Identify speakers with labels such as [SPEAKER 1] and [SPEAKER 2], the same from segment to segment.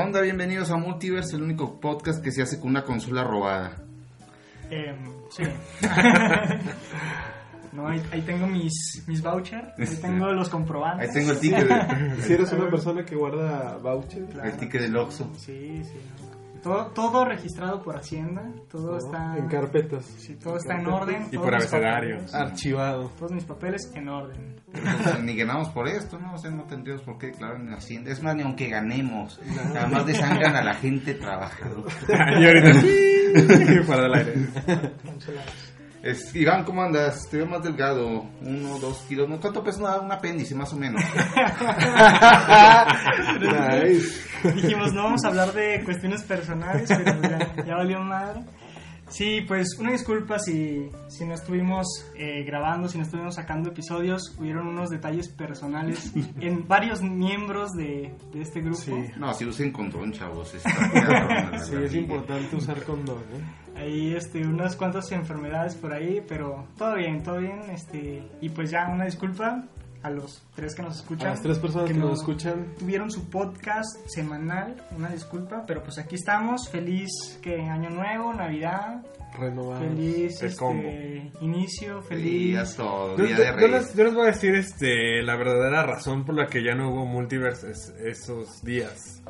[SPEAKER 1] onda? Bienvenidos a Multiverse, el único podcast que se hace con una consola robada.
[SPEAKER 2] Eh, sí. no, ahí, ahí tengo mis, mis vouchers, ahí tengo los
[SPEAKER 1] Ahí
[SPEAKER 2] comprobantes.
[SPEAKER 1] tengo el ticket, de-
[SPEAKER 3] Si eres una persona que guarda vouchers,
[SPEAKER 1] el ticket del Oxxo.
[SPEAKER 2] Sí, sí. no. Todo, todo registrado por Hacienda, todo
[SPEAKER 3] ¿no?
[SPEAKER 2] está
[SPEAKER 3] en carpetas,
[SPEAKER 2] sí, todo está en orden.
[SPEAKER 4] Y
[SPEAKER 2] todos
[SPEAKER 4] por
[SPEAKER 2] mis
[SPEAKER 4] abecedario.
[SPEAKER 2] papeles-
[SPEAKER 3] archivado.
[SPEAKER 2] Todos mis papeles en orden.
[SPEAKER 1] Pero, pues, ni ganamos por esto, ¿no? O sea, no tendríamos por qué declarar en Hacienda. Es más, ni aunque ganemos, además desangran a la gente trabajadora.
[SPEAKER 4] y ahorita. fuera del aire.
[SPEAKER 1] Es- Iván, ¿cómo andas? Te veo más delgado, uno, dos kilos. ¿no? ¿Cuánto pesa una- un apéndice, más o menos?
[SPEAKER 3] Nice.
[SPEAKER 2] Dijimos, no vamos a hablar de cuestiones personales, pero ya, ya valió madre. Sí, pues una disculpa si, si no estuvimos eh, grabando, si no estuvimos sacando episodios. Hubieron unos detalles personales en varios miembros de, de este grupo.
[SPEAKER 3] Sí.
[SPEAKER 1] No, si usen condón, chavos. está cabrón, la verdad.
[SPEAKER 3] Sí, es importante usar condón, ¿eh?
[SPEAKER 2] Ahí, este, unas cuantas enfermedades por ahí, pero todo bien, todo bien. Este, y pues ya, una disculpa a los tres que nos
[SPEAKER 3] A
[SPEAKER 2] escuchan.
[SPEAKER 3] las tres personas que
[SPEAKER 2] no-
[SPEAKER 3] nos escuchan,
[SPEAKER 2] tuvieron su podcast semanal, una disculpa, pero pues aquí estamos, feliz que año nuevo, Navidad,
[SPEAKER 3] renovados.
[SPEAKER 2] feliz
[SPEAKER 4] el
[SPEAKER 2] este,
[SPEAKER 4] combo.
[SPEAKER 2] inicio, feliz.
[SPEAKER 1] Días todo,
[SPEAKER 4] Yo,
[SPEAKER 1] día
[SPEAKER 4] yo-
[SPEAKER 1] de
[SPEAKER 4] yo
[SPEAKER 1] reyes.
[SPEAKER 4] les, yo les voy a decir este, la verdadera razón por la que ya no hubo multiverse es- esos días.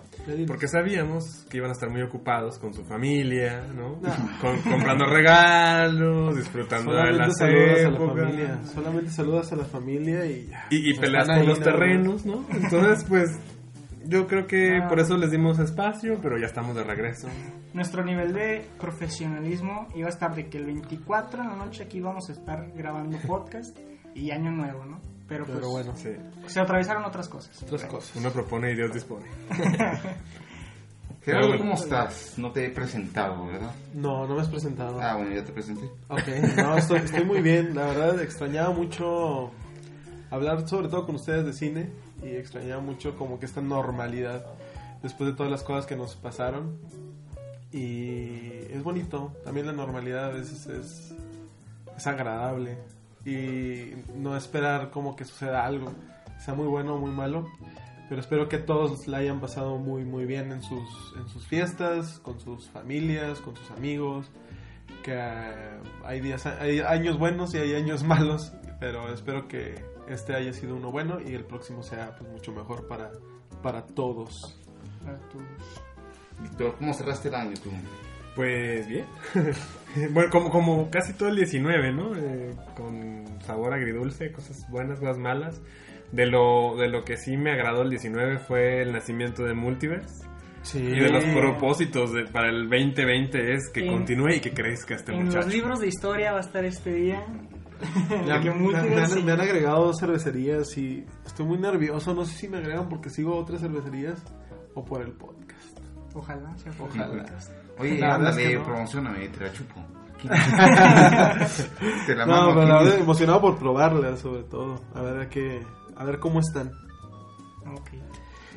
[SPEAKER 4] Porque sabíamos que iban a estar muy ocupados con su familia, ¿no?
[SPEAKER 3] No.
[SPEAKER 4] Con- comprando regalos, disfrutando de
[SPEAKER 3] Ah. solamente
[SPEAKER 4] las
[SPEAKER 3] saludas a la
[SPEAKER 4] épocas.
[SPEAKER 3] familia, solamente saludas a la familia y ya.
[SPEAKER 4] Y, y
[SPEAKER 3] Están
[SPEAKER 4] peleas
[SPEAKER 3] ahí
[SPEAKER 4] por los
[SPEAKER 3] nada más.
[SPEAKER 4] terrenos, ¿no? Entonces, pues, yo creo que
[SPEAKER 2] Ah.
[SPEAKER 4] por eso les dimos espacio, pero ya estamos de regreso.
[SPEAKER 2] Nuestro nivel de profesionalismo iba a estar de que el 24 en la noche aquí vamos a estar grabando podcast y año nuevo, ¿no? Pero pues
[SPEAKER 3] Pero bueno,
[SPEAKER 4] Sí.
[SPEAKER 2] se atravesaron otras cosas.
[SPEAKER 3] otras cosas.
[SPEAKER 4] Uno propone y Dios dispone.
[SPEAKER 1] Gerardo,
[SPEAKER 4] Pero bueno.
[SPEAKER 1] ¿cómo estás? No te he presentado, ¿verdad?
[SPEAKER 3] No, no me has presentado.
[SPEAKER 1] Ah, bueno, ya te presenté.
[SPEAKER 3] Ok, no, estoy, estoy muy bien. La verdad, extrañaba mucho hablar sobre todo con ustedes de cine y extrañaba mucho como que esta normalidad después de todas las cosas que nos pasaron. Y es bonito, también la normalidad a veces es, es agradable y no esperar como que suceda algo, sea muy bueno o muy malo. Pero espero que todos la hayan pasado muy muy bien en sus, en sus fiestas, con sus familias, con sus amigos, que eh, hay días hay años buenos y hay años malos pero espero que este haya sido uno bueno y el próximo sea pues, mucho mejor para para todos
[SPEAKER 2] Para tus-
[SPEAKER 1] Víctor, ¿cómo cerraste el año tú?
[SPEAKER 4] Pues bien. bueno, como, como casi todo el 19, ¿no? Eh, con sabor agridulce, cosas buenas, cosas malas. De lo, de lo que sí me agradó el 19 fue el nacimiento de Multiverse.
[SPEAKER 3] sí
[SPEAKER 4] Y de los propósitos de- para el 2020 es que
[SPEAKER 2] En-
[SPEAKER 4] continúe y que crezca este
[SPEAKER 2] En los
[SPEAKER 4] muchacho.
[SPEAKER 2] libros de historia va a estar este día.
[SPEAKER 3] me,
[SPEAKER 2] Que
[SPEAKER 3] han-
[SPEAKER 2] Multiverse
[SPEAKER 3] me han-
[SPEAKER 2] y-
[SPEAKER 3] me han agregado dos cervecerías y estoy muy nervioso no sé si me agregan porque sigo otras cervecerías o por el podcast
[SPEAKER 2] Ojalá sea por el
[SPEAKER 3] ojalá
[SPEAKER 2] podcast.
[SPEAKER 1] Oye,
[SPEAKER 3] La verdad es
[SPEAKER 1] ándale,
[SPEAKER 3] que no.
[SPEAKER 1] promocioname, te la chupo. Aquí. te la
[SPEAKER 3] no
[SPEAKER 1] mando.
[SPEAKER 3] pero la
[SPEAKER 1] aquí.
[SPEAKER 3] verdad, emocionado por probarlas sobre todo a ver a qué a ver cómo están
[SPEAKER 2] Ok.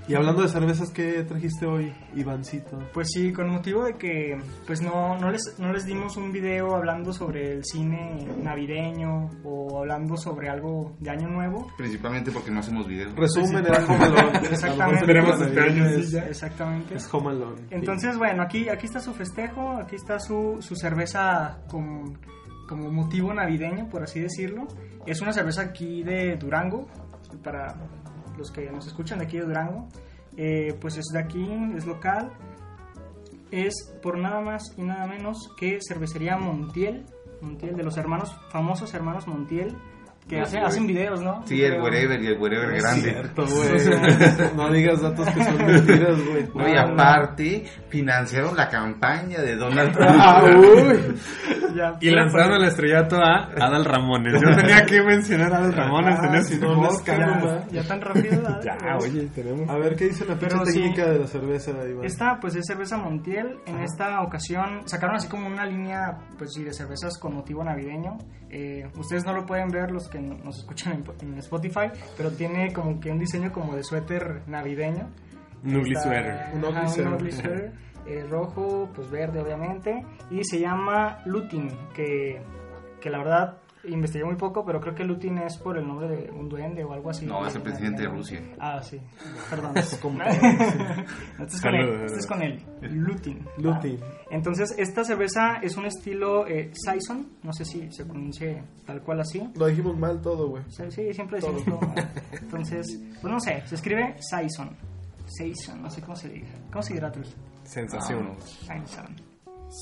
[SPEAKER 3] y hablando de cervezas qué trajiste hoy Ivancito
[SPEAKER 2] Pues sí, con motivo de que pues no, no, les, no les dimos un video hablando sobre el cine navideño o hablando sobre algo de Año Nuevo.
[SPEAKER 1] Principalmente porque no hacemos videos.
[SPEAKER 3] Resumen, era Home Alone.
[SPEAKER 2] Exactamente.
[SPEAKER 4] Esperemos este año,
[SPEAKER 3] Es-
[SPEAKER 4] sí, ya.
[SPEAKER 2] Exactamente.
[SPEAKER 3] Es Home Alone.
[SPEAKER 2] Entonces, bueno, aquí, aquí está su festejo, aquí está su, su cerveza con, como motivo navideño, por así decirlo. Es una cerveza aquí de Durango, para los que nos escuchan de aquí de Durango. Eh, pues es de aquí, es local. Es por nada más y nada menos que cervecería Montiel, Montiel de los hermanos, famosos hermanos Montiel, que
[SPEAKER 1] Los
[SPEAKER 2] hacen,
[SPEAKER 1] Ah, güey.
[SPEAKER 2] hacen videos, ¿no?
[SPEAKER 1] Sí, el
[SPEAKER 2] Pero-
[SPEAKER 1] wherever y el wherever
[SPEAKER 3] Es
[SPEAKER 1] grande.
[SPEAKER 3] cierto, güey. No digas datos que son mentiras, güey. Ah,
[SPEAKER 1] No, y aparte, financiaron la campaña de Donald Trump.
[SPEAKER 3] Ah, uy.
[SPEAKER 2] Ya,
[SPEAKER 4] Y lanzaron al estrellato a Adal Ramones. Yo tenía que mencionar a Adal Ramones en
[SPEAKER 3] Ah,
[SPEAKER 4] este
[SPEAKER 3] si no, no,
[SPEAKER 4] podcast.
[SPEAKER 2] ya, ya tan rápido. ¿verdad?
[SPEAKER 4] Ya, oye, tenemos.
[SPEAKER 3] A ver, ¿qué dice la ficha
[SPEAKER 2] Pero sí.
[SPEAKER 3] técnica de la cerveza, Iván?
[SPEAKER 2] Esta pues es cerveza Montiel. En esta ocasión sacaron así como una línea pues sí de cervezas con motivo navideño. Eh, ustedes no lo pueden ver los que no- nos escuchan en, en Spotify, pero tiene como que un diseño como de suéter navideño.
[SPEAKER 4] Un ugly
[SPEAKER 2] Está-
[SPEAKER 4] sweater.
[SPEAKER 3] Un ugly
[SPEAKER 2] ajá,
[SPEAKER 3] sweater.
[SPEAKER 2] ugly sweater, eh, rojo, pues verde obviamente. Y se llama Lutin, que, que la verdad Investigué muy poco, pero creo que Lutin es por el nombre de un duende o algo así.
[SPEAKER 1] No, es el presidente de Rusia.
[SPEAKER 2] Ah, sí. Perdón.
[SPEAKER 3] como-
[SPEAKER 2] este es con él. Este es con él. Lutin.
[SPEAKER 3] Lutin.
[SPEAKER 2] Ah. Entonces, esta cerveza es un estilo eh, Saison. No sé si se pronuncia tal cual así.
[SPEAKER 3] Lo dijimos mal todo, güey.
[SPEAKER 2] O sea, Sí, siempre decimos
[SPEAKER 3] Todo.
[SPEAKER 2] todo mal. Entonces, pues no sé, se escribe Saison. Saison, no sé cómo se diga. ¿Cómo se dirá tú?
[SPEAKER 3] Ah,
[SPEAKER 4] Sensación.
[SPEAKER 2] Saison.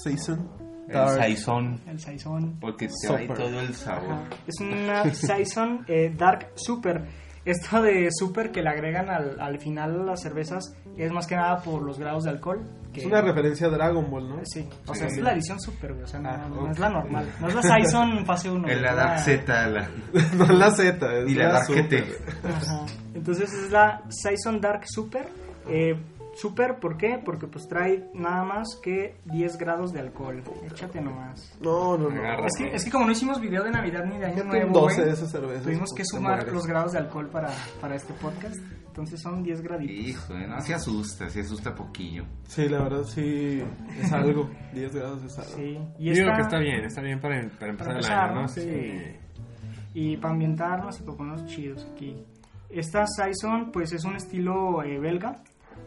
[SPEAKER 3] Season.
[SPEAKER 1] El
[SPEAKER 3] Dark.
[SPEAKER 1] saizón.
[SPEAKER 2] El Saison.
[SPEAKER 1] Porque trae
[SPEAKER 3] Súper.
[SPEAKER 1] todo el sabor.
[SPEAKER 2] Ajá. Es una Saison eh, Dark Super. Esto de super que le agregan al, al final a las cervezas es más que nada por los grados de alcohol. Que,
[SPEAKER 3] Es una referencia a Dragon Ball, ¿no?
[SPEAKER 2] Sí, o
[SPEAKER 1] Sí.
[SPEAKER 2] sea, es la edición super, güey, O sea, no,
[SPEAKER 3] Ah,
[SPEAKER 2] no es
[SPEAKER 3] ok.
[SPEAKER 2] la normal. No es la Saison fase 1.
[SPEAKER 1] El Dark Z la-
[SPEAKER 3] no la Z, es
[SPEAKER 1] y la Dark
[SPEAKER 3] Super.
[SPEAKER 1] GT.
[SPEAKER 2] Ajá. Entonces es la Saison Dark Super. Eh, super, ¿por qué? Porque pues trae nada más que 10 grados de alcohol. Échate nomás.
[SPEAKER 3] No, no, no.
[SPEAKER 4] Agarra.
[SPEAKER 2] Es que, es que como no hicimos video de Navidad ni de Año
[SPEAKER 3] Fíjate,
[SPEAKER 2] Nuevo,
[SPEAKER 3] 12
[SPEAKER 2] güey,
[SPEAKER 3] de esas cervezas,
[SPEAKER 2] tuvimos que
[SPEAKER 3] pues, te
[SPEAKER 2] sumar
[SPEAKER 3] mueres.
[SPEAKER 2] los grados de alcohol para, para este podcast. Entonces son 10 graditos.
[SPEAKER 1] Hijo, no, se asusta, se asusta poquillo.
[SPEAKER 3] Sí, la verdad sí es algo. 10 grados es algo.
[SPEAKER 2] Sí. Y,
[SPEAKER 4] Yo
[SPEAKER 2] esta-
[SPEAKER 4] Digo que está bien, está bien para, para empezar el
[SPEAKER 2] empezar,
[SPEAKER 4] año, ¿no?
[SPEAKER 2] ¿no?
[SPEAKER 4] Sí.
[SPEAKER 2] Sí. y para ambientarnos y para ponernos chidos aquí. Esta Saison pues es un estilo eh, belga.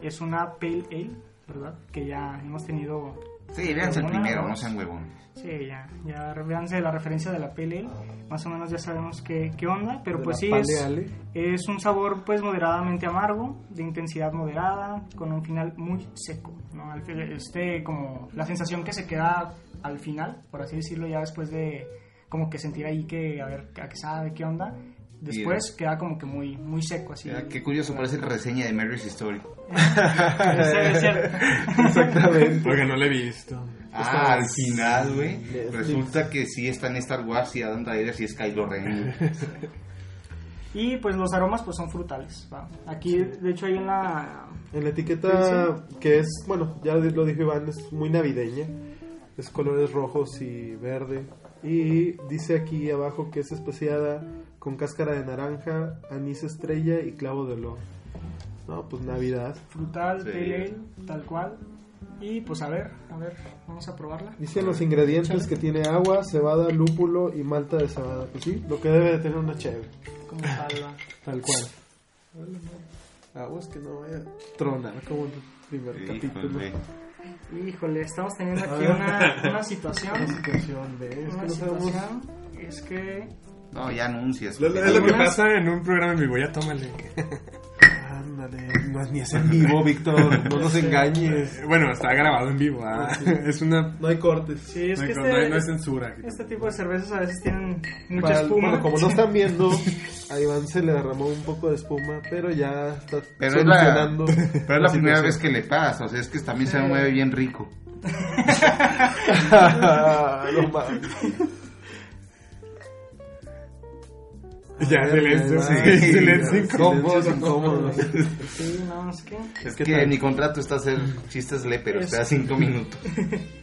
[SPEAKER 2] Es una Pale Ale, ¿verdad? Que ya hemos tenido
[SPEAKER 1] Sí, véanse el
[SPEAKER 2] Una,
[SPEAKER 1] primero,
[SPEAKER 2] dos.
[SPEAKER 1] no sean huevones.
[SPEAKER 2] Sí, ya, ya véanse la referencia de la PLL, más o menos ya sabemos qué, qué onda, pero
[SPEAKER 3] De
[SPEAKER 2] pues
[SPEAKER 3] la
[SPEAKER 2] sí,
[SPEAKER 3] Pale
[SPEAKER 2] es,
[SPEAKER 3] Ale.
[SPEAKER 2] es un sabor pues moderadamente amargo, de intensidad moderada, con un final muy seco, ¿no? Al fin- Este, como la sensación que se queda al final, por así decirlo, ya después de como que sentir ahí que, a ver, a qué sabe, qué onda, después queda como que muy, muy seco, así.
[SPEAKER 1] Ah, Qué curioso, parece reseña de Mary's Story.
[SPEAKER 2] Debe ser, debe ser.
[SPEAKER 3] Exactamente.
[SPEAKER 4] Porque no lo he visto.
[SPEAKER 1] Ah, al final, güey.
[SPEAKER 3] Netflix.
[SPEAKER 1] Resulta que sí están Star Wars y Adam Driver y es Kylo Ren.
[SPEAKER 2] Y pues los aromas pues son frutales, ¿va? Aquí, de hecho, hay en la...
[SPEAKER 3] En la etiqueta que es, bueno, ya lo dijo Iván, es muy navideña. Es colores rojos y verde. Y dice aquí abajo que es especiada con cáscara de naranja, anís estrella y clavo de olor. No, pues Navidad.
[SPEAKER 2] frutal,
[SPEAKER 1] Sí.
[SPEAKER 2] pale ale, tal cual. Y pues a ver, a ver, vamos a probarla.
[SPEAKER 3] Dicen los ingredientes que tiene agua, cebada, lúpulo y malta de cebada. Pues sí, lo que debe de tener una cheve.
[SPEAKER 2] ¿Cómo salva?
[SPEAKER 3] Tal cual. Aguas que no vaya a tronar como en el primer capítulo.
[SPEAKER 1] Híjole.
[SPEAKER 2] Híjole, estamos teniendo
[SPEAKER 3] A
[SPEAKER 2] aquí
[SPEAKER 3] ver.
[SPEAKER 2] una, una situación.
[SPEAKER 3] Situación de- es que
[SPEAKER 2] Una
[SPEAKER 3] no sabemos-
[SPEAKER 2] situación es que.
[SPEAKER 1] No, ya anuncias.
[SPEAKER 4] Lo- lo- Es lo que
[SPEAKER 2] Algunas-
[SPEAKER 4] pasa en un programa en vivo, ya tómale. Eh,
[SPEAKER 3] Ándale, no es ni es en vivo, Víctor. No nos engañes.
[SPEAKER 4] Eh, Bueno, está grabado en vivo. ah. Es una.
[SPEAKER 3] No hay cortes.
[SPEAKER 2] Sí, es
[SPEAKER 4] no,
[SPEAKER 2] que
[SPEAKER 4] hay,
[SPEAKER 2] este,
[SPEAKER 4] no hay- no hay censura.
[SPEAKER 2] este tipo de cervezas a veces tienen mucha
[SPEAKER 3] Para-
[SPEAKER 2] espuma.
[SPEAKER 3] bueno, como no están viendo, a Iván se le derramó un poco de espuma, pero ya está
[SPEAKER 1] Pero es la,
[SPEAKER 3] solucionando.
[SPEAKER 1] pero es la primera
[SPEAKER 3] situación.
[SPEAKER 1] vez que le pasa, o sea, es que también se mueve bien rico.
[SPEAKER 3] no mames.
[SPEAKER 4] Ya, silencio, sí,
[SPEAKER 3] Ay,
[SPEAKER 4] silencio
[SPEAKER 3] silencio
[SPEAKER 4] incómodo.
[SPEAKER 3] incómodo.
[SPEAKER 2] Sí, no, es que.
[SPEAKER 1] Es
[SPEAKER 3] ¿Qué
[SPEAKER 1] que
[SPEAKER 3] tal?
[SPEAKER 1] mi contrato está hacer chistes leperos,
[SPEAKER 2] Es-
[SPEAKER 1] te da cinco minutos.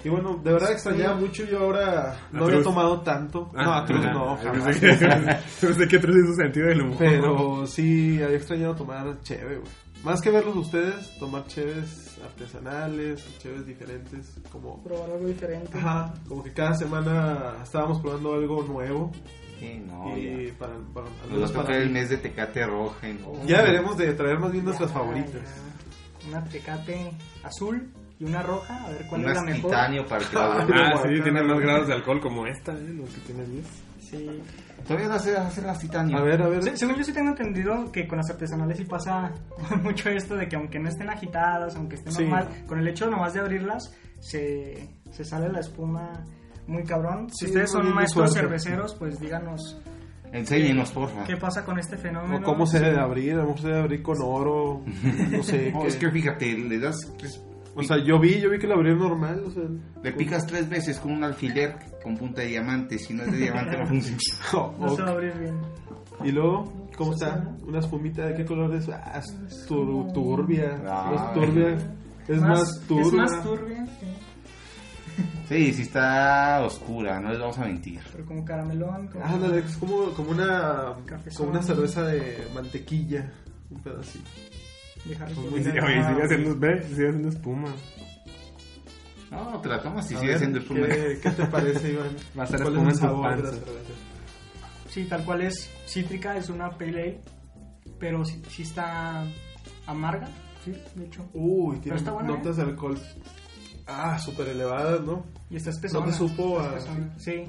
[SPEAKER 3] Y bueno, de verdad extrañaba mucho. Yo ahora no
[SPEAKER 4] Atruz.
[SPEAKER 3] había tomado tanto. No,
[SPEAKER 4] Ah,
[SPEAKER 3] Atruz
[SPEAKER 4] ah,
[SPEAKER 3] no,
[SPEAKER 4] yo
[SPEAKER 3] jamás.
[SPEAKER 4] pensé que- yo Pensé que otro es su sentido del humor.
[SPEAKER 3] Pero sí, había extrañado tomar cheve, güey. Más que verlos ustedes, tomar cheves artesanales, cheves diferentes, como...
[SPEAKER 2] Probar algo diferente.
[SPEAKER 3] Ajá, como que cada semana estábamos probando algo nuevo
[SPEAKER 1] Sí, no,
[SPEAKER 3] y
[SPEAKER 1] Oh, ya.
[SPEAKER 3] para, para- al
[SPEAKER 1] Nos va
[SPEAKER 3] menos
[SPEAKER 1] a
[SPEAKER 3] para
[SPEAKER 1] tocar el
[SPEAKER 3] mí.
[SPEAKER 1] mes de Tecate Roja. y no.
[SPEAKER 3] Ya veremos de traer más bien nuestras
[SPEAKER 2] Ya,
[SPEAKER 3] favoritas.
[SPEAKER 2] ya. Una tecate azul y una roja, a ver cuál es la
[SPEAKER 1] Unas
[SPEAKER 2] mejor.
[SPEAKER 1] titanio para que la
[SPEAKER 3] Ah,
[SPEAKER 1] vuelva.
[SPEAKER 4] Ah, sí, tiene más grados de alcohol como esta, ¿eh? Lo que tiene 10.
[SPEAKER 2] Sí.
[SPEAKER 1] Todavía no hace, hace las titanio.
[SPEAKER 3] A ver, a ver.
[SPEAKER 2] Se- Pues, según yo sí tengo entendido que con las artesanales sí pasa mucho esto de que aunque no estén agitadas, aunque estén
[SPEAKER 3] Sí.
[SPEAKER 2] normal, con el hecho nomás de abrirlas se, se sale la espuma muy cabrón. si
[SPEAKER 3] Sí,
[SPEAKER 2] ustedes
[SPEAKER 3] muy
[SPEAKER 2] son
[SPEAKER 3] bien
[SPEAKER 2] maestros
[SPEAKER 3] suelto.
[SPEAKER 2] cerveceros, pues díganos
[SPEAKER 1] Enséñenos, porfa.
[SPEAKER 2] qué pasa con este
[SPEAKER 3] o
[SPEAKER 2] fenómeno.
[SPEAKER 3] ¿Cómo se debe de abrir? A lo mejor se debe abrir con oro, no sé.
[SPEAKER 1] No,
[SPEAKER 3] qué.
[SPEAKER 1] Oh, es que fíjate, le das.
[SPEAKER 3] O sea, yo vi, yo vi que lo abrió normal, o sea...
[SPEAKER 1] Le picas tres veces con un alfiler con punta de diamante. Si no es de diamante, no funciona.
[SPEAKER 3] Oh,
[SPEAKER 2] No se
[SPEAKER 3] ok.
[SPEAKER 2] va a abrir bien.
[SPEAKER 3] Y luego, ¿cómo está? Una espumita de qué color es? Ah, es tur- turbia.
[SPEAKER 1] Ah,
[SPEAKER 3] es turbia. Es más turbia.
[SPEAKER 2] Es más turbia, sí,
[SPEAKER 1] Sí, sí está oscura, no les vamos a mentir.
[SPEAKER 2] pero como caramelón. Como...
[SPEAKER 3] Ándale, es como, como una
[SPEAKER 2] Cafezón.
[SPEAKER 3] como una cerveza de mantequilla. Un pedacito.
[SPEAKER 2] dejar
[SPEAKER 3] Muy
[SPEAKER 2] que
[SPEAKER 4] Oye,
[SPEAKER 2] tenga-
[SPEAKER 4] sigue haciendo, ve, sigue haciendo espuma.
[SPEAKER 1] No, te la tomas y
[SPEAKER 3] A
[SPEAKER 1] sigue
[SPEAKER 3] ver,
[SPEAKER 1] siendo espuma.
[SPEAKER 3] ¿qué, ¿Qué te parece, Iván?
[SPEAKER 4] Va a ser
[SPEAKER 3] ¿Cuál
[SPEAKER 4] espuma
[SPEAKER 3] es
[SPEAKER 4] en
[SPEAKER 3] el
[SPEAKER 4] tu
[SPEAKER 3] sabor de la
[SPEAKER 4] panza.
[SPEAKER 3] cerveza?
[SPEAKER 2] sí, tal cual es cítrica, es una pale ale, pero sí, sí está amarga, sí, de hecho.
[SPEAKER 3] Uy, tiene
[SPEAKER 2] está buena, ¿eh?
[SPEAKER 3] notas de alcohol. Ah, súper elevadas, ¿no?
[SPEAKER 2] Y está espesona.
[SPEAKER 3] No te supo
[SPEAKER 2] está
[SPEAKER 3] a-
[SPEAKER 2] espesona, Sí.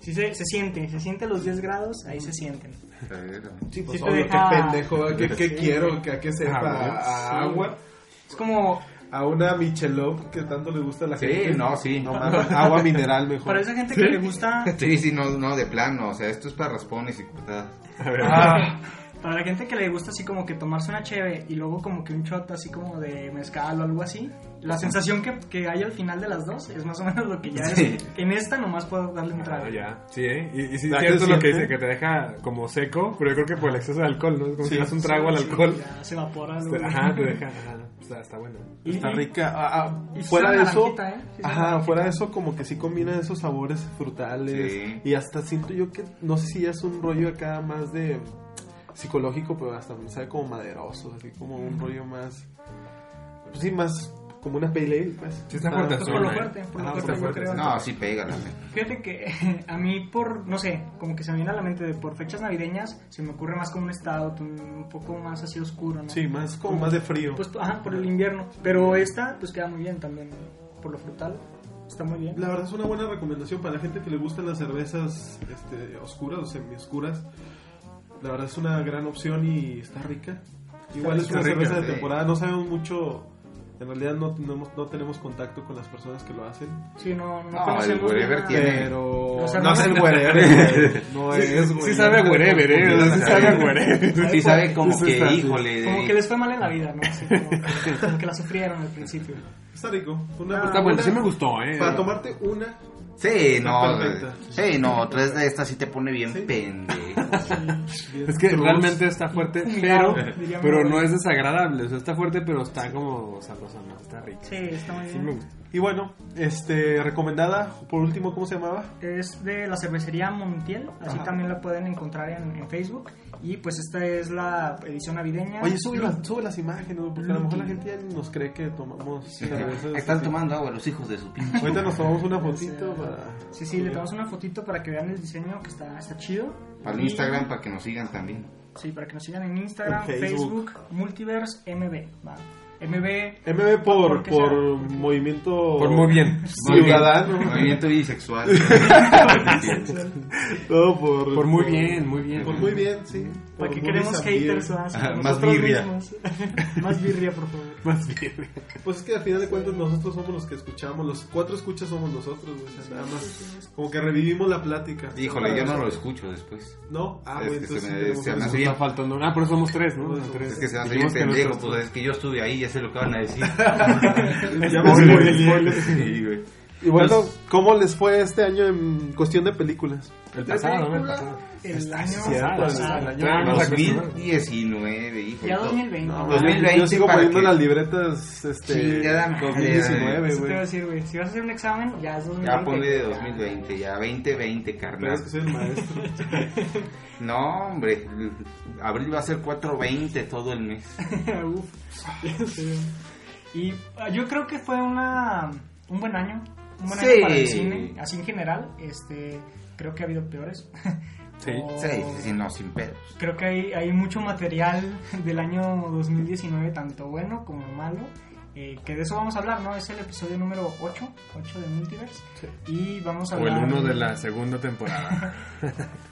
[SPEAKER 2] Sí se, se siente, se siente los 10 grados, ahí se sienten.
[SPEAKER 1] Pero-
[SPEAKER 3] Sí, pues,
[SPEAKER 2] te
[SPEAKER 3] obvio,
[SPEAKER 2] deja-
[SPEAKER 3] qué pendejo, ¿a qué, qué
[SPEAKER 2] Sí.
[SPEAKER 3] quiero? ¿A qué sepa?
[SPEAKER 4] Ah,
[SPEAKER 3] ¿A
[SPEAKER 2] sí.
[SPEAKER 3] agua?
[SPEAKER 2] Es como,
[SPEAKER 3] ¿A una Michelob que tanto le gusta a la
[SPEAKER 1] Sí,
[SPEAKER 3] gente?
[SPEAKER 1] no, sí.
[SPEAKER 3] No mames, agua mineral mejor.
[SPEAKER 2] para esa gente que le gusta,
[SPEAKER 1] Sí, sí, no, no, de plano. O sea, esto es para raspones y cortadas.
[SPEAKER 4] A ver,
[SPEAKER 2] para la gente que le gusta así como que tomarse una cheve y luego como que un shot así como de mezcal o algo así, la sensación que, que hay al final de las dos es más o menos lo que ya
[SPEAKER 1] Sí.
[SPEAKER 2] es. En esta nomás puedo darle un trago.
[SPEAKER 4] Ah, ya. Sí, ¿eh? Y, y sí,
[SPEAKER 3] ¿Ya
[SPEAKER 4] es cierto
[SPEAKER 3] te
[SPEAKER 4] lo que
[SPEAKER 3] sientes?
[SPEAKER 4] dice, que te deja como seco, pero yo creo que por el exceso de alcohol, ¿no? Es como
[SPEAKER 3] Sí.
[SPEAKER 4] si das un trago al
[SPEAKER 2] Sí,
[SPEAKER 4] alcohol.
[SPEAKER 2] ya se evapora.
[SPEAKER 4] Te-
[SPEAKER 2] güey.
[SPEAKER 4] Ajá, te deja. ajá, está, está bueno.
[SPEAKER 2] Y-
[SPEAKER 3] Está
[SPEAKER 2] y-
[SPEAKER 3] rica. Ah, ah,
[SPEAKER 2] y sí
[SPEAKER 3] fuera
[SPEAKER 2] sabe
[SPEAKER 3] de eso,
[SPEAKER 2] naranjita, ¿eh? Sí sabe
[SPEAKER 3] ajá,
[SPEAKER 2] naranjita.
[SPEAKER 3] fuera de eso como que sí combina esos sabores frutales
[SPEAKER 1] Sí.
[SPEAKER 3] y hasta siento yo que no sé si ya es un rollo acá más de psicológico, pero hasta me sabe como maderoso, así como un rollo más pues sí más como una pale ale, pues.
[SPEAKER 4] Sí está
[SPEAKER 3] Ah,
[SPEAKER 4] fuerte, ¿eh?
[SPEAKER 2] Pues
[SPEAKER 4] sí.
[SPEAKER 2] por lo
[SPEAKER 4] Ajá,
[SPEAKER 2] fuerte, por lo
[SPEAKER 4] está
[SPEAKER 2] fuerte, yo
[SPEAKER 4] fuerte,
[SPEAKER 2] creo.
[SPEAKER 4] sí.
[SPEAKER 1] No, sí, pégala. güey.
[SPEAKER 2] Fíjate que a mí por, no sé, como que se me viene a la mente de por fechas navideñas, se me ocurre más como un estado un, un poco más así oscuro, ¿no?
[SPEAKER 3] Sí, más como más de frío.
[SPEAKER 2] Pues, ajá, por el invierno. Pero esta, pues queda muy bien también, por lo frutal, está muy bien.
[SPEAKER 3] La verdad es una buena recomendación para la gente que le gustan las cervezas este, oscuras o semioscuras. La verdad es una gran opción y está rica. Igual es
[SPEAKER 4] Está
[SPEAKER 3] una
[SPEAKER 4] rica,
[SPEAKER 3] cerveza de
[SPEAKER 1] sí.
[SPEAKER 3] temporada, no sabemos mucho. En realidad no tenemos, no tenemos contacto con las personas que lo hacen.
[SPEAKER 2] Sí, no, no,
[SPEAKER 1] No,
[SPEAKER 2] conocemos
[SPEAKER 1] el wherever
[SPEAKER 2] nada.
[SPEAKER 1] tiene-
[SPEAKER 3] Pero.
[SPEAKER 2] O sea,
[SPEAKER 3] no
[SPEAKER 2] no-
[SPEAKER 3] es el wherever. No es, güey.
[SPEAKER 4] Sí sabe a wherever, ¿eh? O sea, Sí sabe a wherever.
[SPEAKER 1] Sí sabe como
[SPEAKER 3] Eso
[SPEAKER 1] que,
[SPEAKER 3] está-
[SPEAKER 1] híjole. de-
[SPEAKER 2] Como que les fue mal en la vida, ¿no? Así como, como que la sufrieron al principio.
[SPEAKER 3] Está rico. Una,
[SPEAKER 2] Está
[SPEAKER 4] Está
[SPEAKER 3] una-
[SPEAKER 4] Ah, bueno, sí me gustó, ¿eh?
[SPEAKER 3] Para tomarte una.
[SPEAKER 1] Sí,
[SPEAKER 3] Está
[SPEAKER 1] no.
[SPEAKER 3] perfecta.
[SPEAKER 1] Sí, no, tres de estas sí te pone bien
[SPEAKER 3] Sí.
[SPEAKER 1] pendejo.
[SPEAKER 3] bien
[SPEAKER 4] Es que
[SPEAKER 3] cruz,
[SPEAKER 4] realmente está fuerte, pero,
[SPEAKER 2] Fumigado, diría mi
[SPEAKER 4] pero no
[SPEAKER 2] abuela.
[SPEAKER 4] es desagradable. O sea, está fuerte, pero está como sabrosa, ¿no? Está rica.
[SPEAKER 2] Sí, está muy bien.
[SPEAKER 4] Sí me gusta.
[SPEAKER 3] Y bueno, este, recomendada, por último, ¿cómo se llamaba?
[SPEAKER 2] Es de la cervecería Montiel, así
[SPEAKER 3] Ajá.
[SPEAKER 2] también la pueden encontrar en, en Facebook. Y pues esta es la edición navideña.
[SPEAKER 3] Oye, sube, las- sube las imágenes, güey, porque a lo mejor la gente ya ni nos cree que tomamos cervezas.
[SPEAKER 1] Están tomando agua los hijos de su pinche.
[SPEAKER 3] Ahorita nos tomamos una fotito para.
[SPEAKER 2] Sí, sí, le tomamos una fotito para que vean el diseño que está, está chido.
[SPEAKER 1] Para el
[SPEAKER 2] Y-
[SPEAKER 1] Instagram, para que nos sigan también.
[SPEAKER 2] Sí, para que nos sigan en Instagram,
[SPEAKER 3] En Facebook.
[SPEAKER 2] Facebook, Multiverse MB. va. MB,
[SPEAKER 3] MB por,
[SPEAKER 2] Por que
[SPEAKER 3] por
[SPEAKER 2] sea.
[SPEAKER 3] movimiento.
[SPEAKER 4] Por muy bien.
[SPEAKER 3] Ciudadano.
[SPEAKER 1] Movimiento bisexual.
[SPEAKER 3] Todo por. este,
[SPEAKER 4] Por muy bien, muy bien.
[SPEAKER 3] Por muy bien, sí. Por
[SPEAKER 2] para que
[SPEAKER 3] muy
[SPEAKER 2] queremos
[SPEAKER 3] bien.
[SPEAKER 2] haters ¿verdad?
[SPEAKER 1] Ajá,
[SPEAKER 2] Nosotros
[SPEAKER 1] más birria.
[SPEAKER 2] mismos. más birria, por favor.
[SPEAKER 4] Más bien.
[SPEAKER 3] Pues es que al final de cuentas nosotros somos los que escuchamos, los cuatro escuchas somos nosotros, güey, o sea, nada más. Como que revivimos la plática.
[SPEAKER 1] Híjole, yo no lo escucho después.
[SPEAKER 3] No, ah,
[SPEAKER 1] Es
[SPEAKER 3] güey,
[SPEAKER 1] que se
[SPEAKER 3] entonces. sí
[SPEAKER 1] me-
[SPEAKER 3] tenemos
[SPEAKER 1] se
[SPEAKER 3] que-
[SPEAKER 1] me hace
[SPEAKER 4] Está faltando. Ah, pero somos tres, ¿no?
[SPEAKER 3] Es
[SPEAKER 4] Tres.
[SPEAKER 1] Es que se hace bien
[SPEAKER 4] Dijimos que
[SPEAKER 1] pendejo,
[SPEAKER 4] nosotros-
[SPEAKER 1] pues es que yo estuve ahí, ya sé lo que van a decir.
[SPEAKER 3] Ya me spoileé.
[SPEAKER 1] Sí, güey.
[SPEAKER 3] Y bueno,
[SPEAKER 1] Pues-
[SPEAKER 3] ¿cómo les fue este año en cuestión de películas?
[SPEAKER 4] El pasado, ¿no? El pasado.
[SPEAKER 2] El año
[SPEAKER 4] asociado,
[SPEAKER 2] pasado.
[SPEAKER 4] el año-
[SPEAKER 1] 2019, hijo.
[SPEAKER 2] Ya 2020.
[SPEAKER 3] No,
[SPEAKER 2] ¿no?
[SPEAKER 1] pues, 2020
[SPEAKER 3] yo sigo
[SPEAKER 1] para
[SPEAKER 3] poniendo
[SPEAKER 1] que-
[SPEAKER 3] las libretas este
[SPEAKER 1] Chingada madre,
[SPEAKER 3] 2019,
[SPEAKER 2] Eso te iba a
[SPEAKER 3] güey.
[SPEAKER 2] decir, güey. Si vas a hacer un examen, ya es 2020.
[SPEAKER 1] Ya ponle de 2020, ya 2020,
[SPEAKER 3] Pero es que
[SPEAKER 1] carnal.
[SPEAKER 3] soy el maestro.
[SPEAKER 1] No, hombre, abril va a ser 420 todo el mes.
[SPEAKER 2] Uf. y ah, yo creo que fue una un buen año, un buen
[SPEAKER 1] Sí.
[SPEAKER 2] año para el cine, así en general, este creo que ha habido peores.
[SPEAKER 4] Sí.
[SPEAKER 2] O-
[SPEAKER 1] Sí, sí, sí, no, sin pedos.
[SPEAKER 2] Creo que hay, hay mucho material del año 2019, tanto bueno como malo. eh, que de eso vamos a hablar, ¿no? Es el episodio número 8, 8 de Multiverse. Y vamos a
[SPEAKER 4] O el
[SPEAKER 2] hablar.
[SPEAKER 4] uno de la segunda temporada.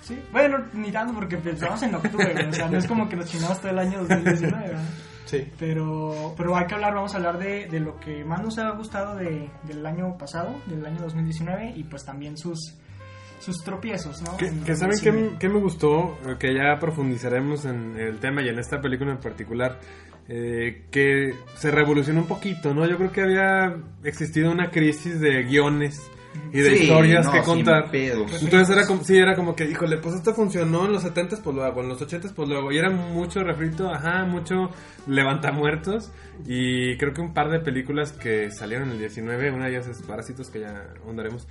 [SPEAKER 2] Sí, bueno, ni tanto porque empezamos en octubre, güey, o sea, no es como que nos chingamos todo el año 2019, ¿verdad?
[SPEAKER 3] Sí.
[SPEAKER 2] Pero, pero hay que hablar, vamos a hablar de, de lo que más nos ha gustado de, del año pasado, del año 2019, y pues también sus, sus tropiezos, ¿no?
[SPEAKER 4] que,
[SPEAKER 2] En-
[SPEAKER 4] que
[SPEAKER 2] en
[SPEAKER 4] saben
[SPEAKER 2] el
[SPEAKER 4] que,
[SPEAKER 2] cine.
[SPEAKER 4] me- que me gustó, que ya profundizaremos en el tema y en esta película en particular, eh, que se revolucionó un poquito, ¿no? Yo creo que había existido una crisis de guiones y de
[SPEAKER 1] Sí,
[SPEAKER 4] historias
[SPEAKER 1] no,
[SPEAKER 4] que
[SPEAKER 1] sin
[SPEAKER 4] contar.
[SPEAKER 1] pedos.
[SPEAKER 4] Entonces era como, sí, era como que, híjole, pues esto funcionó en los 70 pues lo hago, en los 80 pues lo hago. Y era mucho refrito, ajá, mucho levantamuertos. Y creo que un par de películas que salieron en el 19, una de ellas es Parásitos, que ya ahondaremos,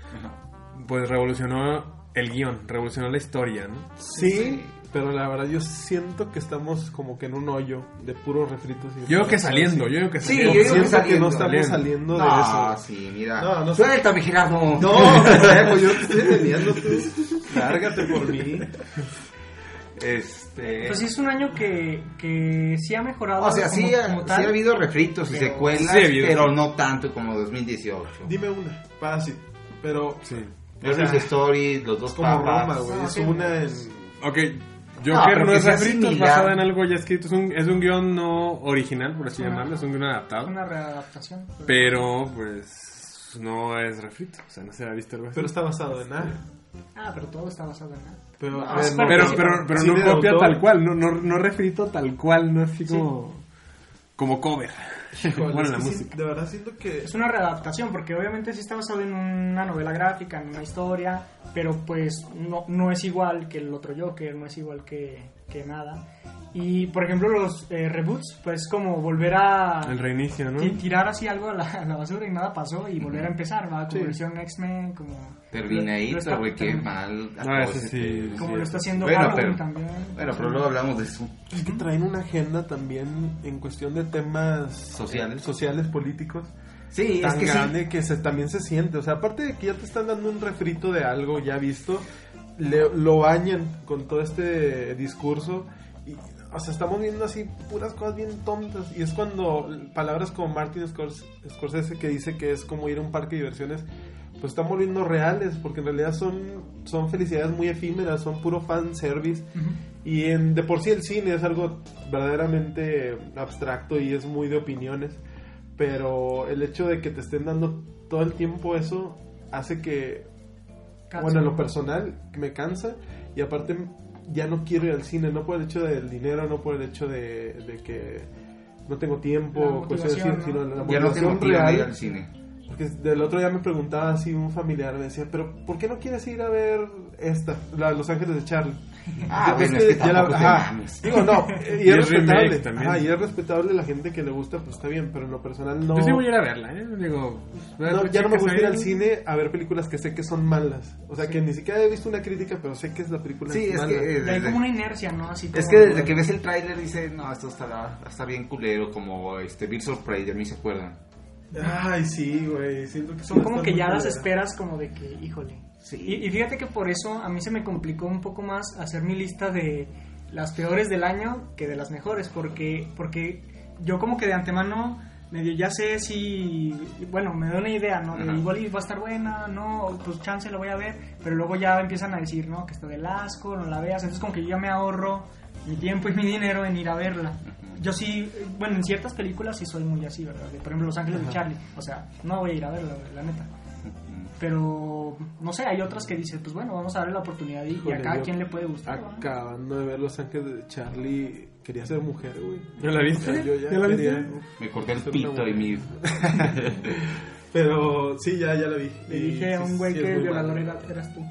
[SPEAKER 4] pues revolucionó el guión, revolucionó la historia, ¿no?
[SPEAKER 3] Sí, pero la verdad yo siento que estamos como que en un hoyo de puros refritos. y-
[SPEAKER 4] Yo digo que saliendo, yo digo que
[SPEAKER 1] Sí,
[SPEAKER 4] saliendo.
[SPEAKER 1] yo digo
[SPEAKER 3] siento que
[SPEAKER 1] saliendo,
[SPEAKER 3] no estamos saliendo, de
[SPEAKER 1] No,
[SPEAKER 3] eso.
[SPEAKER 1] sí, mira.
[SPEAKER 3] No, no sé.
[SPEAKER 1] Suelta, mi Gerardo.
[SPEAKER 3] No, pendejo, yo te estoy entendiendo tú. Lárgate por mí.
[SPEAKER 1] Este.
[SPEAKER 2] Pues sí, es un año que, que sí ha mejorado.
[SPEAKER 1] o sea,
[SPEAKER 2] como-
[SPEAKER 1] sí, ha,
[SPEAKER 2] como
[SPEAKER 1] sí
[SPEAKER 2] tal.
[SPEAKER 1] ha habido refritos y
[SPEAKER 2] pero-
[SPEAKER 1] secuelas,
[SPEAKER 4] Sí ha habido.
[SPEAKER 1] pero no tanto como 2018.
[SPEAKER 3] Dime una, fácil. Ah, Pero
[SPEAKER 4] Sí.
[SPEAKER 1] Yo
[SPEAKER 3] o sea,
[SPEAKER 1] hice stories, los dos
[SPEAKER 3] es como
[SPEAKER 1] papas.
[SPEAKER 3] Roma, güey.
[SPEAKER 2] No,
[SPEAKER 3] Es
[SPEAKER 2] sí,
[SPEAKER 3] una en.
[SPEAKER 2] pues,
[SPEAKER 4] Ok, Joker
[SPEAKER 1] pero
[SPEAKER 4] no
[SPEAKER 1] que
[SPEAKER 4] es
[SPEAKER 1] sea
[SPEAKER 4] refrito, es
[SPEAKER 1] similar.
[SPEAKER 4] basado en algo ya escrito. Es un, es un guión no original, por así
[SPEAKER 2] Ajá.
[SPEAKER 4] llamarlo, es un guión adaptado.
[SPEAKER 2] Una readaptación. pues.
[SPEAKER 4] Pero, pues, no es refrito. O sea, no se ha visto algo así.
[SPEAKER 3] Pero está basado en A.
[SPEAKER 2] Ah, pero todo está basado en nada.
[SPEAKER 3] Pero,
[SPEAKER 2] No,
[SPEAKER 3] a ver,
[SPEAKER 2] es
[SPEAKER 3] no,
[SPEAKER 4] Pero,
[SPEAKER 2] Sí,
[SPEAKER 4] pero, pero
[SPEAKER 3] cine de
[SPEAKER 4] no copia
[SPEAKER 3] autor.
[SPEAKER 4] tal cual, no, no, no refrito tal cual, no así como, como cover.
[SPEAKER 3] Híjole,
[SPEAKER 4] bueno,
[SPEAKER 3] es
[SPEAKER 4] la
[SPEAKER 3] que sí,
[SPEAKER 4] música.
[SPEAKER 3] de verdad siento que.
[SPEAKER 2] Es una readaptación, porque obviamente sí está basado en una novela gráfica, en una historia, pero pues no, no es igual que el otro Joker, no es igual que, que nada. Y por ejemplo los eh, reboots, pues como volver a
[SPEAKER 4] El reinicio, ¿no?
[SPEAKER 2] ti- tirar así algo a la, a la basura y nada pasó y volver a empezar, ¿va? Como
[SPEAKER 3] Sí.
[SPEAKER 2] lo hicieron X-Men, como... lo
[SPEAKER 1] Terminator,
[SPEAKER 2] está-
[SPEAKER 1] güey, qué
[SPEAKER 2] termi-
[SPEAKER 1] mal.
[SPEAKER 4] No, ese sí.
[SPEAKER 2] Como lo está haciendo
[SPEAKER 1] Bueno,
[SPEAKER 2] Halloween
[SPEAKER 1] pero-
[SPEAKER 2] también.
[SPEAKER 1] Bueno, pero luego hablamos de eso.
[SPEAKER 3] Es que traen una agenda también en cuestión de temas
[SPEAKER 1] Sociales.
[SPEAKER 3] sociales políticos.
[SPEAKER 1] Sí,
[SPEAKER 3] tan grande que se, también se siente. O sea, aparte de que ya te están dando un refrito de algo ya visto, le- lo bañan con todo este discurso. Y, o sea, estamos viendo así puras cosas bien tontas. Y es cuando palabras como Martin Scors- Scorsese que dice que es como ir a un parque de diversiones, pues están volviendo reales, porque en realidad son, son felicidades muy efímeras, son puro fan service.
[SPEAKER 2] Ujú.
[SPEAKER 3] Y en, de por sí el cine es algo verdaderamente abstracto y es muy de opiniones, pero el hecho de que te estén dando todo el tiempo eso hace que,
[SPEAKER 2] Cansa.
[SPEAKER 3] bueno,
[SPEAKER 1] pues,
[SPEAKER 3] en lo personal me cansa y aparte ya no quiero ir al cine, no por el hecho del dinero, no por el hecho de, de que no tengo
[SPEAKER 2] La
[SPEAKER 3] tiempo, cosas así,
[SPEAKER 2] motivación, ¿no?
[SPEAKER 3] sino la
[SPEAKER 1] Ya no te
[SPEAKER 3] motivación
[SPEAKER 1] motiva a ir
[SPEAKER 3] real.
[SPEAKER 1] al cine.
[SPEAKER 3] Porque del otro día me preguntaba así un familiar, me decía, pero ¿por qué no quieres ir a ver esta, la Los Ángeles de Charlie?
[SPEAKER 1] Ah,
[SPEAKER 3] Ya
[SPEAKER 1] bueno,
[SPEAKER 3] ves
[SPEAKER 1] es que
[SPEAKER 3] ya la-
[SPEAKER 1] tampoco te
[SPEAKER 3] ajá.
[SPEAKER 1] mames.
[SPEAKER 3] Digo, no, y
[SPEAKER 4] Y
[SPEAKER 3] es
[SPEAKER 4] es remake
[SPEAKER 3] respetable.
[SPEAKER 4] también.
[SPEAKER 3] Ajá, y es respetable la gente que le gusta, pues está bien, pero en lo personal no.
[SPEAKER 4] Yo sí voy a ir a verla, ¿eh? Digo,
[SPEAKER 3] no, ya no me
[SPEAKER 4] chicas,
[SPEAKER 3] gusta ir
[SPEAKER 4] ahí.
[SPEAKER 3] al cine a ver películas que sé que son malas. O sea, que ni siquiera he visto una crítica, pero sé que es la película
[SPEAKER 1] Sí, es
[SPEAKER 3] mala.
[SPEAKER 1] que, eh,
[SPEAKER 2] Hay
[SPEAKER 1] desde-
[SPEAKER 2] como una inercia, ¿no? Así
[SPEAKER 1] es
[SPEAKER 2] como-
[SPEAKER 1] que desde que ves el tráiler dices, no, esto está, está bien culero, como este Birds of Prey, de mí se acuerdan.
[SPEAKER 3] Ay, sí, güey. Siento que
[SPEAKER 2] Son como
[SPEAKER 3] están
[SPEAKER 2] que
[SPEAKER 3] muy
[SPEAKER 2] ya las
[SPEAKER 3] culeras.
[SPEAKER 2] esperas como de que, híjole.
[SPEAKER 1] Sí.
[SPEAKER 2] Y, y fíjate que por eso a mí se me complicó un poco más hacer mi lista de las peores del año que de las mejores, porque, porque yo como que de antemano medio ya sé si, bueno, me da una idea, ¿no? De
[SPEAKER 1] Ajá.
[SPEAKER 2] igual y va a estar buena, no, pues chance la voy a ver, pero luego ya empiezan a decir, ¿no? Que está del asco, no la veas, entonces como que yo ya me ahorro mi tiempo y mi dinero en ir a verla.
[SPEAKER 1] Ujú.
[SPEAKER 2] Yo sí, eh, bueno, en ciertas películas sí soy muy así, ¿verdad? De, por ejemplo, Los Ángeles de
[SPEAKER 3] Ajá.
[SPEAKER 2] Charlie. O sea, no voy a ir a verla, güey, la neta. Pero, no sé, hay otras que dices, pues bueno, vamos a darle la oportunidad y, y
[SPEAKER 3] Híjole,
[SPEAKER 2] a cada
[SPEAKER 3] yo-
[SPEAKER 2] quien le puede gustar. ¿verdad?
[SPEAKER 3] Acabando de ver Los Ángeles de Charlie, quería ser mujer, güey.
[SPEAKER 4] ¿Ya la viste?
[SPEAKER 3] Yo ya
[SPEAKER 4] ¿Ya la
[SPEAKER 3] quería-
[SPEAKER 4] viste?
[SPEAKER 1] Me corté el pito y mi...
[SPEAKER 3] Pero sí, ya, ya la vi.
[SPEAKER 2] Le
[SPEAKER 3] Y
[SPEAKER 2] dije a
[SPEAKER 3] sí,
[SPEAKER 2] un güey
[SPEAKER 3] sí, es
[SPEAKER 2] que el
[SPEAKER 3] muy
[SPEAKER 2] violador era,
[SPEAKER 3] mala.
[SPEAKER 2] eras tú.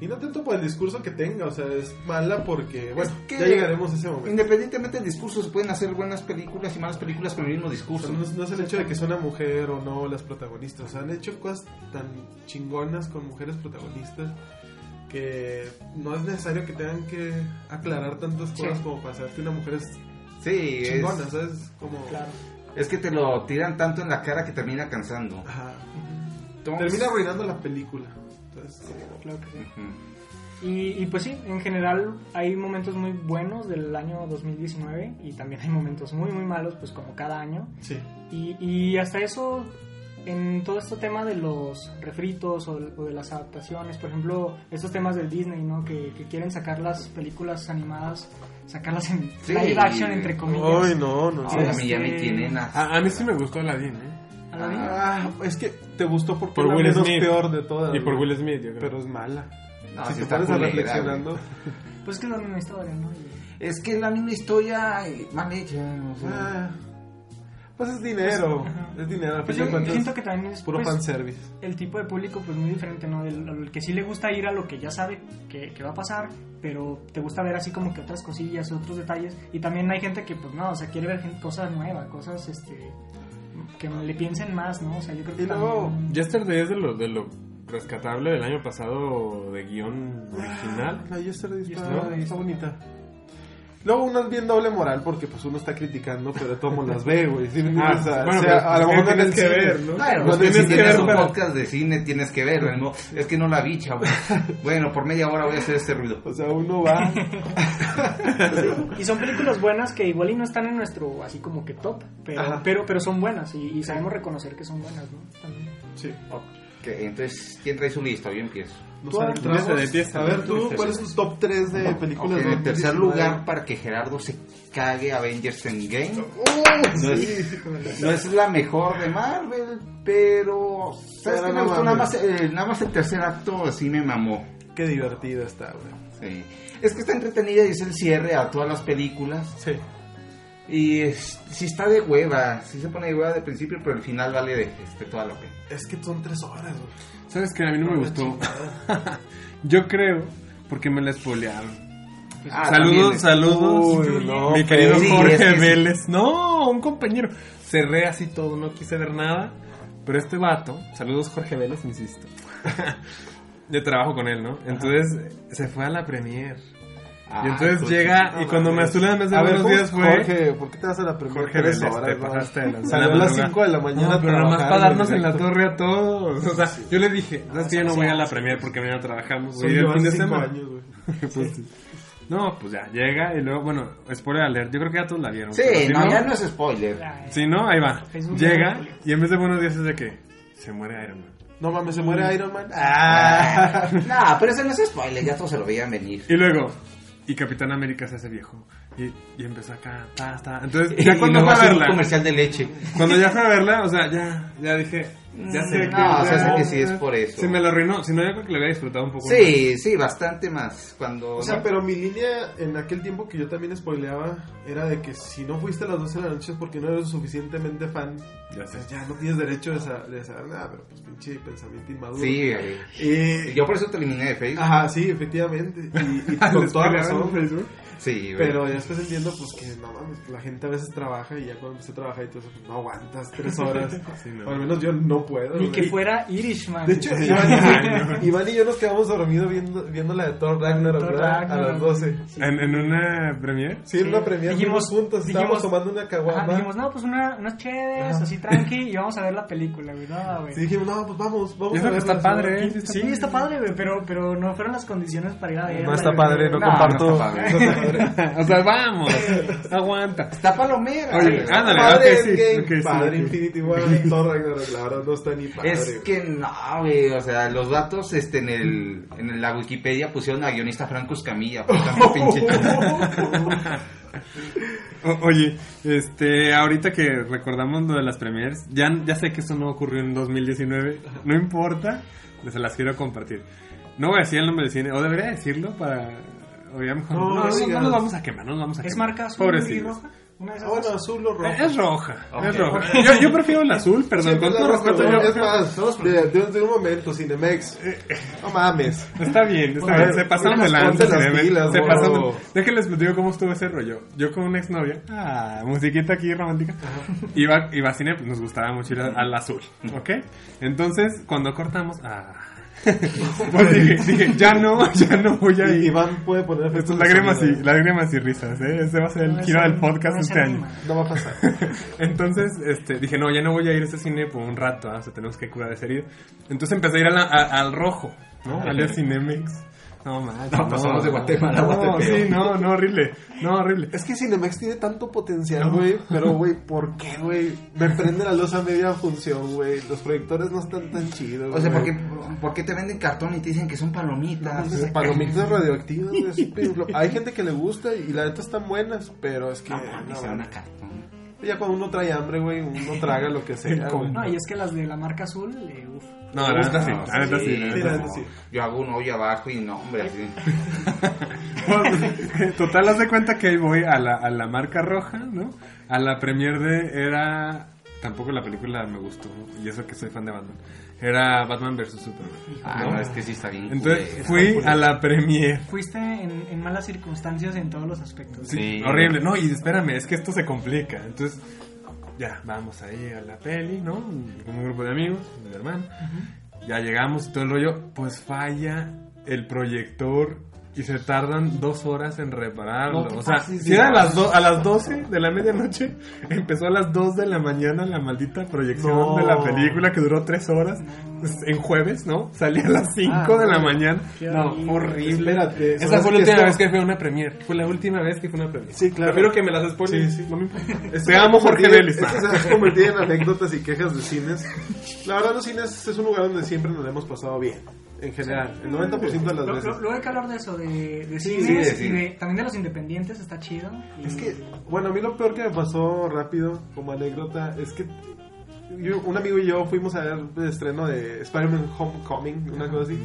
[SPEAKER 3] Y no tanto por el discurso que tenga, o sea, es mala porque, bueno,
[SPEAKER 1] Es que-
[SPEAKER 3] ya llegaremos a ese momento.
[SPEAKER 1] Independientemente del discurso, se pueden hacer buenas películas y malas películas con el mismo
[SPEAKER 3] O sea,
[SPEAKER 1] discurso.
[SPEAKER 3] no, es- no es el hecho de que son una mujer o no las protagonistas, o sea, han hecho cosas tan chingonas con mujeres protagonistas que no es necesario que tengan que aclarar tantas
[SPEAKER 2] Sí.
[SPEAKER 3] cosas como para saber que una mujer es
[SPEAKER 1] Sí, es,
[SPEAKER 3] chingona, ¿sabes? Como...
[SPEAKER 2] Claro.
[SPEAKER 1] es que te lo tiran tanto en la cara que termina cansando.
[SPEAKER 3] Ajá.
[SPEAKER 1] Entonces-
[SPEAKER 3] Termina arruinando la película. Entonces, como-
[SPEAKER 2] Claro que sí.
[SPEAKER 1] Ujú.
[SPEAKER 2] Y, y pues sí, en general hay momentos muy buenos del año 2019 y también hay momentos muy, muy malos, pues como cada año.
[SPEAKER 3] sí.
[SPEAKER 2] Y, y hasta eso, en todo este tema de los refritos o, o de las adaptaciones, por ejemplo, estos temas del Disney, ¿no? Que, que quieren sacar las películas animadas, sacarlas en
[SPEAKER 1] Sí.
[SPEAKER 2] live action, entre comillas.
[SPEAKER 3] no, no.
[SPEAKER 1] No,
[SPEAKER 2] Sí,
[SPEAKER 1] a mí ya me
[SPEAKER 2] este-
[SPEAKER 1] tienen hasta-
[SPEAKER 4] A, a mí sí me gustó Aladdin, ¿eh?
[SPEAKER 2] Aladdin.
[SPEAKER 3] Ah, es que te gustó porque
[SPEAKER 4] Por
[SPEAKER 3] es la
[SPEAKER 4] Will
[SPEAKER 3] menos
[SPEAKER 4] Smith.
[SPEAKER 3] peor de todas.
[SPEAKER 4] Y por
[SPEAKER 3] güey.
[SPEAKER 4] Will Smith, yo creo.
[SPEAKER 3] Ah, Pero es mala.
[SPEAKER 1] No,
[SPEAKER 3] si
[SPEAKER 1] Ah, sí
[SPEAKER 3] te
[SPEAKER 1] está
[SPEAKER 3] pones a
[SPEAKER 1] culera,
[SPEAKER 3] reflexionando,
[SPEAKER 2] Pues es que es la misma historia, ¿no? Y-
[SPEAKER 1] Es que es la misma historia eh, mal hecha. o sea.
[SPEAKER 3] ah, pues es dinero.
[SPEAKER 2] Pues, ajá.
[SPEAKER 3] es dinero. Al
[SPEAKER 2] Pues
[SPEAKER 3] fin
[SPEAKER 2] yo
[SPEAKER 3] de cuentas,
[SPEAKER 2] siento que también es
[SPEAKER 3] puro
[SPEAKER 2] pues,
[SPEAKER 3] fanservice.
[SPEAKER 2] el tipo de público pues muy diferente, ¿no? El, el que sí le gusta ir a lo que ya sabe que, que va a pasar, pero te gusta ver así como que otras cosillas, otros detalles. Y también hay gente que pues no, o sea, quiere ver gen- cosas nuevas, cosas este que le piensen más, ¿no? O sea, yo creo que
[SPEAKER 3] Y luego-
[SPEAKER 2] también-
[SPEAKER 4] Yesterday es de lo, de lo rescatable del año pasado de guión original.
[SPEAKER 3] Ah, La Yesterday está,
[SPEAKER 2] Yesterday.
[SPEAKER 3] está bonita. Luego uno es bien doble moral porque pues uno está criticando, pero todos las ve, güey. Sí,
[SPEAKER 4] Ah,
[SPEAKER 3] o sea,
[SPEAKER 4] bueno,
[SPEAKER 3] o sea,
[SPEAKER 4] pues,
[SPEAKER 3] a lo
[SPEAKER 4] ¿qué
[SPEAKER 3] mejor no en
[SPEAKER 4] tienes
[SPEAKER 3] el
[SPEAKER 4] que
[SPEAKER 3] cine.
[SPEAKER 4] ver, no?
[SPEAKER 1] Claro,
[SPEAKER 4] No
[SPEAKER 1] pues que
[SPEAKER 4] tienes
[SPEAKER 1] si
[SPEAKER 4] que
[SPEAKER 1] tienes
[SPEAKER 4] ver
[SPEAKER 1] un
[SPEAKER 4] para-
[SPEAKER 1] podcast de cine tienes que verlo, ¿no? Es que no la vi, chavo. Bueno, por media hora voy a hacer este ruido.
[SPEAKER 3] O sea, uno va. pues,
[SPEAKER 2] Y son películas buenas que igual y no están en nuestro así como que top, pero,
[SPEAKER 3] Ajá.
[SPEAKER 2] pero, pero son buenas y, y sabemos reconocer que son buenas, ¿no? También.
[SPEAKER 3] sí.
[SPEAKER 1] Ok, entonces, ¿quién trae su lista? Yo empiezo.
[SPEAKER 3] Nos
[SPEAKER 4] Tú
[SPEAKER 3] adentramos.
[SPEAKER 4] empieza, empieza.
[SPEAKER 3] a ver, tú, ¿cuál es tu top 3 de
[SPEAKER 1] Ok,
[SPEAKER 3] Eh, películas? eh,
[SPEAKER 1] en el tercer
[SPEAKER 3] 2019?
[SPEAKER 1] lugar, para que Gerardo se cague Avengers Endgame. No es-
[SPEAKER 3] Sí.
[SPEAKER 1] No es la mejor de Marvel, pero... ¿Sabes
[SPEAKER 3] Pero
[SPEAKER 1] qué me
[SPEAKER 3] no
[SPEAKER 1] gustó? Nada más,
[SPEAKER 3] mames.
[SPEAKER 1] eh, nada más el tercer acto así me mamó.
[SPEAKER 3] Qué divertida está, güey.
[SPEAKER 1] Sí. Es que está entretenida y es el cierre a todas las películas.
[SPEAKER 3] Sí.
[SPEAKER 1] Y es- sí está de hueva, sí se pone de hueva de principio, pero el final vale de, este, toda la pena.
[SPEAKER 3] Es que son 3 horas, güey.
[SPEAKER 4] ¿Sabes que A mí no me gustó. Yo creo, porque me la spoilearon.
[SPEAKER 1] Ah, también.
[SPEAKER 4] saludos, saludos.
[SPEAKER 3] Uy, no,
[SPEAKER 4] mi querido
[SPEAKER 1] pero- Sí,
[SPEAKER 4] Jorge
[SPEAKER 1] es que sí.
[SPEAKER 4] Vélez. No, un compañero. Cerré así todo, no quise ver nada. Pero este vato, saludos Jorge Vélez, insisto. Yo trabajo con él, ¿no? Entonces se fue a la premier.
[SPEAKER 1] Ah,
[SPEAKER 4] y entonces
[SPEAKER 1] entonces-
[SPEAKER 4] llega, y cuando me azulé me de buenos
[SPEAKER 3] ¿cómo-
[SPEAKER 4] días fue...
[SPEAKER 3] Jorge, ¿por qué te vas a la primera
[SPEAKER 4] Jorge
[SPEAKER 3] tres
[SPEAKER 4] Vélez, te
[SPEAKER 3] horas, no?
[SPEAKER 4] pasaste de lanza.
[SPEAKER 3] Salió a las 5 de la mañana.
[SPEAKER 4] No, pero nada más
[SPEAKER 3] trabajar,
[SPEAKER 4] para darnos
[SPEAKER 3] güey,
[SPEAKER 4] en la
[SPEAKER 3] directo.
[SPEAKER 4] torre a todos. O sea, yo le dije, ¿sabes que yo no
[SPEAKER 2] sí,
[SPEAKER 4] voy
[SPEAKER 2] sí,
[SPEAKER 4] a la
[SPEAKER 2] sí.
[SPEAKER 4] premier porque mañana trabajamos?
[SPEAKER 3] Son
[SPEAKER 4] güey, el fin de
[SPEAKER 3] llevar 5
[SPEAKER 4] semana.
[SPEAKER 3] años, güey.
[SPEAKER 4] Pues, No, pues ya, llega y luego, bueno, spoiler alert, yo creo que ya todos la vieron. pero
[SPEAKER 1] Sí,
[SPEAKER 4] si
[SPEAKER 1] no, ya no es spoiler.
[SPEAKER 2] La-
[SPEAKER 4] Si no, ahí va.
[SPEAKER 2] Es un
[SPEAKER 4] Llega
[SPEAKER 2] monopolio.
[SPEAKER 4] y en vez de buenos días es de que se muere Iron Man.
[SPEAKER 3] No mames, se muere Iron Man.
[SPEAKER 1] Mm. Ah, no, pero ese no es spoiler, ya todos se lo veían venir.
[SPEAKER 4] Y luego, y Capitán América se hace viejo. Y, y empezó acá, ta, ta. Entonces, ya cuando
[SPEAKER 1] no va
[SPEAKER 4] fue a
[SPEAKER 1] a ser un
[SPEAKER 4] verla,
[SPEAKER 1] comercial de leche.
[SPEAKER 4] cuando ya fue a verla, o sea, ya, ya dije, ya sé
[SPEAKER 1] No,
[SPEAKER 4] que.
[SPEAKER 1] o sea,
[SPEAKER 4] ya-
[SPEAKER 1] sé que sí es por eso.
[SPEAKER 4] Si me lo arruinó, si no, yo creo que le había disfrutado un poco. más.
[SPEAKER 1] Sí, sí, bastante más. Cuando...
[SPEAKER 3] O sea, pero mi línea en aquel tiempo que yo también spoileaba era de que si no fuiste a las 12 de la noche es porque no eres suficientemente fan.
[SPEAKER 4] Ya sé.
[SPEAKER 3] Pues ya no tienes derecho de, sa- de saber nada, pero pues pinche pensamiento inmaduro.
[SPEAKER 1] Sí, eh,
[SPEAKER 3] Y-
[SPEAKER 1] yo Ah, por eso te eliminé de Facebook.
[SPEAKER 3] Ajá, sí, efectivamente. Y, y con
[SPEAKER 4] Les
[SPEAKER 3] toda
[SPEAKER 4] peleaban
[SPEAKER 3] razón.
[SPEAKER 4] en Facebook.
[SPEAKER 1] Sí, güey.
[SPEAKER 3] Ah, Pero ya después entiendo pues que no mames, que la gente a veces trabaja y ya cuando empecé a trabajar y todo eso, pues no aguantas tres horas.
[SPEAKER 4] Sí, no.
[SPEAKER 3] O al menos yo no puedo.
[SPEAKER 2] Ni que
[SPEAKER 3] güey.
[SPEAKER 2] fuera Irishman.
[SPEAKER 3] De hecho, Iván y, Iván y yo nos quedamos dormidos viendo, viendo la de Thor Ragnarok,
[SPEAKER 2] Thor
[SPEAKER 3] ¿verdad?
[SPEAKER 2] Ragnarok.
[SPEAKER 3] A las 12.
[SPEAKER 4] En, en una premiere.
[SPEAKER 3] Sí, en
[SPEAKER 2] Sí.
[SPEAKER 3] una premiere
[SPEAKER 2] Dijimos-
[SPEAKER 3] dijimos juntos,
[SPEAKER 2] dijimos-
[SPEAKER 3] estábamos tomando una
[SPEAKER 2] Ajá,
[SPEAKER 3] caguama.
[SPEAKER 2] dijimos, no, pues una, unas chéves,
[SPEAKER 3] Ajá.
[SPEAKER 2] así tranqui, y vamos a ver la película, güey. No, güey.
[SPEAKER 3] Sí, dijimos, no, pues vamos, vamos.
[SPEAKER 4] Yo creo que está
[SPEAKER 3] verla".
[SPEAKER 4] padre, ¿eh?
[SPEAKER 2] Sí, está padre, güey, pero, pero no fueron las condiciones para ir a ver.
[SPEAKER 4] No está padre, Ah, no
[SPEAKER 1] No,
[SPEAKER 4] comparto.
[SPEAKER 1] no está padre.
[SPEAKER 4] o sea, vamos. Aguanta.
[SPEAKER 1] Está palomera.
[SPEAKER 4] Oye,
[SPEAKER 3] ah,
[SPEAKER 1] güey.
[SPEAKER 4] ándale,
[SPEAKER 3] Padre
[SPEAKER 4] ok, sí,
[SPEAKER 3] Endgame,
[SPEAKER 4] ok, sí,
[SPEAKER 3] padre
[SPEAKER 4] ok.
[SPEAKER 3] Infinity War y Thor Ragnarok, la verdad no está ni padre.
[SPEAKER 1] Es
[SPEAKER 3] güey.
[SPEAKER 1] que no, güey, o sea, los datos este, en, el, en la Wikipedia pusieron a guionista Franco Escamilla, por tanto pinche chavo.
[SPEAKER 4] O- oye, este, ahorita que recordamos lo de las premiers, ya, ya sé que esto no ocurrió en 2019, no importa, se las quiero compartir. No voy a decir el nombre del cine, o debería decirlo para... O ya mejor,
[SPEAKER 3] No,
[SPEAKER 4] no, no, no,
[SPEAKER 3] digas.
[SPEAKER 4] nos vamos a quemar, no nos vamos a quemar.
[SPEAKER 2] ¿Es marca azul y
[SPEAKER 4] Pobrecitos.
[SPEAKER 2] roja? Una de
[SPEAKER 3] Ah,
[SPEAKER 2] esas
[SPEAKER 3] bueno,
[SPEAKER 2] dos.
[SPEAKER 3] azul o rojo. pues,
[SPEAKER 4] Eh, Es roja, es
[SPEAKER 1] Ok.
[SPEAKER 4] roja. Yo, yo prefiero el azul, perdón, con todo respeto. yo- Eh,
[SPEAKER 3] es más, de, de un- de un momento, Cinemex. No mames.
[SPEAKER 4] Está bien, está
[SPEAKER 3] A
[SPEAKER 4] bien.
[SPEAKER 3] ver,
[SPEAKER 4] se pasaron de
[SPEAKER 3] ponte
[SPEAKER 4] lanza.
[SPEAKER 3] las
[SPEAKER 4] Se,
[SPEAKER 3] pilas,
[SPEAKER 4] se
[SPEAKER 3] bro.
[SPEAKER 4] pasaron. Déjenles platico cómo estuvo ese rollo. Yo con una exnovia, ah, musiquita aquí romántica, iba, iba a cine, pues nos gustaba mucho ir al, al azul, ¿ok? Entonces, cuando cortamos, ah, pues dije, dije, ya no, ya no voy a
[SPEAKER 3] Y
[SPEAKER 4] ir.
[SPEAKER 3] Iván puede poner efectos
[SPEAKER 4] Estos
[SPEAKER 3] de
[SPEAKER 4] lágrimas y,
[SPEAKER 3] sonido, ¿eh?
[SPEAKER 4] lágrimas y risas, ¿eh? Ese va a ser el
[SPEAKER 2] No,
[SPEAKER 4] giro
[SPEAKER 2] esa
[SPEAKER 4] del
[SPEAKER 2] no-
[SPEAKER 4] podcast
[SPEAKER 2] no es
[SPEAKER 4] este año.
[SPEAKER 2] anima.
[SPEAKER 3] No va a pasar.
[SPEAKER 4] Entonces, este, dije, no, ya no voy a ir a este cine por un rato, ah, o sea, tenemos que curar ese herido. Entonces empecé a ir a la- a- al rojo, ¿no? Al Air Cinemex. No, más.
[SPEAKER 1] No, pasamos de Guatemala a
[SPEAKER 4] No,
[SPEAKER 1] Guatepeo.
[SPEAKER 4] sí, no, no, horrible. No, horrible.
[SPEAKER 3] Es que Cinemex tiene tanto potencial, güey. Pero, güey, ¿por qué, güey? Me prende la luz a media función, güey. Los proyectores no están tan chidos.
[SPEAKER 1] O sea, ¿por
[SPEAKER 3] güey.
[SPEAKER 1] qué, por qué te venden cartón y te dicen que son palomitas?
[SPEAKER 3] Los pues, Palomitas radioactivas, güey, es un pedo. Hay gente que le gusta y la neta están buenas, pero es que.
[SPEAKER 1] No, mames,
[SPEAKER 3] no,
[SPEAKER 1] era una
[SPEAKER 3] güey.
[SPEAKER 1] cartón.
[SPEAKER 3] ya cuando uno trae hambre, güey, uno traga lo que sea. güey.
[SPEAKER 2] No, y es que las de la marca azul, eh, uf.
[SPEAKER 4] No, la
[SPEAKER 3] Ah,
[SPEAKER 4] neta sí,
[SPEAKER 1] No,
[SPEAKER 4] la neta sí. la
[SPEAKER 1] sí,
[SPEAKER 4] neta
[SPEAKER 1] no.
[SPEAKER 3] sí.
[SPEAKER 1] Yo hago un hoyo abajo y no, hombre, así.
[SPEAKER 4] sí. Total, haz de cuenta que ahí voy a la, a la marca roja, ¿no? A la premier de era... Tampoco la película me gustó, y eso que soy fan de Batman. Era Batman vs. Superman.
[SPEAKER 1] Ah,
[SPEAKER 4] ¿no?
[SPEAKER 1] no, es que sí está bien.
[SPEAKER 4] Entonces
[SPEAKER 1] culera.
[SPEAKER 4] fui a la premier.
[SPEAKER 2] Fuiste en, en malas circunstancias en todos los aspectos.
[SPEAKER 4] Sí,
[SPEAKER 1] Sí.
[SPEAKER 4] horrible. No, y espérame, es que esto se complica. Entonces, ya, vamos ahí a la peli, ¿no? Con un grupo de amigos, de mi hermano. Ya llegamos y todo el rollo. Pues falla el proyector y se tardan dos horas en repararlo.
[SPEAKER 3] No te
[SPEAKER 4] o sea,
[SPEAKER 3] pases
[SPEAKER 4] si
[SPEAKER 3] de
[SPEAKER 4] era a las,
[SPEAKER 3] lanza.
[SPEAKER 4] do- a las 12 de la medianoche, empezó a las 2 de la mañana la maldita proyección
[SPEAKER 3] No.
[SPEAKER 4] de la película que duró tres horas. Pues, En jueves, ¿no? Salía a las 5
[SPEAKER 3] Ah,
[SPEAKER 4] de la
[SPEAKER 3] no.
[SPEAKER 4] mañana.
[SPEAKER 2] Qué
[SPEAKER 4] No,
[SPEAKER 2] horrible.
[SPEAKER 4] horrible.
[SPEAKER 3] Espérate,
[SPEAKER 4] Esa
[SPEAKER 3] ¿sabes
[SPEAKER 4] fue la
[SPEAKER 3] que
[SPEAKER 4] última
[SPEAKER 3] esto-
[SPEAKER 4] vez que fue una premiere. Fue la última vez que fue una premiere.
[SPEAKER 3] Sí, claro.
[SPEAKER 4] Prefiero que me las spoilen.
[SPEAKER 3] Sí, sí.
[SPEAKER 4] No me importa.
[SPEAKER 3] Esto
[SPEAKER 4] Te
[SPEAKER 3] se va a
[SPEAKER 4] amo, Jorge
[SPEAKER 3] convertir-
[SPEAKER 4] Vélez. Ah,
[SPEAKER 3] Esto se ha convertido en anécdotas y quejas de cines. La verdad, los cines es un lugar donde siempre nos la hemos pasado bien. En general, el 90% de las
[SPEAKER 2] Lo-
[SPEAKER 3] veces.
[SPEAKER 2] lo- Luego hay que hablar de eso, de, de
[SPEAKER 3] Sí,
[SPEAKER 2] cines
[SPEAKER 1] sí, de
[SPEAKER 2] y de,
[SPEAKER 1] cine.
[SPEAKER 2] también de los independientes, está chido. Y-
[SPEAKER 3] Es que, bueno, a mí lo peor que me pasó rápido, como anécdota, es que yo- un amigo y yo fuimos a ver el estreno de Spider-Man Homecoming, una cosa así.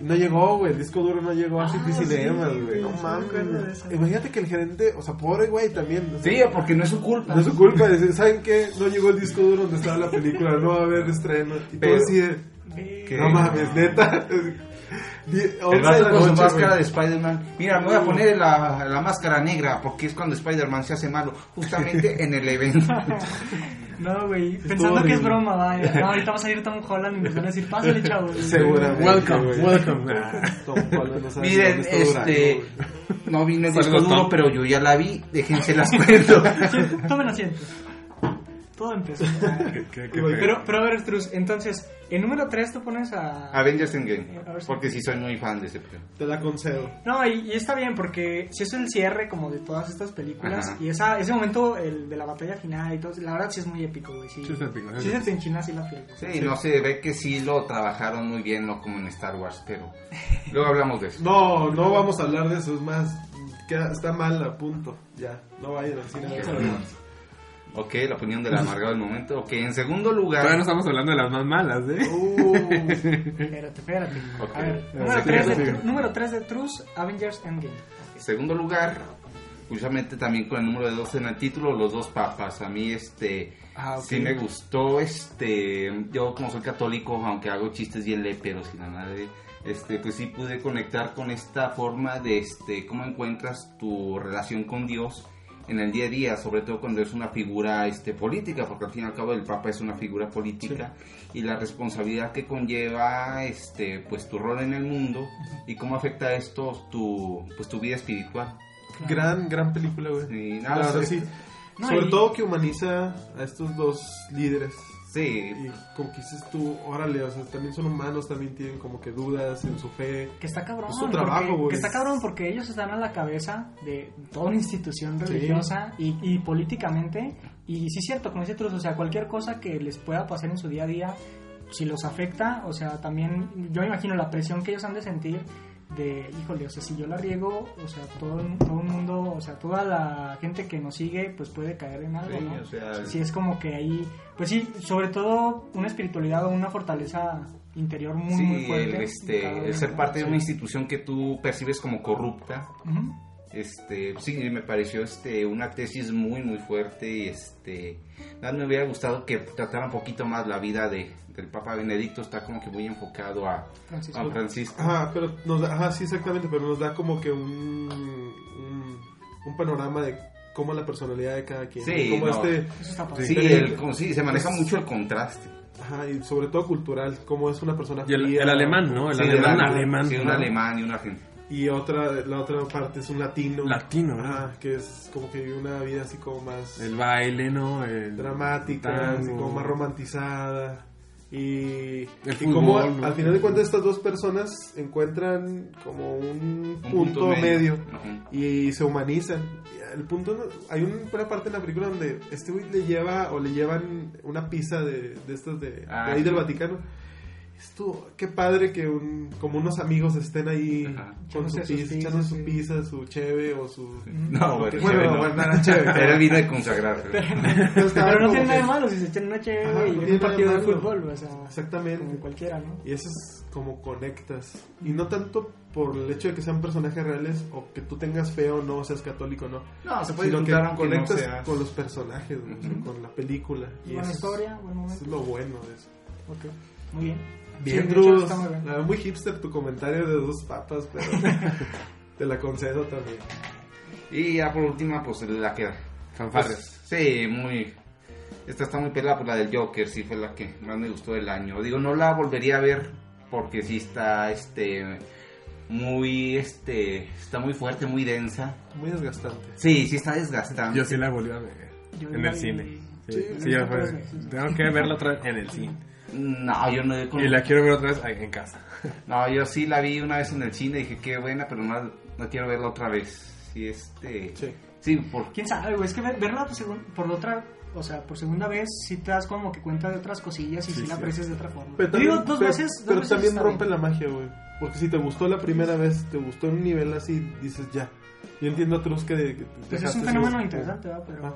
[SPEAKER 3] No llegó, güey, el disco duro no llegó a
[SPEAKER 2] Ah,
[SPEAKER 3] City
[SPEAKER 2] sí,
[SPEAKER 3] Cinemas, güey. No
[SPEAKER 2] sí, me acuerdo de
[SPEAKER 3] mames.
[SPEAKER 2] eso.
[SPEAKER 3] Imagínate que el gerente, o sea, pobre, güey, también. o sea,
[SPEAKER 1] Sí, porque no es su culpa.
[SPEAKER 3] No es su culpa, decir, ¿saben qué? No llegó el disco duro donde estaba la película, no va a haber estreno. Y todo
[SPEAKER 1] Pero-
[SPEAKER 3] así de,
[SPEAKER 2] Ve-
[SPEAKER 1] que-
[SPEAKER 3] no mames, neta. Die- once
[SPEAKER 1] El
[SPEAKER 3] de
[SPEAKER 1] vato
[SPEAKER 3] la
[SPEAKER 1] con su
[SPEAKER 3] noche,
[SPEAKER 1] máscara
[SPEAKER 3] güey.
[SPEAKER 1] de Spider-Man. Mira, me voy a poner la, la máscara negra porque es cuando Spider-Man se hace malo, justamente en el evento.
[SPEAKER 2] No, güey, pensando que
[SPEAKER 3] horrible.
[SPEAKER 2] es broma, vaya. No, ahorita va a salir Tom Holland y nos van a decir, pásale, chavos.
[SPEAKER 3] Seguramente.
[SPEAKER 4] Welcome,
[SPEAKER 3] güey.
[SPEAKER 4] welcome.
[SPEAKER 3] Tom Holland no sabe
[SPEAKER 1] Miren,
[SPEAKER 3] dónde está Durango,
[SPEAKER 1] este.
[SPEAKER 3] güey.
[SPEAKER 1] No vine el
[SPEAKER 4] Saludos,
[SPEAKER 1] disco duro,
[SPEAKER 4] Tom.
[SPEAKER 1] pero yo ya la vi. Déjense las cuento.
[SPEAKER 2] Sí, tomen asiento. Todo empezó.
[SPEAKER 4] Qué- qué- qué feo.
[SPEAKER 2] Pero, pero a ver, Struz, entonces, en número 3 tú pones a...
[SPEAKER 1] Avengers Endgame.
[SPEAKER 2] A ver si-
[SPEAKER 1] Porque sí soy muy fan de ese film.
[SPEAKER 3] Te la concedo.
[SPEAKER 2] No, y, y está bien, porque si es el cierre como de todas estas películas,
[SPEAKER 1] Ajá.
[SPEAKER 2] y esa, ese momento el de la batalla final y todo, la verdad sí es muy épico, güey. Sí,
[SPEAKER 4] Sí es épico, sí.
[SPEAKER 2] Sí se te enchina así la piel.
[SPEAKER 1] Sí, no se ve que sí lo trabajaron muy bien, no como en Star Wars, pero. Luego hablamos de eso.
[SPEAKER 3] No, no vamos a hablar de eso, es más, queda- está mal a punto, ya, no vayan al cine. a ver
[SPEAKER 1] Sí.
[SPEAKER 3] Star Wars.
[SPEAKER 1] Ok, la opinión del amargado del momento. Ok, en segundo lugar.
[SPEAKER 4] Todavía no estamos hablando de las más malas, ¿eh?
[SPEAKER 3] Uh,
[SPEAKER 2] Espérate, espérate.
[SPEAKER 1] Ok.
[SPEAKER 2] A ver,
[SPEAKER 4] Sí,
[SPEAKER 2] número
[SPEAKER 4] sí,
[SPEAKER 2] 3
[SPEAKER 4] sí.
[SPEAKER 2] de, Tru- número tres de Truce, Avengers Endgame.
[SPEAKER 1] Segundo lugar, justamente también con el número de 12 en el título, Los dos papas. A mí este
[SPEAKER 3] Ah, ok.
[SPEAKER 1] sí me gustó este yo como soy católico, aunque hago chistes bien leperos y la madre, este pues sí pude conectar con esta forma de este cómo encuentras tu relación con Dios en el día a día, sobre todo cuando es una figura este, política, porque al fin y al cabo el Papa es una figura política y la responsabilidad que conlleva este, pues, tu rol en el mundo y cómo afecta esto tu, pues, tu vida espiritual.
[SPEAKER 3] gran, gran película, güey.
[SPEAKER 1] Sí,
[SPEAKER 3] La
[SPEAKER 1] nada,
[SPEAKER 3] verdad,
[SPEAKER 1] sí.
[SPEAKER 3] sí.
[SPEAKER 2] No,
[SPEAKER 3] Sobre
[SPEAKER 2] y-
[SPEAKER 3] todo que humaniza a estos dos líderes.
[SPEAKER 1] Sí,
[SPEAKER 3] Y como que dices tú, órale, o sea, también son humanos, también tienen como que dudas en su fe.
[SPEAKER 2] Que está cabrón.
[SPEAKER 3] Es su trabajo,
[SPEAKER 2] porque-
[SPEAKER 3] güey.
[SPEAKER 2] Que está cabrón porque ellos están a la cabeza de toda una institución religiosa y, y políticamente. Y sí es cierto, como dice Truss, o sea, cualquier cosa que les pueda pasar en su día a día, si los afecta, o sea, también yo me imagino la presión que ellos han de sentir de, híjole, o sea, si yo la riego, o sea, todo, el- todo el mundo, o sea, toda la gente que nos sigue, pues puede caer en algo,
[SPEAKER 1] sí,
[SPEAKER 2] ¿no?
[SPEAKER 1] o sea,
[SPEAKER 2] Sí, es como que ahí, pues sí, sobre todo una espiritualidad o una fortaleza interior muy,
[SPEAKER 1] sí,
[SPEAKER 2] muy
[SPEAKER 1] el,
[SPEAKER 2] fuerte. de
[SPEAKER 1] este,
[SPEAKER 2] cada
[SPEAKER 1] el
[SPEAKER 2] uno,
[SPEAKER 1] ser
[SPEAKER 2] ¿no?
[SPEAKER 1] parte de
[SPEAKER 2] Sí.
[SPEAKER 1] una institución que tú percibes como corrupta,
[SPEAKER 2] Ujú.
[SPEAKER 1] Este, sí, me pareció este, una tesis muy, muy fuerte y este, nada, me hubiera gustado que tratara un poquito más la vida de, del Papa Benedicto, está como que muy enfocado a,
[SPEAKER 2] Francisco.
[SPEAKER 1] a Francisco.
[SPEAKER 3] Ajá, pero nos da, ajá, sí, exactamente, pero nos da como que un, un, un panorama de cómo es la personalidad de cada quien.
[SPEAKER 1] Sí,
[SPEAKER 3] como
[SPEAKER 1] no.
[SPEAKER 3] este,
[SPEAKER 2] Eso está padre.
[SPEAKER 1] Sí,
[SPEAKER 3] Pero-
[SPEAKER 1] el- como- sí, se maneja
[SPEAKER 2] Pues,
[SPEAKER 3] es-
[SPEAKER 1] mucho el contraste.
[SPEAKER 3] Ajá, y sobre todo cultural, cómo es una persona
[SPEAKER 4] Y el,
[SPEAKER 3] fría.
[SPEAKER 4] el alemán, ¿no? El
[SPEAKER 1] Sí,
[SPEAKER 4] alemán,
[SPEAKER 1] el-
[SPEAKER 4] alemán.
[SPEAKER 1] sí, un
[SPEAKER 4] ¿no?
[SPEAKER 1] alemán y un argentino.
[SPEAKER 3] Y otra, la otra parte es un latino.
[SPEAKER 4] Latino, ¿no?
[SPEAKER 3] Ajá, que es como que vive una vida así como más
[SPEAKER 4] El baile, ¿no? El
[SPEAKER 3] dramática,
[SPEAKER 4] tango.
[SPEAKER 3] así como más romantizada. Y,
[SPEAKER 4] El
[SPEAKER 3] y como
[SPEAKER 4] fútbol, ¿no?
[SPEAKER 3] al final de cuentas estas dos personas encuentran como
[SPEAKER 1] Un
[SPEAKER 3] un, punto, medio.
[SPEAKER 1] Ajá.
[SPEAKER 3] y se humanizan. El punto, no- hay un- una parte en la película donde este güey le lleva o le llevan una pizza de, de estas de, de
[SPEAKER 1] Ah,
[SPEAKER 3] ahí
[SPEAKER 1] sí.
[SPEAKER 3] del Vaticano. Esto, qué padre que un, como unos amigos estén ahí
[SPEAKER 1] Ajá.
[SPEAKER 3] con
[SPEAKER 2] Echándose
[SPEAKER 3] su
[SPEAKER 2] sus
[SPEAKER 3] pizza,
[SPEAKER 2] pizzas,
[SPEAKER 3] echándose
[SPEAKER 2] sí.
[SPEAKER 3] su pizza, su cheve o su...
[SPEAKER 1] No, bueno,
[SPEAKER 3] Bueno,
[SPEAKER 1] chévere, no.
[SPEAKER 3] bueno, nada, chévere.
[SPEAKER 1] Pero él vino de consagrarse.
[SPEAKER 3] Entonces, estaba
[SPEAKER 2] Pero no
[SPEAKER 3] como
[SPEAKER 2] tiene nada
[SPEAKER 3] que-
[SPEAKER 2] de malo si se echan una chévere
[SPEAKER 3] Ajá, no
[SPEAKER 2] y ven un
[SPEAKER 3] tiene nada de
[SPEAKER 2] partido de
[SPEAKER 3] malo.
[SPEAKER 2] fútbol, o sea, como
[SPEAKER 3] Exactamente.
[SPEAKER 2] cualquiera, ¿no?
[SPEAKER 3] Y eso es como conectas. Y no tanto por el hecho de que sean personajes reales o que tú tengas fe o no, seas católico o no.
[SPEAKER 1] No, se puede
[SPEAKER 3] Sino que
[SPEAKER 1] disfrutar aunque no
[SPEAKER 3] conectas
[SPEAKER 1] sea-
[SPEAKER 3] con los personajes, güey, o sea,
[SPEAKER 1] Ujú.
[SPEAKER 3] con la película. Y
[SPEAKER 2] Buena
[SPEAKER 3] eso es-
[SPEAKER 2] historia, buen
[SPEAKER 3] eso
[SPEAKER 2] momento.
[SPEAKER 3] es lo bueno de eso.
[SPEAKER 2] Ok, muy bien.
[SPEAKER 3] Bien,
[SPEAKER 2] Sí, de hecho,
[SPEAKER 3] Drus.
[SPEAKER 2] está muy bien.
[SPEAKER 3] La verdad, muy hipster tu comentario de dos papas, pero te la concedo también.
[SPEAKER 1] Y ya por última, pues la que...
[SPEAKER 4] Fanfarres.
[SPEAKER 1] Pues, sí, muy... Esta está muy pelada, pues la del Joker sí fue la que más me gustó del año. Digo, no la volvería a ver porque sí está, este... muy, este, está muy fuerte, muy densa.
[SPEAKER 3] Muy desgastante.
[SPEAKER 1] Sí, sí está desgastante.
[SPEAKER 4] Yo sí la volví a ver
[SPEAKER 2] Yo
[SPEAKER 4] en
[SPEAKER 2] la
[SPEAKER 4] el
[SPEAKER 2] vi-
[SPEAKER 4] cine. Sí,
[SPEAKER 3] Sí,
[SPEAKER 4] sí, ya fue. Tengo que verla otra vez en el cine.
[SPEAKER 1] No, yo no, con-
[SPEAKER 4] Y la quiero ver otra vez ahí en casa.
[SPEAKER 1] no, yo sí la vi una vez en el cine, dije qué buena, pero no, no quiero verla otra vez. Sí, este,
[SPEAKER 3] Sí.
[SPEAKER 1] sí, por
[SPEAKER 2] Quién sabe, güey, es que ver- verla por, segun- por la otra, o sea, por segunda vez, sí te das como que cuenta de otras cosillas y sí,
[SPEAKER 4] Sí,
[SPEAKER 2] la
[SPEAKER 4] sí.
[SPEAKER 2] aprecias de otra forma.
[SPEAKER 3] Pero
[SPEAKER 2] Te
[SPEAKER 3] también,
[SPEAKER 2] Digo, dos
[SPEAKER 3] pero-
[SPEAKER 2] veces. dos
[SPEAKER 3] pero
[SPEAKER 2] veces
[SPEAKER 3] también
[SPEAKER 2] está
[SPEAKER 3] rompe
[SPEAKER 2] bien.
[SPEAKER 3] la magia, güey. Porque si te gustó la primera vez, te gustó en un nivel así, dices ya. Yo entiendo a Truz que. que
[SPEAKER 2] Pues es
[SPEAKER 3] dejaste
[SPEAKER 2] un
[SPEAKER 3] ese-
[SPEAKER 2] fenómeno interesante, ¿verdad? Pero.
[SPEAKER 3] Ah,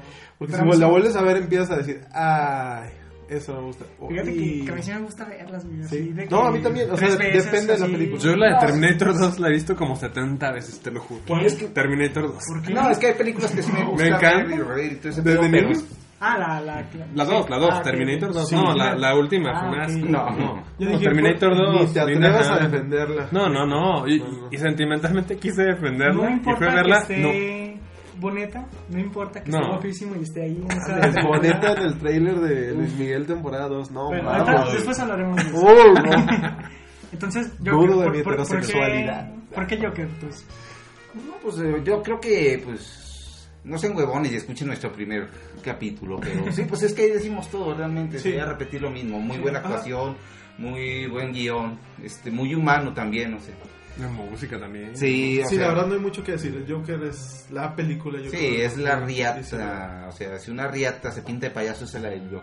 [SPEAKER 2] pero
[SPEAKER 3] Porque
[SPEAKER 2] pues, a mí
[SPEAKER 3] si
[SPEAKER 2] sí
[SPEAKER 3] la
[SPEAKER 2] me-
[SPEAKER 3] vuelves a ver, empiezas a decir, ay, eso no me gusta. O,
[SPEAKER 2] Fíjate que,
[SPEAKER 3] "Y-
[SPEAKER 2] que a mí sí me gusta verlas, güey.
[SPEAKER 3] Sí.
[SPEAKER 2] así de
[SPEAKER 3] No,
[SPEAKER 2] que
[SPEAKER 3] a mí también, o
[SPEAKER 2] tres
[SPEAKER 3] sea,
[SPEAKER 2] veces,
[SPEAKER 3] depende de la
[SPEAKER 2] así.
[SPEAKER 3] película.
[SPEAKER 4] Pues Yo la de
[SPEAKER 2] No,
[SPEAKER 4] Terminator 2 la he visto como 70 veces, te lo juro.
[SPEAKER 2] ¿Cuál es que-
[SPEAKER 4] Terminator 2.
[SPEAKER 2] ¿Por qué?
[SPEAKER 1] No, es que hay películas que sí me gustan. ¿eh?
[SPEAKER 4] encanta.
[SPEAKER 1] ver y reír y todo ese
[SPEAKER 3] ¿De
[SPEAKER 1] pedo,
[SPEAKER 3] The
[SPEAKER 1] pero-
[SPEAKER 3] Minions?
[SPEAKER 2] Ah, la. la, la-
[SPEAKER 4] La 2, la
[SPEAKER 2] Ah,
[SPEAKER 4] 2,
[SPEAKER 2] ok,
[SPEAKER 4] Terminator
[SPEAKER 2] ok.
[SPEAKER 4] 2.
[SPEAKER 2] Sí,
[SPEAKER 4] no,
[SPEAKER 2] sí,
[SPEAKER 4] la, la última,
[SPEAKER 2] Ah,
[SPEAKER 4] fue un
[SPEAKER 2] ok.
[SPEAKER 4] asco.
[SPEAKER 1] No.
[SPEAKER 4] no.
[SPEAKER 3] Yo
[SPEAKER 4] No,
[SPEAKER 3] dije,
[SPEAKER 4] Terminator
[SPEAKER 3] "Pues,
[SPEAKER 4] 2.
[SPEAKER 3] Ni te
[SPEAKER 4] ni
[SPEAKER 3] atrevas a
[SPEAKER 4] nada.
[SPEAKER 3] defenderla.
[SPEAKER 4] No, no, no. Y,
[SPEAKER 3] No, no.
[SPEAKER 4] y sentimentalmente quise
[SPEAKER 2] No
[SPEAKER 4] defenderla. y
[SPEAKER 2] importa
[SPEAKER 4] fue a verla.
[SPEAKER 2] que
[SPEAKER 4] No.
[SPEAKER 2] esté boneta, no importa que
[SPEAKER 4] No.
[SPEAKER 2] esté guapísimo y esté ahí en esa.
[SPEAKER 3] Es boneta en el trailer de Luis Miguel temporada 2, no,
[SPEAKER 2] Bueno,
[SPEAKER 3] mames.
[SPEAKER 2] ahorita- después hablaremos de eso.
[SPEAKER 3] Oh, no.
[SPEAKER 2] Entonces, yo
[SPEAKER 3] Duro de mi heterosexualidad.
[SPEAKER 2] ¿Por qué Joker? Pues,
[SPEAKER 1] No, pues eh, yo creo que, pues, no sean huevones y escuchen nuestro primer capítulo, pero sí, pues es que ahí decimos todo realmente,
[SPEAKER 3] Sí.
[SPEAKER 1] se voy a repetir lo mismo, muy buena actuación, muy buen guión, este, muy humano también, no sé.
[SPEAKER 4] La música también.
[SPEAKER 1] Sí, o
[SPEAKER 3] Sí,
[SPEAKER 1] sea,
[SPEAKER 3] la verdad no hay mucho que decir. El Joker es la película. yo creo.
[SPEAKER 1] sí, es la
[SPEAKER 3] Sí, sí.
[SPEAKER 1] riata, o sea, si una riata se pinta de payaso, es la del yo.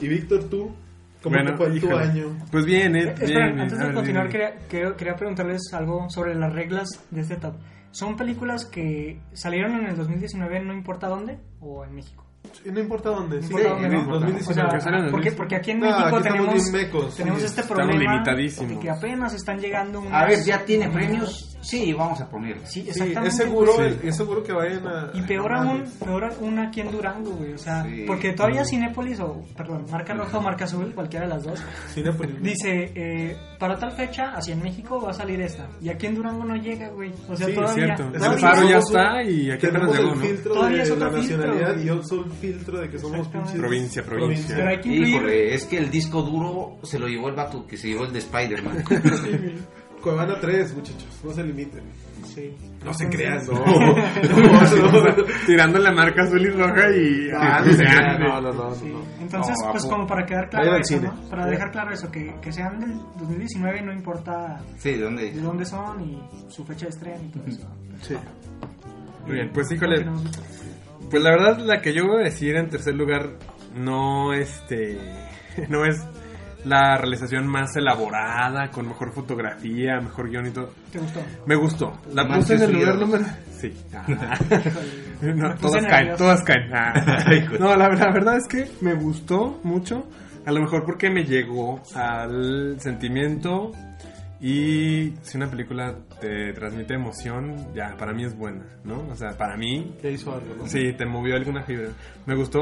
[SPEAKER 3] Y Víctor, tú, ¿cómo
[SPEAKER 4] Bueno,
[SPEAKER 3] te fue tu
[SPEAKER 4] híjole.
[SPEAKER 3] año?
[SPEAKER 4] Pues bien, Ed,
[SPEAKER 2] eh,
[SPEAKER 4] bien,
[SPEAKER 2] esperen,
[SPEAKER 4] bien.
[SPEAKER 2] antes
[SPEAKER 4] A
[SPEAKER 2] de
[SPEAKER 4] ver,
[SPEAKER 2] continuar,
[SPEAKER 4] dime.
[SPEAKER 2] quería, quería- quería preguntarles algo sobre las reglas de este top. ¿Son películas que salieron en el 2019 no importa dónde o en México?
[SPEAKER 3] Sí, no importa dónde. Sí,
[SPEAKER 2] No importa dónde,
[SPEAKER 3] en
[SPEAKER 2] no
[SPEAKER 1] importa.
[SPEAKER 3] 2019.
[SPEAKER 2] O sea,
[SPEAKER 4] que salieron en
[SPEAKER 2] porque,
[SPEAKER 4] 2019.
[SPEAKER 2] porque aquí en
[SPEAKER 3] No,
[SPEAKER 2] México
[SPEAKER 3] Ah, aquí estamos
[SPEAKER 2] tenemos,
[SPEAKER 3] bien mecos,
[SPEAKER 2] tenemos
[SPEAKER 3] sí.
[SPEAKER 2] este
[SPEAKER 4] Estamos
[SPEAKER 2] problema
[SPEAKER 4] limitadísimos.
[SPEAKER 2] de que apenas están llegando unas-
[SPEAKER 1] A ver, ¿ya tiene premios? Sí, vamos a poner.
[SPEAKER 2] Sí,
[SPEAKER 3] Sí,
[SPEAKER 2] exactamente.
[SPEAKER 3] es seguro,
[SPEAKER 4] Sí.
[SPEAKER 3] el- es seguro que vayan a.
[SPEAKER 2] Y peor aún, peor aún aquí en Durango, güey. O sea,
[SPEAKER 1] Sí.
[SPEAKER 2] porque todavía Cinépolis, o perdón, marca roja o marca azul, cualquiera de las dos,
[SPEAKER 3] Cinépolis.
[SPEAKER 2] dice, eh, para tal fecha, hacia en México va a salir esta. Y aquí en Durango no llega, güey. O sea,
[SPEAKER 3] Sí,
[SPEAKER 2] todavía.
[SPEAKER 4] cierto.
[SPEAKER 3] Es
[SPEAKER 4] El
[SPEAKER 3] que
[SPEAKER 2] todavía-
[SPEAKER 4] paro ya
[SPEAKER 3] somos
[SPEAKER 4] está
[SPEAKER 3] un-
[SPEAKER 4] y aquí apenas
[SPEAKER 3] tenemos
[SPEAKER 4] llegó,
[SPEAKER 3] el
[SPEAKER 4] ¿no?
[SPEAKER 3] filtro
[SPEAKER 2] Todavía es
[SPEAKER 3] de
[SPEAKER 2] otro
[SPEAKER 3] la
[SPEAKER 2] filtro,
[SPEAKER 3] nacionalidad
[SPEAKER 2] güey.
[SPEAKER 3] y yo soy un filtro de que somos
[SPEAKER 2] Exactamente.
[SPEAKER 3] pinches-
[SPEAKER 4] Provincia, provincia.
[SPEAKER 2] Pero hay que incluir.
[SPEAKER 1] Híjole, es que el disco duro se lo llevó el vato que se llevó el de Spider-Man.
[SPEAKER 3] Cuevana 3, muchachos, no se limiten.
[SPEAKER 2] Sí.
[SPEAKER 3] No se crean,
[SPEAKER 2] Entonces,
[SPEAKER 3] no. No, no, no.
[SPEAKER 4] Tirando la marca azul y roja y.
[SPEAKER 3] Ah, no, se crean, no, no, no,
[SPEAKER 2] sí.
[SPEAKER 3] no.
[SPEAKER 2] Entonces,
[SPEAKER 1] No,
[SPEAKER 2] pues
[SPEAKER 1] a-
[SPEAKER 2] como para quedar claro
[SPEAKER 3] Vayan al
[SPEAKER 2] eso,
[SPEAKER 3] cine.
[SPEAKER 2] ¿no? Para dejar claro eso, que, que sean del 2019 no importa
[SPEAKER 1] Sí, ¿de dónde?
[SPEAKER 2] de dónde son y su fecha de estreno y todo eso.
[SPEAKER 3] Sí.
[SPEAKER 4] Muy bien, pues
[SPEAKER 2] Porque
[SPEAKER 4] híjole.
[SPEAKER 2] nos-
[SPEAKER 4] Pues la verdad, la que yo voy a decir en tercer lugar no este no es la realización más elaborada, con mejor fotografía, mejor guión y todo.
[SPEAKER 2] ¿Te gustó?
[SPEAKER 4] Me gustó. La
[SPEAKER 1] Más
[SPEAKER 4] puse en el
[SPEAKER 1] sufrido.
[SPEAKER 4] lugar número. Sí. Ah.
[SPEAKER 2] Híjole. Me
[SPEAKER 4] No,
[SPEAKER 2] puse
[SPEAKER 4] todas caen,
[SPEAKER 2] nervioso.
[SPEAKER 4] todas caen. Ah. No, la, la verdad es que me gustó mucho. A lo mejor porque me llegó al sentimiento. Y si una película te transmite emoción, ya para mí es buena, ¿no? O sea, para mí
[SPEAKER 3] Ya hizo algo, ¿no?
[SPEAKER 4] Sí, te movió alguna fibra. Me gustó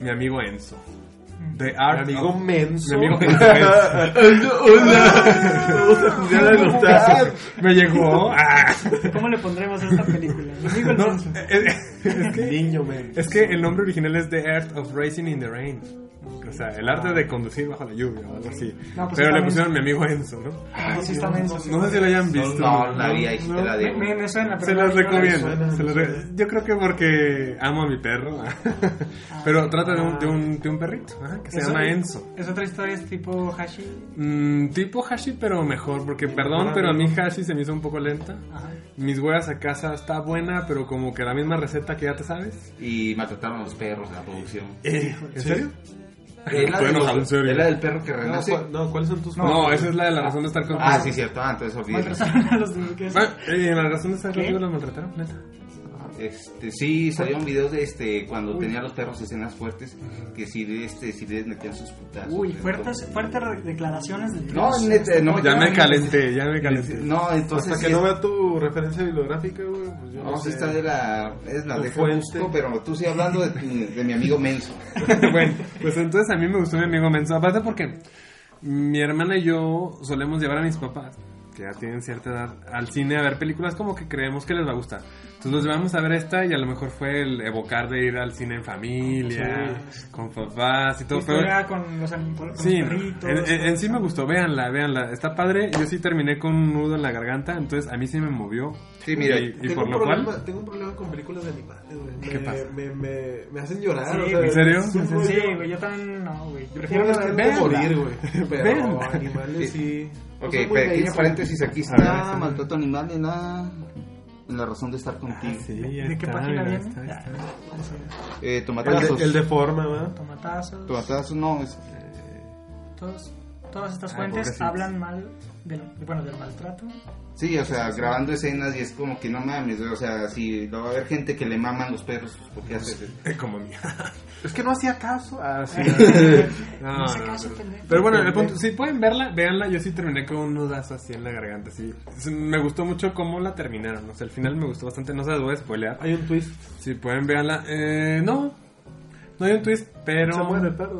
[SPEAKER 4] mi amigo Enzo.
[SPEAKER 2] Mm.
[SPEAKER 4] The
[SPEAKER 3] Mi
[SPEAKER 4] Art
[SPEAKER 3] amigo
[SPEAKER 4] of-
[SPEAKER 3] Menso.
[SPEAKER 4] Mi amigo Menso es-
[SPEAKER 3] Hola. Vamos a jugar a los tazos.
[SPEAKER 4] Me llegó. Ah.
[SPEAKER 2] ¿Cómo le pondremos a esta película? Lo digo el
[SPEAKER 4] No,
[SPEAKER 2] censo.
[SPEAKER 4] es, es que,
[SPEAKER 3] Niño Menso.
[SPEAKER 4] es que el nombre original es The Art of Racing in the Rain. O sea, el arte de conducir bajo la lluvia o algo así.
[SPEAKER 2] No, pues está
[SPEAKER 4] Pero le
[SPEAKER 2] menso.
[SPEAKER 4] pusieron mi amigo Enzo, ¿no?
[SPEAKER 2] No, Ah, sí está menso, sí.
[SPEAKER 4] No sé si lo hayan visto.
[SPEAKER 1] No, la vi ahí, te la
[SPEAKER 2] Me,
[SPEAKER 1] debo.
[SPEAKER 2] me- me suena, pero
[SPEAKER 4] Se
[SPEAKER 2] no-
[SPEAKER 4] las
[SPEAKER 2] no la he visto.
[SPEAKER 4] recomiendo.
[SPEAKER 3] suena,
[SPEAKER 4] se
[SPEAKER 3] me
[SPEAKER 4] las
[SPEAKER 3] suena.
[SPEAKER 4] re- Yo creo que porque amo a mi perro. ah, Pero trata de un,
[SPEAKER 2] Ah.
[SPEAKER 4] de un, de un perrito ajá, que se
[SPEAKER 2] Es
[SPEAKER 4] llama
[SPEAKER 2] otra-
[SPEAKER 4] Enzo.
[SPEAKER 2] Es otra historia, es tipo Hashi.
[SPEAKER 4] Mm, tipo Hashi, pero mejor. Porque, perdón, pero a mí Hashi se me hizo un poco lenta.
[SPEAKER 2] Ajá.
[SPEAKER 4] Mis huevas a casa está buena, pero como que la misma receta que ya te sabes.
[SPEAKER 1] Y maltrataron a los perros en la producción.
[SPEAKER 4] ¿En serio?
[SPEAKER 1] Es la, de
[SPEAKER 4] Estoy
[SPEAKER 1] los-
[SPEAKER 4] enojado, en serio.
[SPEAKER 1] es la del perro que
[SPEAKER 3] No,
[SPEAKER 1] renace.
[SPEAKER 3] ¿cuál- no, ¿cuáles son tus
[SPEAKER 4] No, esa es la de la razón de estar contigo.
[SPEAKER 1] Ah, sí, cierto. Ah, entonces olvídalo.
[SPEAKER 2] Maltrataron a los demás, ¿qué es?
[SPEAKER 4] Bueno, eh, la razón de estar
[SPEAKER 2] ¿Qué?
[SPEAKER 4] contigo la maltrataron, neta.
[SPEAKER 1] Este, sí, salieron videos de este cuando tenían los perros escenas fuertes que si este si les metían sus putazos.
[SPEAKER 2] Uy,
[SPEAKER 1] Entonces-
[SPEAKER 2] fuertes, fuertes re- declaraciones de
[SPEAKER 1] No, neta, no
[SPEAKER 4] Ya me
[SPEAKER 1] no,
[SPEAKER 4] calenté, ya me calenté.
[SPEAKER 1] No, entonces
[SPEAKER 3] Hasta que
[SPEAKER 1] sí
[SPEAKER 3] no
[SPEAKER 1] es-
[SPEAKER 3] vea tu referencia bibliográfica, güey, pues yo no,
[SPEAKER 1] no, sí
[SPEAKER 3] sé.
[SPEAKER 1] está de la es la
[SPEAKER 3] Tu
[SPEAKER 1] de
[SPEAKER 3] fuente.
[SPEAKER 1] Busco, pero tú sí hablando de, de mi amigo Menso.
[SPEAKER 4] bueno, pues entonces a mí me gustó mi amigo Menso. Aparte porque mi hermana y yo solemos llevar a mis papás, que que ya tienen cierta edad al cine a ver películas como que creemos que les va a gustar. Entonces los llevamos a ver esta y a lo mejor fue el evocar de ir al cine en familia, con papás y todo. pero-
[SPEAKER 2] Historia con los, anim- con los
[SPEAKER 4] Sí,
[SPEAKER 2] perritos.
[SPEAKER 4] en, en- en sí me gustó, véanla, véanla, está padre, yo sí terminé con un nudo en la garganta, entonces a mí sí me movió.
[SPEAKER 1] Sí, mira,
[SPEAKER 4] y, y
[SPEAKER 3] Tengo,
[SPEAKER 4] por
[SPEAKER 3] un
[SPEAKER 4] lo
[SPEAKER 3] problema,
[SPEAKER 4] cual,
[SPEAKER 3] tengo un problema con películas de animales, güey.
[SPEAKER 4] ¿Qué
[SPEAKER 3] me,
[SPEAKER 4] pasa?
[SPEAKER 3] Me, me, me hacen llorar.
[SPEAKER 2] Sí,
[SPEAKER 3] o sea,
[SPEAKER 2] ¿en
[SPEAKER 4] serio?
[SPEAKER 3] es un
[SPEAKER 4] Sí,
[SPEAKER 3] rollo-
[SPEAKER 2] Sí, güey, yo también no, güey. Yo
[SPEAKER 3] Prefiero
[SPEAKER 2] prefiero
[SPEAKER 3] las
[SPEAKER 2] la-
[SPEAKER 3] que
[SPEAKER 4] Véanla.
[SPEAKER 3] de morir, güey. Pero
[SPEAKER 4] Véanla.
[SPEAKER 3] animales sí.
[SPEAKER 1] Ok,
[SPEAKER 3] Son muy
[SPEAKER 1] pequeño
[SPEAKER 3] bellos.
[SPEAKER 1] paréntesis, aquí
[SPEAKER 4] A ver,
[SPEAKER 1] está
[SPEAKER 4] sí.
[SPEAKER 1] maltrato animal en la, en la razón de estar
[SPEAKER 4] Ah,
[SPEAKER 1] contigo.
[SPEAKER 4] sí, ahí
[SPEAKER 2] ¿De qué
[SPEAKER 4] está,
[SPEAKER 2] página
[SPEAKER 4] mira,
[SPEAKER 2] viene?
[SPEAKER 4] está, ahí está.
[SPEAKER 1] Eh,
[SPEAKER 3] El
[SPEAKER 1] tomatazos.
[SPEAKER 3] de, el de forma, ¿verdad?
[SPEAKER 2] tomatazos.
[SPEAKER 1] Tomatazos, no, es-
[SPEAKER 2] Todos- todas estas
[SPEAKER 4] Ah,
[SPEAKER 2] fuentes
[SPEAKER 4] pobrecitos.
[SPEAKER 2] hablan mal del, bueno, del maltrato.
[SPEAKER 1] sí, o sea, grabando escenas y es como que no mames, o sea, si no va a haber gente que le maman los perros, ¿por qué haces eso?
[SPEAKER 4] Eh, Como mía.
[SPEAKER 3] Es que no hacía caso. Ah, sí.
[SPEAKER 4] No,
[SPEAKER 2] No se
[SPEAKER 4] no,
[SPEAKER 2] casen,
[SPEAKER 4] no.
[SPEAKER 2] pendejo.
[SPEAKER 4] Ah, Pero bueno, el punto, si pueden verla, véanla. Yo sí terminé con un nudazo así en la garganta. Sí. Sí, Me gustó mucho cómo la terminaron. O sea, el final me gustó bastante. No se las voy a spoilear.
[SPEAKER 3] Hay un twist.
[SPEAKER 4] Si pueden, véanla. Eh, no, no hay un twist, pero.
[SPEAKER 3] Se muere el perro.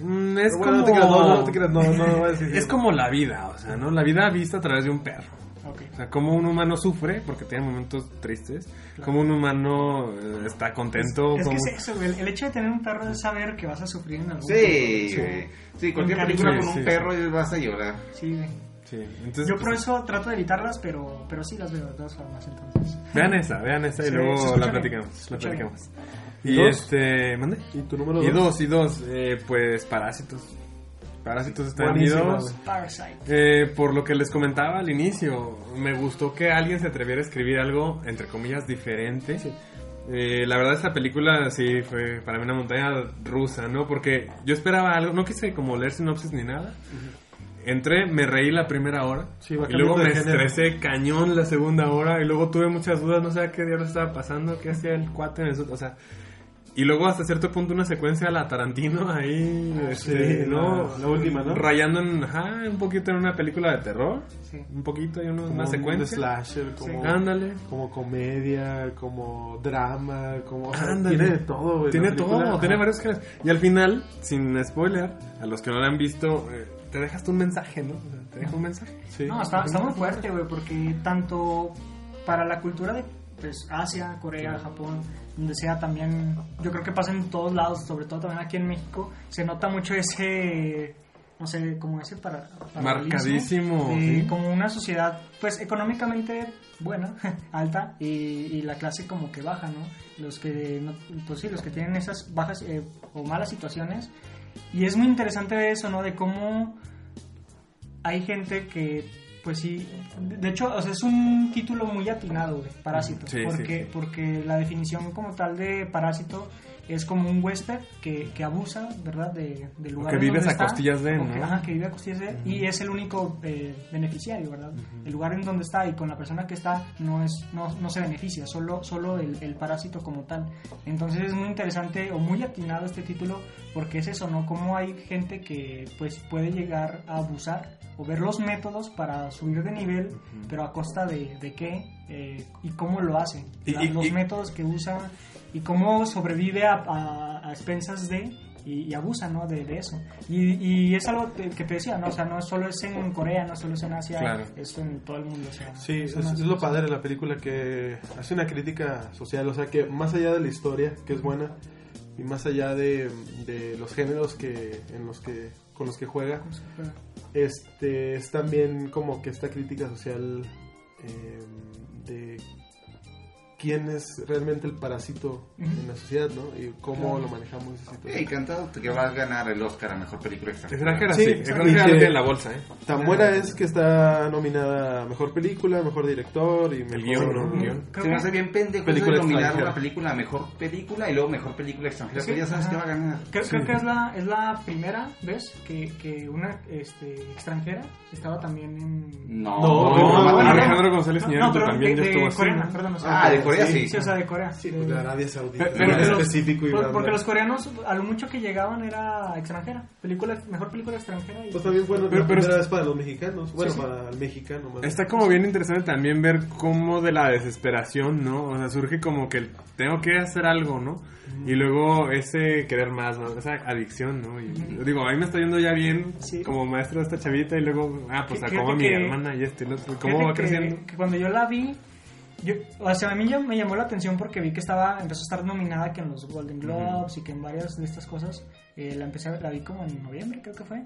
[SPEAKER 4] Mm, es
[SPEAKER 3] Pero bueno, no te
[SPEAKER 4] como.
[SPEAKER 3] creas, no, no te creas, no, no, no voy a decir.
[SPEAKER 4] es como la vida, o sea, ¿no? La vida vista a través de un perro.
[SPEAKER 2] Ok.
[SPEAKER 4] O sea, cómo un humano sufre, porque tiene momentos tristes, cómo un humano eh, está contento.
[SPEAKER 2] Es que
[SPEAKER 4] cómo-
[SPEAKER 2] es eso, güey. El hecho de tener un perro es saber que vas a sufrir en algún
[SPEAKER 1] Sí,
[SPEAKER 2] punto.
[SPEAKER 1] güey. Sí, cualquier
[SPEAKER 2] Con cariño.
[SPEAKER 1] película con
[SPEAKER 4] Sí,
[SPEAKER 1] un
[SPEAKER 4] sí.
[SPEAKER 1] perro y vas a llorar.
[SPEAKER 2] Sí, güey.
[SPEAKER 4] Sí, entonces,
[SPEAKER 2] Yo
[SPEAKER 4] pues,
[SPEAKER 2] por eso trato de evitarlas, pero, pero sí las veo de todas formas, entonces.
[SPEAKER 4] Vean esa, vean esa y
[SPEAKER 2] Sí, se
[SPEAKER 4] luego
[SPEAKER 2] escucha
[SPEAKER 4] la
[SPEAKER 2] bien, se
[SPEAKER 4] platicamos. La
[SPEAKER 2] escucha
[SPEAKER 4] platicamos.
[SPEAKER 3] bien.
[SPEAKER 4] Y
[SPEAKER 3] ¿Dos?
[SPEAKER 4] este, ¿mande?
[SPEAKER 3] ¿Y tu número
[SPEAKER 4] Y
[SPEAKER 3] dos?
[SPEAKER 4] dos, y dos, eh, pues parásitos. Parásitos
[SPEAKER 3] Buenísima,
[SPEAKER 4] Estados
[SPEAKER 2] Parasite.
[SPEAKER 4] Eh, por lo que les comentaba al inicio, me gustó que alguien se atreviera a escribir algo, entre comillas, diferente. Eh, la verdad, esta película sí fue para mí una montaña rusa, ¿no? Porque yo esperaba algo, no quise como leer sinopsis ni nada. Entré, me reí la primera hora.
[SPEAKER 3] Sí, va
[SPEAKER 4] y luego me
[SPEAKER 3] cambiando de género.
[SPEAKER 4] estresé cañón la segunda hora. Y luego tuve muchas dudas, no sé qué diablos estaba pasando, qué hacía el cuate en el sótano, O sea, y luego hasta cierto punto una secuencia a la Tarantino ahí, este,
[SPEAKER 3] Ah, sí,
[SPEAKER 4] ¿no?
[SPEAKER 3] la- la última, ¿no?
[SPEAKER 4] Rayando en, ajá, un poquito en una película de terror,
[SPEAKER 2] Sí.
[SPEAKER 4] un poquito y uno-
[SPEAKER 3] Como
[SPEAKER 4] una
[SPEAKER 3] un
[SPEAKER 4] secuencia.
[SPEAKER 3] slasher, como.
[SPEAKER 4] Ándale.
[SPEAKER 3] Como comedia, como drama, como. o sea,
[SPEAKER 4] Ándale.
[SPEAKER 3] tiene de todo, güey.
[SPEAKER 4] Tiene
[SPEAKER 3] la Pues película,
[SPEAKER 4] todo,
[SPEAKER 3] ajá.
[SPEAKER 4] tiene varios géneros. Y al final, sin spoiler, a los que no lo han visto, eh, te dejas tú un mensaje, ¿no? O sea, Te deja un mensaje.
[SPEAKER 3] Sí.
[SPEAKER 2] No, está, está muy fuerte, güey, porque tanto para la cultura de pues, Asia, Corea, Japón, donde sea también, yo creo que pasa en todos lados, sobre todo también aquí en México, se nota mucho ese, no sé, como ese para... paralelismo
[SPEAKER 4] Marcadísimo,
[SPEAKER 2] de
[SPEAKER 4] sí.
[SPEAKER 2] Como una sociedad, pues, económicamente buena, alta, y, y la clase como que baja, ¿no? Los que, no- pues sí, los que tienen esas bajas eh, o malas situaciones. Y es muy interesante ver eso, ¿no? De cómo hay gente que, pues sí, de de hecho, o sea, es un título muy atinado, güey, parásito,
[SPEAKER 4] Sí, sí,
[SPEAKER 2] porque,
[SPEAKER 4] sí.
[SPEAKER 2] porque la definición como tal de parásito es como un huésped que, que abusa, ¿verdad?, de, del lugar
[SPEAKER 4] que
[SPEAKER 2] en
[SPEAKER 4] vives
[SPEAKER 2] donde
[SPEAKER 4] a
[SPEAKER 2] está,
[SPEAKER 4] costillas de,
[SPEAKER 2] o que-
[SPEAKER 4] ¿no?
[SPEAKER 2] ajá, que vive a costillas de, y es el único eh, beneficiario, ¿verdad? El lugar en donde está y con la persona que está no es no, no se beneficia, solo, solo el, el parásito como tal. Entonces es muy interesante o muy atinado este título porque es eso, ¿no? Cómo hay gente que pues puede llegar a abusar o ver los métodos para subir de nivel, pero a costa de, de qué eh, y cómo lo hace,
[SPEAKER 4] Y-
[SPEAKER 2] la-
[SPEAKER 4] y-
[SPEAKER 2] los
[SPEAKER 4] y-
[SPEAKER 2] métodos que usa y cómo sobrevive a, a- a expensas de y, y abusa ¿no? de, de eso. Y, y es algo que que te decía, ¿no? O sea, no solo es en Corea, no solo es en Asia,
[SPEAKER 4] Claro.
[SPEAKER 2] es en todo el mundo. o sea,
[SPEAKER 3] Sí,
[SPEAKER 2] es
[SPEAKER 3] es,
[SPEAKER 2] una-
[SPEAKER 3] es lo padre de la película que hace una crítica social, o sea que más allá de la historia, que es buena, y más allá de, de los géneros que, en los que, con los que juega, este, es también como que esta crítica social eh, de quién es realmente el parásito en la sociedad, ¿no? Y cómo lo manejamos esa situación.
[SPEAKER 1] encantado que vas a ganar el Oscar a mejor película extranjera.
[SPEAKER 4] Extranjera,
[SPEAKER 3] Sí,
[SPEAKER 4] sí.
[SPEAKER 3] exacto.
[SPEAKER 4] Extranjera
[SPEAKER 3] Y
[SPEAKER 4] la
[SPEAKER 3] que-
[SPEAKER 4] tiene en la bolsa, ¿eh?
[SPEAKER 3] Tan buena es que está nominada a mejor película, mejor director y mejor
[SPEAKER 4] guión, ¿no? El guión.
[SPEAKER 1] se
[SPEAKER 2] Creo
[SPEAKER 1] me
[SPEAKER 2] que-
[SPEAKER 1] hace bien pendejo eso
[SPEAKER 3] Película
[SPEAKER 1] de nominar
[SPEAKER 3] extranjera.
[SPEAKER 1] una película a mejor película y luego mejor película extranjera.
[SPEAKER 2] Sí,
[SPEAKER 1] pues ya sabes
[SPEAKER 2] ajá.
[SPEAKER 1] que va a ganar.
[SPEAKER 2] Creo, creo que es la, es la primera vez que, que una este, extranjera estaba también en...
[SPEAKER 1] No, no,
[SPEAKER 3] No, no,
[SPEAKER 1] no,
[SPEAKER 3] no,
[SPEAKER 1] no,
[SPEAKER 4] Alejandro
[SPEAKER 1] Ah, no.
[SPEAKER 4] González
[SPEAKER 2] No,
[SPEAKER 4] Iñárritu
[SPEAKER 2] pero de,
[SPEAKER 4] también ya estuvo
[SPEAKER 2] de
[SPEAKER 4] así.
[SPEAKER 2] Corea, perdón. o sea,
[SPEAKER 1] Ah, de Corea sí.
[SPEAKER 2] Sí, o sea, de Corea.
[SPEAKER 3] Sí,
[SPEAKER 2] De-
[SPEAKER 3] pues de Arabia Saudita.
[SPEAKER 2] Pe-
[SPEAKER 3] Pero,
[SPEAKER 2] pero- pero-
[SPEAKER 3] específico
[SPEAKER 2] por-
[SPEAKER 3] y bla, bla.
[SPEAKER 2] porque los coreanos a lo mucho que llegaban era extranjera, película, mejor película extranjera. y-
[SPEAKER 3] Pues también fue la
[SPEAKER 4] Pero- pero-
[SPEAKER 3] primera vez para los mexicanos. Bueno,
[SPEAKER 2] sí.
[SPEAKER 3] para el mexicano. más bien.
[SPEAKER 4] Está como bien interesante también ver cómo de la desesperación, ¿no? O sea, surge como que el, tengo que hacer algo, ¿no? Y luego ese querer más, ¿no? Esa adicción, ¿no? Y, digo, a mí me está yendo ya bien
[SPEAKER 2] Sí.
[SPEAKER 4] como maestra esta chavita y luego, ah, pues
[SPEAKER 2] Fí-
[SPEAKER 4] sacó a
[SPEAKER 2] fíjate
[SPEAKER 4] mi
[SPEAKER 2] que-
[SPEAKER 4] hermana y este, y el otro. ¿Cómo
[SPEAKER 2] Fíjate
[SPEAKER 4] va
[SPEAKER 2] que-
[SPEAKER 4] creciendo?
[SPEAKER 2] Que, cuando yo la vi, yo, o sea, a mí ya me llamó la atención porque vi que estaba, empezó a estar nominada que en los Golden Globes y que en varias de estas cosas. Eh, la empecé, a- la vi como en noviembre, creo que fue.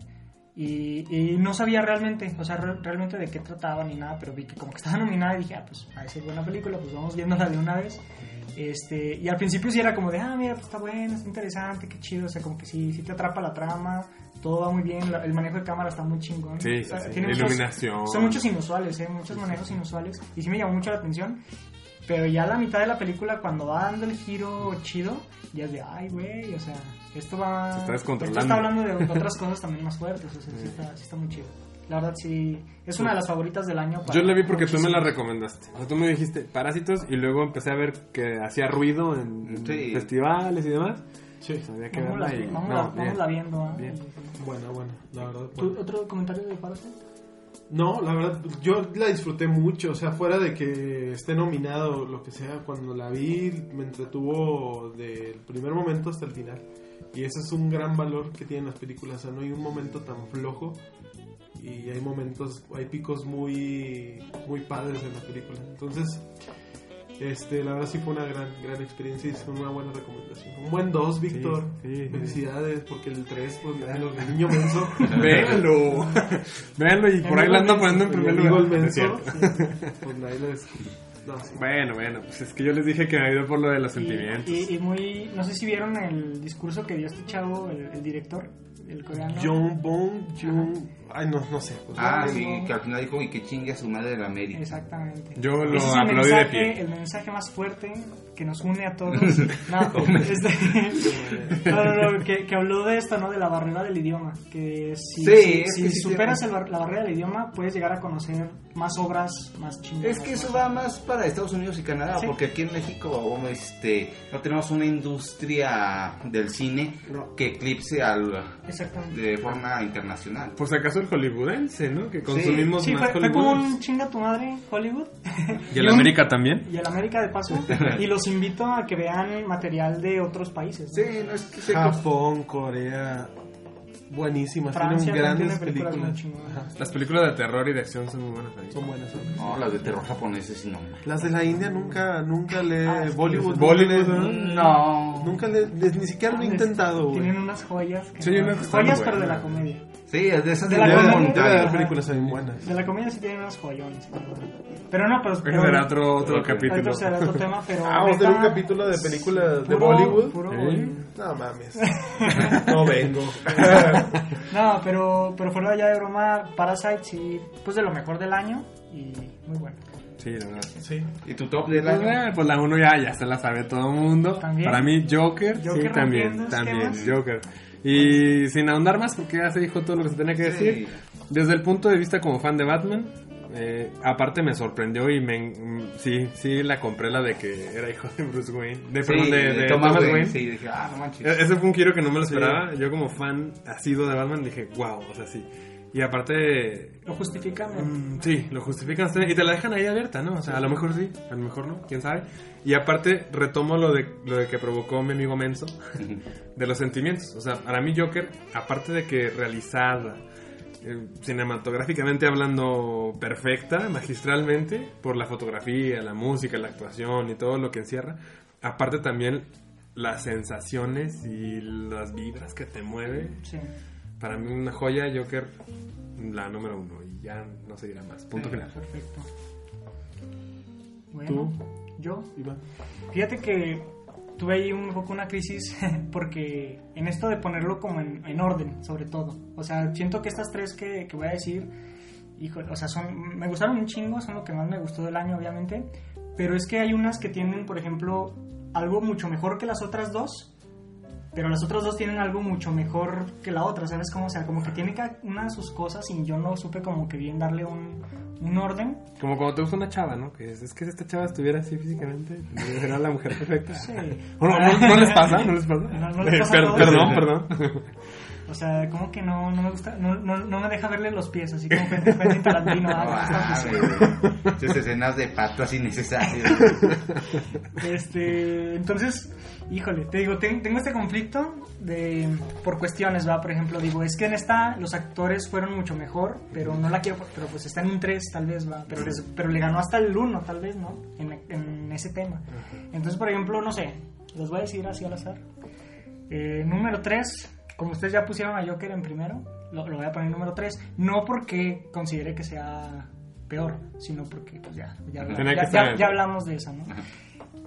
[SPEAKER 2] Y, y no sabía realmente, o sea, re- realmente de qué trataba ni nada, pero vi que como que estaba nominada y dije, ah, pues a ser buena película, pues vamos viéndola de una vez. Este, y al principio sí era como de, ah, mira, pues está buena, está interesante, qué chido, o sea, como que sí, sí te atrapa la trama, todo va muy bien, la- el manejo de cámara está muy chingón.
[SPEAKER 4] Sí, sí,
[SPEAKER 2] O sea,
[SPEAKER 4] sí.
[SPEAKER 2] tiene muchas-
[SPEAKER 4] Iluminación.
[SPEAKER 2] son muchos inusuales, ¿eh? muchos manejos inusuales. Y sí me llamó mucho la atención. Pero ya a la mitad de la película, cuando va dando el giro chido, ya es de, ay, güey, o sea, esto va...
[SPEAKER 4] Se está descontrolando.
[SPEAKER 2] Esto está hablando de otras cosas también más fuertes, o sea, sí, está, sí está muy chido. La verdad, sí, es una de las favoritas del año. para
[SPEAKER 4] Yo la vi porque tú me la
[SPEAKER 2] muchísimos.
[SPEAKER 4] recomendaste. O sea, tú me dijiste parásitos y luego empecé a ver que hacía ruido en, en
[SPEAKER 1] Sí.
[SPEAKER 4] festivales y demás.
[SPEAKER 3] Sí.
[SPEAKER 4] Pues había que
[SPEAKER 2] Vámonos,
[SPEAKER 4] verla y-
[SPEAKER 2] vámonos-
[SPEAKER 4] no, bien.
[SPEAKER 2] vámonos la viendo. ¿ah?
[SPEAKER 4] Bien.
[SPEAKER 3] Buena, buena. La verdad.
[SPEAKER 2] ¿Tú-
[SPEAKER 3] buena.
[SPEAKER 2] ¿Otro comentario de Parasite?
[SPEAKER 3] No, la verdad, yo la disfruté mucho. O sea, fuera de que esté nominado o lo que sea, cuando la vi me entretuvo del primer momento hasta el final. Y ese es un gran valor que tienen las películas. O sea, no hay un momento tan flojo. Y hay momentos, hay picos muy, muy padres en la película. Entonces, este, la verdad sí fue una gran, gran experiencia y es una buena recomendación. Un buen 2, Víctor.
[SPEAKER 4] sí, sí.
[SPEAKER 3] Felicidades, porque el 3, pues, lo que niño menso.
[SPEAKER 4] Véanlo. Véanlo y por ahí la ando poniendo en primer
[SPEAKER 3] Yo digo
[SPEAKER 4] lugar.
[SPEAKER 3] el
[SPEAKER 4] No
[SPEAKER 3] menso,
[SPEAKER 4] es cierto.
[SPEAKER 3] sí, pues nadie lo es- no, sí.
[SPEAKER 4] Bueno, bueno, pues es que yo les dije que me ha ido por lo de los
[SPEAKER 2] Y-
[SPEAKER 4] sentimientos.
[SPEAKER 2] Y, y muy... No sé si vieron el discurso que dio este chavo, el, el director, el coreano.
[SPEAKER 3] Jung Bong Jung. Ay, no, no sé. pues,
[SPEAKER 1] Ah,
[SPEAKER 3] no,
[SPEAKER 1] sí,
[SPEAKER 2] no.
[SPEAKER 1] que al final dijo, y que chingue a su madre de la América.
[SPEAKER 2] Exactamente.
[SPEAKER 4] Yo lo
[SPEAKER 2] Ese es el
[SPEAKER 4] aplaudí de
[SPEAKER 2] mensaje,
[SPEAKER 4] pie.
[SPEAKER 2] El mensaje más fuerte que nos une a todos. no,
[SPEAKER 3] Pues, eh.
[SPEAKER 2] este- no, no, no, que, que habló de esto, ¿no? De la barrera del idioma. Que si,
[SPEAKER 1] Sí,
[SPEAKER 2] si-
[SPEAKER 1] es
[SPEAKER 2] si
[SPEAKER 1] que sí te-
[SPEAKER 2] superas el bar- la barrera del idioma, puedes llegar a conocer más obras, más chingonas.
[SPEAKER 1] Es que eso
[SPEAKER 2] más-
[SPEAKER 1] va más para Estados Unidos y Canadá,
[SPEAKER 2] Sí.
[SPEAKER 1] porque aquí en México bueno, este, no tenemos una industria del cine
[SPEAKER 3] No.
[SPEAKER 1] que eclipse al,
[SPEAKER 2] Exactamente.
[SPEAKER 1] de forma internacional.
[SPEAKER 4] Pues acaso el hollywoodense, ¿no? Que consumimos
[SPEAKER 2] Sí,
[SPEAKER 4] más
[SPEAKER 2] fue, fue como un
[SPEAKER 4] hollywoodense.
[SPEAKER 2] chinga tu madre Hollywood.
[SPEAKER 4] Y el
[SPEAKER 2] un-
[SPEAKER 4] América también.
[SPEAKER 2] Y el América de paso. Y los invito a que vean material de otros países.
[SPEAKER 1] Sí,
[SPEAKER 2] ¿no?
[SPEAKER 1] no es que se
[SPEAKER 3] Japón, Corea. Buenísimas.
[SPEAKER 2] Francia
[SPEAKER 3] tienen
[SPEAKER 2] también tiene
[SPEAKER 3] grandes
[SPEAKER 2] películas
[SPEAKER 3] películas.
[SPEAKER 2] muy chingonas.
[SPEAKER 3] Ajá,
[SPEAKER 4] Las películas de terror y de acción son muy buenas también.
[SPEAKER 3] son buenas. son buenas.
[SPEAKER 1] No, las de terror japoneses no.
[SPEAKER 3] Las de la India nunca, nunca le.
[SPEAKER 2] Ah, es que-
[SPEAKER 3] Bollywood.
[SPEAKER 4] Bollywood,
[SPEAKER 3] nunca le-
[SPEAKER 1] No.
[SPEAKER 3] Nunca le. les- Ni siquiera
[SPEAKER 2] Ah,
[SPEAKER 3] lo he intentado, güey.
[SPEAKER 2] Tienen unas joyas. que
[SPEAKER 4] Sí,
[SPEAKER 2] no-
[SPEAKER 4] unas que están
[SPEAKER 2] joyas,
[SPEAKER 4] muy
[SPEAKER 2] pero de la
[SPEAKER 4] buenas.
[SPEAKER 2] comedia.
[SPEAKER 1] Sí, es de esas
[SPEAKER 2] De
[SPEAKER 1] de
[SPEAKER 2] la
[SPEAKER 1] la
[SPEAKER 2] comedia.
[SPEAKER 3] Debe de haber
[SPEAKER 2] Ajá.
[SPEAKER 3] películas también buenas.
[SPEAKER 2] De la comedia sí tienen unos joyones. la verdad. Pero no, pero.
[SPEAKER 4] Ese
[SPEAKER 2] pero
[SPEAKER 4] será otro, otro
[SPEAKER 1] Ok.
[SPEAKER 4] capítulo.
[SPEAKER 2] Ahorita será otro tema, pero.
[SPEAKER 3] Ah, vamos a tener un
[SPEAKER 2] neta,
[SPEAKER 3] capítulo de películas de
[SPEAKER 2] puro-
[SPEAKER 3] Bollywood.
[SPEAKER 2] puro
[SPEAKER 4] ¿Eh?
[SPEAKER 2] Bollywood.
[SPEAKER 3] No mames. No vengo.
[SPEAKER 2] No, pero, pero fuera ya de broma, Parasite sí, pues de lo mejor del año y muy bueno.
[SPEAKER 4] Sí, la verdad.
[SPEAKER 3] Sí.
[SPEAKER 1] ¿Y tu top del
[SPEAKER 4] Pues,
[SPEAKER 1] año?
[SPEAKER 4] eh, pues la uno ya, ya se la sabe todo el mundo.
[SPEAKER 2] También.
[SPEAKER 4] Para mí, Joker,
[SPEAKER 2] Joker
[SPEAKER 4] sí, también,
[SPEAKER 2] rompiendo
[SPEAKER 4] también,
[SPEAKER 2] esquemas.
[SPEAKER 4] Joker. Y sin ahondar más, porque ya se dijo todo lo que se tenía que
[SPEAKER 1] Sí.
[SPEAKER 4] decir. Desde el punto de vista como fan de Batman, eh, aparte me sorprendió y me, en- mm, sí, sí la compré la de que era hijo de Bruce Wayne. De,
[SPEAKER 1] Sí,
[SPEAKER 4] perdón, de, de Thomas, Wayne.
[SPEAKER 1] Sí, dije, ah, no manches.
[SPEAKER 4] E- Ese fue un giro que no me lo esperaba. Yo como fan asiduo de Batman dije, wow, o sea, sí. Y aparte,
[SPEAKER 2] Lo justifican.
[SPEAKER 4] Mm, Sí, lo justifican ustedes y te la dejan ahí abierta, ¿no? O sea, a lo mejor sí, a lo mejor no, quién sabe. Y aparte retomo lo de lo de que provocó mi amigo Menso de los sentimientos. O sea, para mí Joker, aparte de que realizada eh, cinematográficamente hablando perfecta, magistralmente, por la fotografía, la música, la actuación y todo lo que encierra, aparte también las sensaciones y las vibras que te mueve,
[SPEAKER 2] Sí.
[SPEAKER 4] para mí una joya, Joker, la número uno. Y ya no se dirá más. Punto
[SPEAKER 1] Sí.
[SPEAKER 4] final.
[SPEAKER 2] Perfecto. Bueno,
[SPEAKER 3] ¿Tú?
[SPEAKER 2] yo.
[SPEAKER 3] Iván.
[SPEAKER 2] Fíjate que tuve ahí un poco una crisis porque en esto de ponerlo como en, en orden, sobre todo. O sea, siento que estas tres que, que voy a decir, hijo, o sea, son, me gustaron un chingo, son lo que más me gustó del año, obviamente. Pero es que hay unas que tienen, por ejemplo, algo mucho mejor que las otras dos. Pero las otras dos tienen algo mucho mejor que la otra, ¿sabes? Como, o sea, como que tiene ca- una de sus cosas y yo no supe como que bien darle un, un orden.
[SPEAKER 4] Como cuando te gusta una chava, ¿no? Que es, es que si esta chava estuviera así físicamente, sería la mujer perfecta.
[SPEAKER 2] Sí.
[SPEAKER 4] ¿O no, no- no les pasa? ¿No les pasa?
[SPEAKER 2] No, no les pasa a
[SPEAKER 4] Per-
[SPEAKER 2] todos.
[SPEAKER 4] perdón, perdón.
[SPEAKER 2] O sea, como que no, no me gusta, no, no, no me deja verle los pies, así como Quentin Quentin Tarantino. ah, que está
[SPEAKER 1] Ah,
[SPEAKER 2] pues,
[SPEAKER 1] güey. Esas escenas de patas innecesarias.
[SPEAKER 2] Este, entonces, híjole, te digo, ten- tengo este conflicto de por cuestiones, va, por ejemplo, digo, es que en esta los actores fueron mucho mejor, pero no la quiero, pero pues está en un 3 tal vez, va, pero, les- pero le ganó hasta el 1 tal vez, ¿no? En, en ese tema. Entonces, por ejemplo, no sé, les voy a decir así al azar. Eh, número 3, como ustedes ya pusieron a Joker en primero, lo, lo voy a poner número 3, no porque considere que sea peor, sino porque pues ya, ya,
[SPEAKER 4] Tenía que
[SPEAKER 2] ya-
[SPEAKER 4] estar
[SPEAKER 2] ya-
[SPEAKER 4] en-
[SPEAKER 2] ya hablamos de eso, ¿no?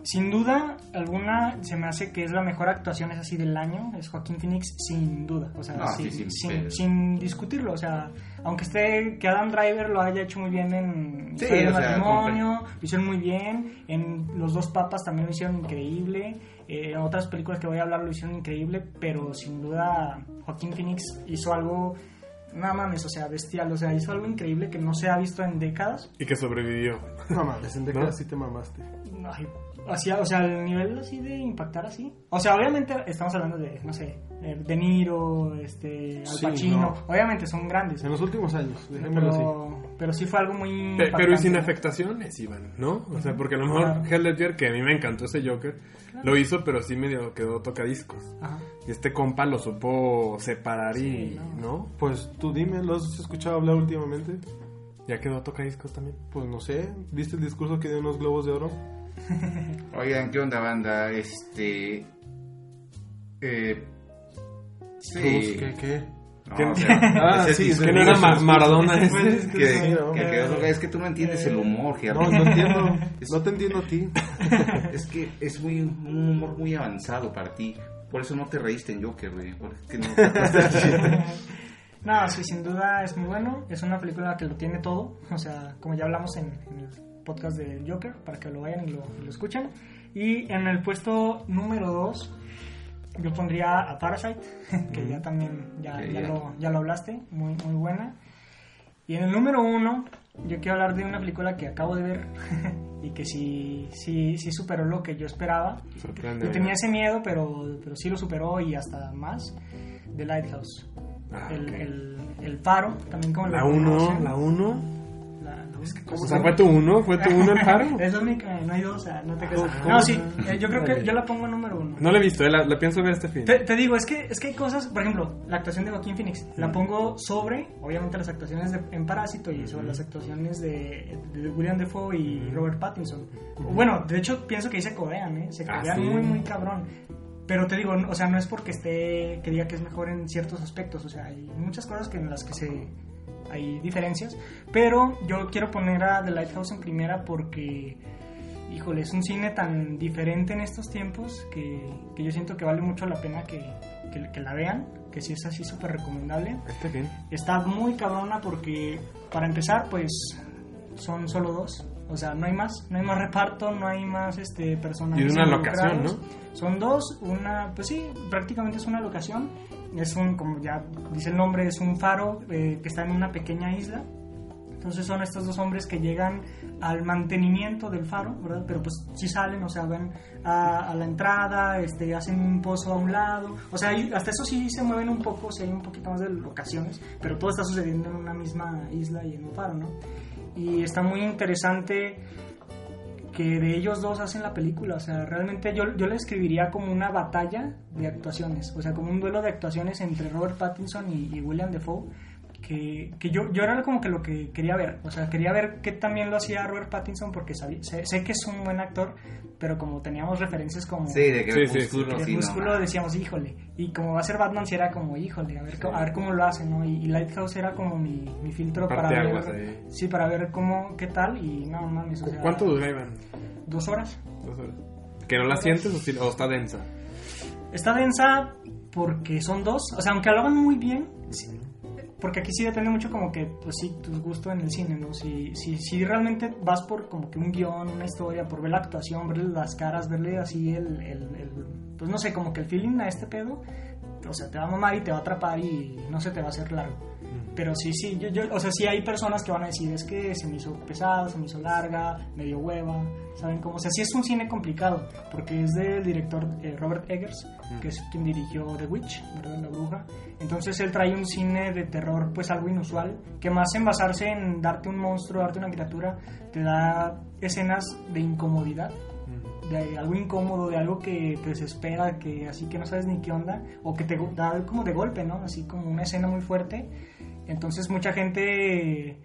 [SPEAKER 2] Sin duda alguna, se me hace que es la mejor actuación es así del año, es Joaquín Phoenix, sin duda, o sea,
[SPEAKER 1] No,
[SPEAKER 2] sin,
[SPEAKER 1] Ah, sí, sin
[SPEAKER 2] sin-
[SPEAKER 1] pedos.
[SPEAKER 2] sin discutirlo, o sea, aunque esté que Adam Driver lo haya hecho muy bien en
[SPEAKER 1] Sí,
[SPEAKER 2] Historia de
[SPEAKER 1] o sea,
[SPEAKER 2] matrimonio, lo hicieron muy bien, en Los dos papas también lo hicieron increíble, eh, en otras películas que voy a hablar lo hicieron increíble, pero sin duda Joaquín Phoenix hizo algo, nada mames, o sea, bestial, o sea, hizo algo increíble que no se ha visto en décadas.
[SPEAKER 4] Y que sobrevivió.
[SPEAKER 3] No mames, en décadas
[SPEAKER 4] ¿No?
[SPEAKER 3] sí te mamaste.
[SPEAKER 2] Ay, hacía- o sea, el nivel así de impactar así. O sea, obviamente estamos hablando de, no sé, de De Niro, este, Al
[SPEAKER 3] Sí,
[SPEAKER 2] Pacino.
[SPEAKER 3] no.
[SPEAKER 2] Obviamente son grandes.
[SPEAKER 3] En los últimos años, dejémoslo así.
[SPEAKER 2] Pero, pero sí fue algo muy.
[SPEAKER 4] Pe- Pero y sin
[SPEAKER 2] impactante, ¿no?
[SPEAKER 4] afectaciones, Iván, ¿no? O sea, porque a lo mejor
[SPEAKER 2] Claro.
[SPEAKER 4] Heath Ledger, que a mí me encantó ese Joker, lo hizo, pero sí medio quedó tocadiscos.
[SPEAKER 2] Ajá.
[SPEAKER 4] Y este compa lo supo separar y,
[SPEAKER 2] Sí, no.
[SPEAKER 4] ¿no?
[SPEAKER 3] Pues tú dime, ¿lo has escuchado hablar últimamente?
[SPEAKER 4] Ya quedó tocadiscos también.
[SPEAKER 3] Pues no sé, ¿viste el discurso que dio en los Globos de Oro?
[SPEAKER 1] Oigan, ¿qué onda, banda? Este. Eh. Sí.
[SPEAKER 3] ¿Qué? ¿Qué?
[SPEAKER 1] No,
[SPEAKER 4] ¿Qué-
[SPEAKER 1] o sea,
[SPEAKER 3] Ah,
[SPEAKER 1] ese
[SPEAKER 3] sí,
[SPEAKER 1] discurso-
[SPEAKER 4] Que no era Ma- Maradona
[SPEAKER 3] Ese fue el
[SPEAKER 4] ese.
[SPEAKER 1] que-
[SPEAKER 3] discurso.
[SPEAKER 1] que-
[SPEAKER 3] Sí, ¿no?
[SPEAKER 1] que- que- es que tú no entiendes el humor,
[SPEAKER 3] No,
[SPEAKER 1] Gerardo.
[SPEAKER 3] no entiendo. No te entiendo a ti.
[SPEAKER 1] Es que es muy, un humor muy avanzado para ti. Por eso no te reíste en Joker, güey. Porque no
[SPEAKER 2] No, sí, sin duda es muy bueno. Es una película que lo tiene todo. O sea, como ya hablamos en, en el podcast del Joker, para que lo vayan y lo, y lo escuchen. Y en el puesto número 2, yo pondría a Parasite, que ya también ya,
[SPEAKER 1] Ok,
[SPEAKER 2] ya
[SPEAKER 1] ya.
[SPEAKER 2] Lo, ya lo hablaste. Muy, muy buena. Y en el número 1, yo quiero hablar de una película que acabo de ver y que sí, sí, sí superó lo que yo esperaba.
[SPEAKER 4] Sorprende.
[SPEAKER 2] Yo tenía ese miedo, pero, pero sí lo superó y hasta más. The Lighthouse
[SPEAKER 4] Ah,
[SPEAKER 2] el,
[SPEAKER 4] ok.
[SPEAKER 2] el, el faro, también como
[SPEAKER 4] La
[SPEAKER 2] lo
[SPEAKER 4] 1,
[SPEAKER 2] conocen.
[SPEAKER 4] la 1.
[SPEAKER 2] La- la uno. Pues
[SPEAKER 4] O sea, fue tu 1, fue tu 1 el paro.
[SPEAKER 2] Es la única, no hay dos, o sea, no te creas.
[SPEAKER 3] ¿Cómo-
[SPEAKER 2] No,
[SPEAKER 3] cómo
[SPEAKER 2] sí,
[SPEAKER 4] se-
[SPEAKER 2] eh, yo creo que yo la pongo número uno.
[SPEAKER 4] No la he visto, eh, la, la pienso ver este fin.
[SPEAKER 2] Te, te digo, es que, es que hay cosas, por ejemplo, la actuación de Joaquín Phoenix, la pongo sobre, obviamente, las actuaciones de- en Parásito y sobre las actuaciones de, de William Defoe y Robert Pattinson. Bueno, de hecho, pienso que ahí se codean, ¿eh? Se
[SPEAKER 4] Ah,
[SPEAKER 2] codean
[SPEAKER 4] sí.
[SPEAKER 2] muy, muy cabrón. Pero te digo, no- o sea, no es porque esté, que diga que es mejor en ciertos aspectos, o sea, hay muchas cosas que en las que se, hay diferencias, pero yo quiero poner a The Lighthouse en primera porque, híjole, es un cine tan diferente en estos tiempos que, que yo siento que vale mucho la pena que, que- que la vean, que si es así súper recomendable.
[SPEAKER 4] Este fin.
[SPEAKER 2] Está muy cabrona porque, para empezar, pues son solo dos. O sea, no hay más, no hay más reparto, no hay más este, personas.
[SPEAKER 4] Y es una locación,
[SPEAKER 2] involucrados. Son dos, una, pues sí, prácticamente es una locación. Es un, como ya dice el nombre, es un faro eh, que está en una pequeña isla. Entonces son estos dos hombres que llegan al mantenimiento del faro, ¿verdad? Pero pues sí salen, o sea, van a, a la entrada, este, hacen un pozo a un lado. O sea, y hasta eso sí se mueven un poco, se hay un poquito más de locaciones, pero todo está sucediendo en una misma isla y en un faro, ¿no? Y está muy interesante que de ellos dos hacen la película. O sea, realmente yo, yo la escribiría como una batalla de actuaciones. O sea, como un duelo de actuaciones entre Robert Pattinson y, y William Defoe. Que, que yo, yo era como que lo que quería ver. O sea, quería ver qué también lo hacía Robert Pattinson porque sabí- sé, sé que es un buen actor, pero como teníamos referencias como...
[SPEAKER 1] Sí, de que
[SPEAKER 4] Sí,
[SPEAKER 1] el
[SPEAKER 4] sí, sí.
[SPEAKER 1] músculo
[SPEAKER 2] El
[SPEAKER 1] sí, no,
[SPEAKER 2] músculo
[SPEAKER 1] ma.
[SPEAKER 2] decíamos, híjole. Y como va a ser Batman, si era como, híjole, a ver, co- a ver cómo lo hacen, ¿no? Y, y Lighthouse era como mi, mi filtro para
[SPEAKER 4] Parteaguas
[SPEAKER 2] ver.
[SPEAKER 4] ahí.
[SPEAKER 2] Sí, para ver cómo, qué tal. Y no mames, o sea,
[SPEAKER 4] ¿Cuánto dura, Iván?
[SPEAKER 2] Dos horas.
[SPEAKER 4] Dos horas. ¿Que no la sientes o, sí- o está densa?
[SPEAKER 2] Está densa porque son dos. O sea, aunque lo hagan muy bien, sí- porque aquí sí depende mucho como que, pues sí, tu gusto en el cine, ¿no? Si, si, si realmente vas por como que un guión, una historia, por ver la actuación, verle las caras, verle así el, el- el- pues no sé, como que el feeling a este pedo, o sea, te va a mamar y te va a atrapar y no se te va a hacer largo. Pero sí, sí, yo, yo- o sea, sí hay personas que van a decir, es que se me hizo pesada, se me hizo larga, me dio hueva, ¿saben cómo? O sea, sí es un cine complicado, porque es del director eh, Robert Eggers, que es quien dirigió The Witch, ¿verdad? La bruja. Entonces él trae un cine de terror, pues algo inusual, que más en basarse en darte un monstruo, darte una criatura, te da escenas de incomodidad de algo incómodo, de algo que te desespera, que así que no sabes ni qué onda, o que te go- da como de golpe, ¿no? Así como una escena muy fuerte. Entonces mucha gente,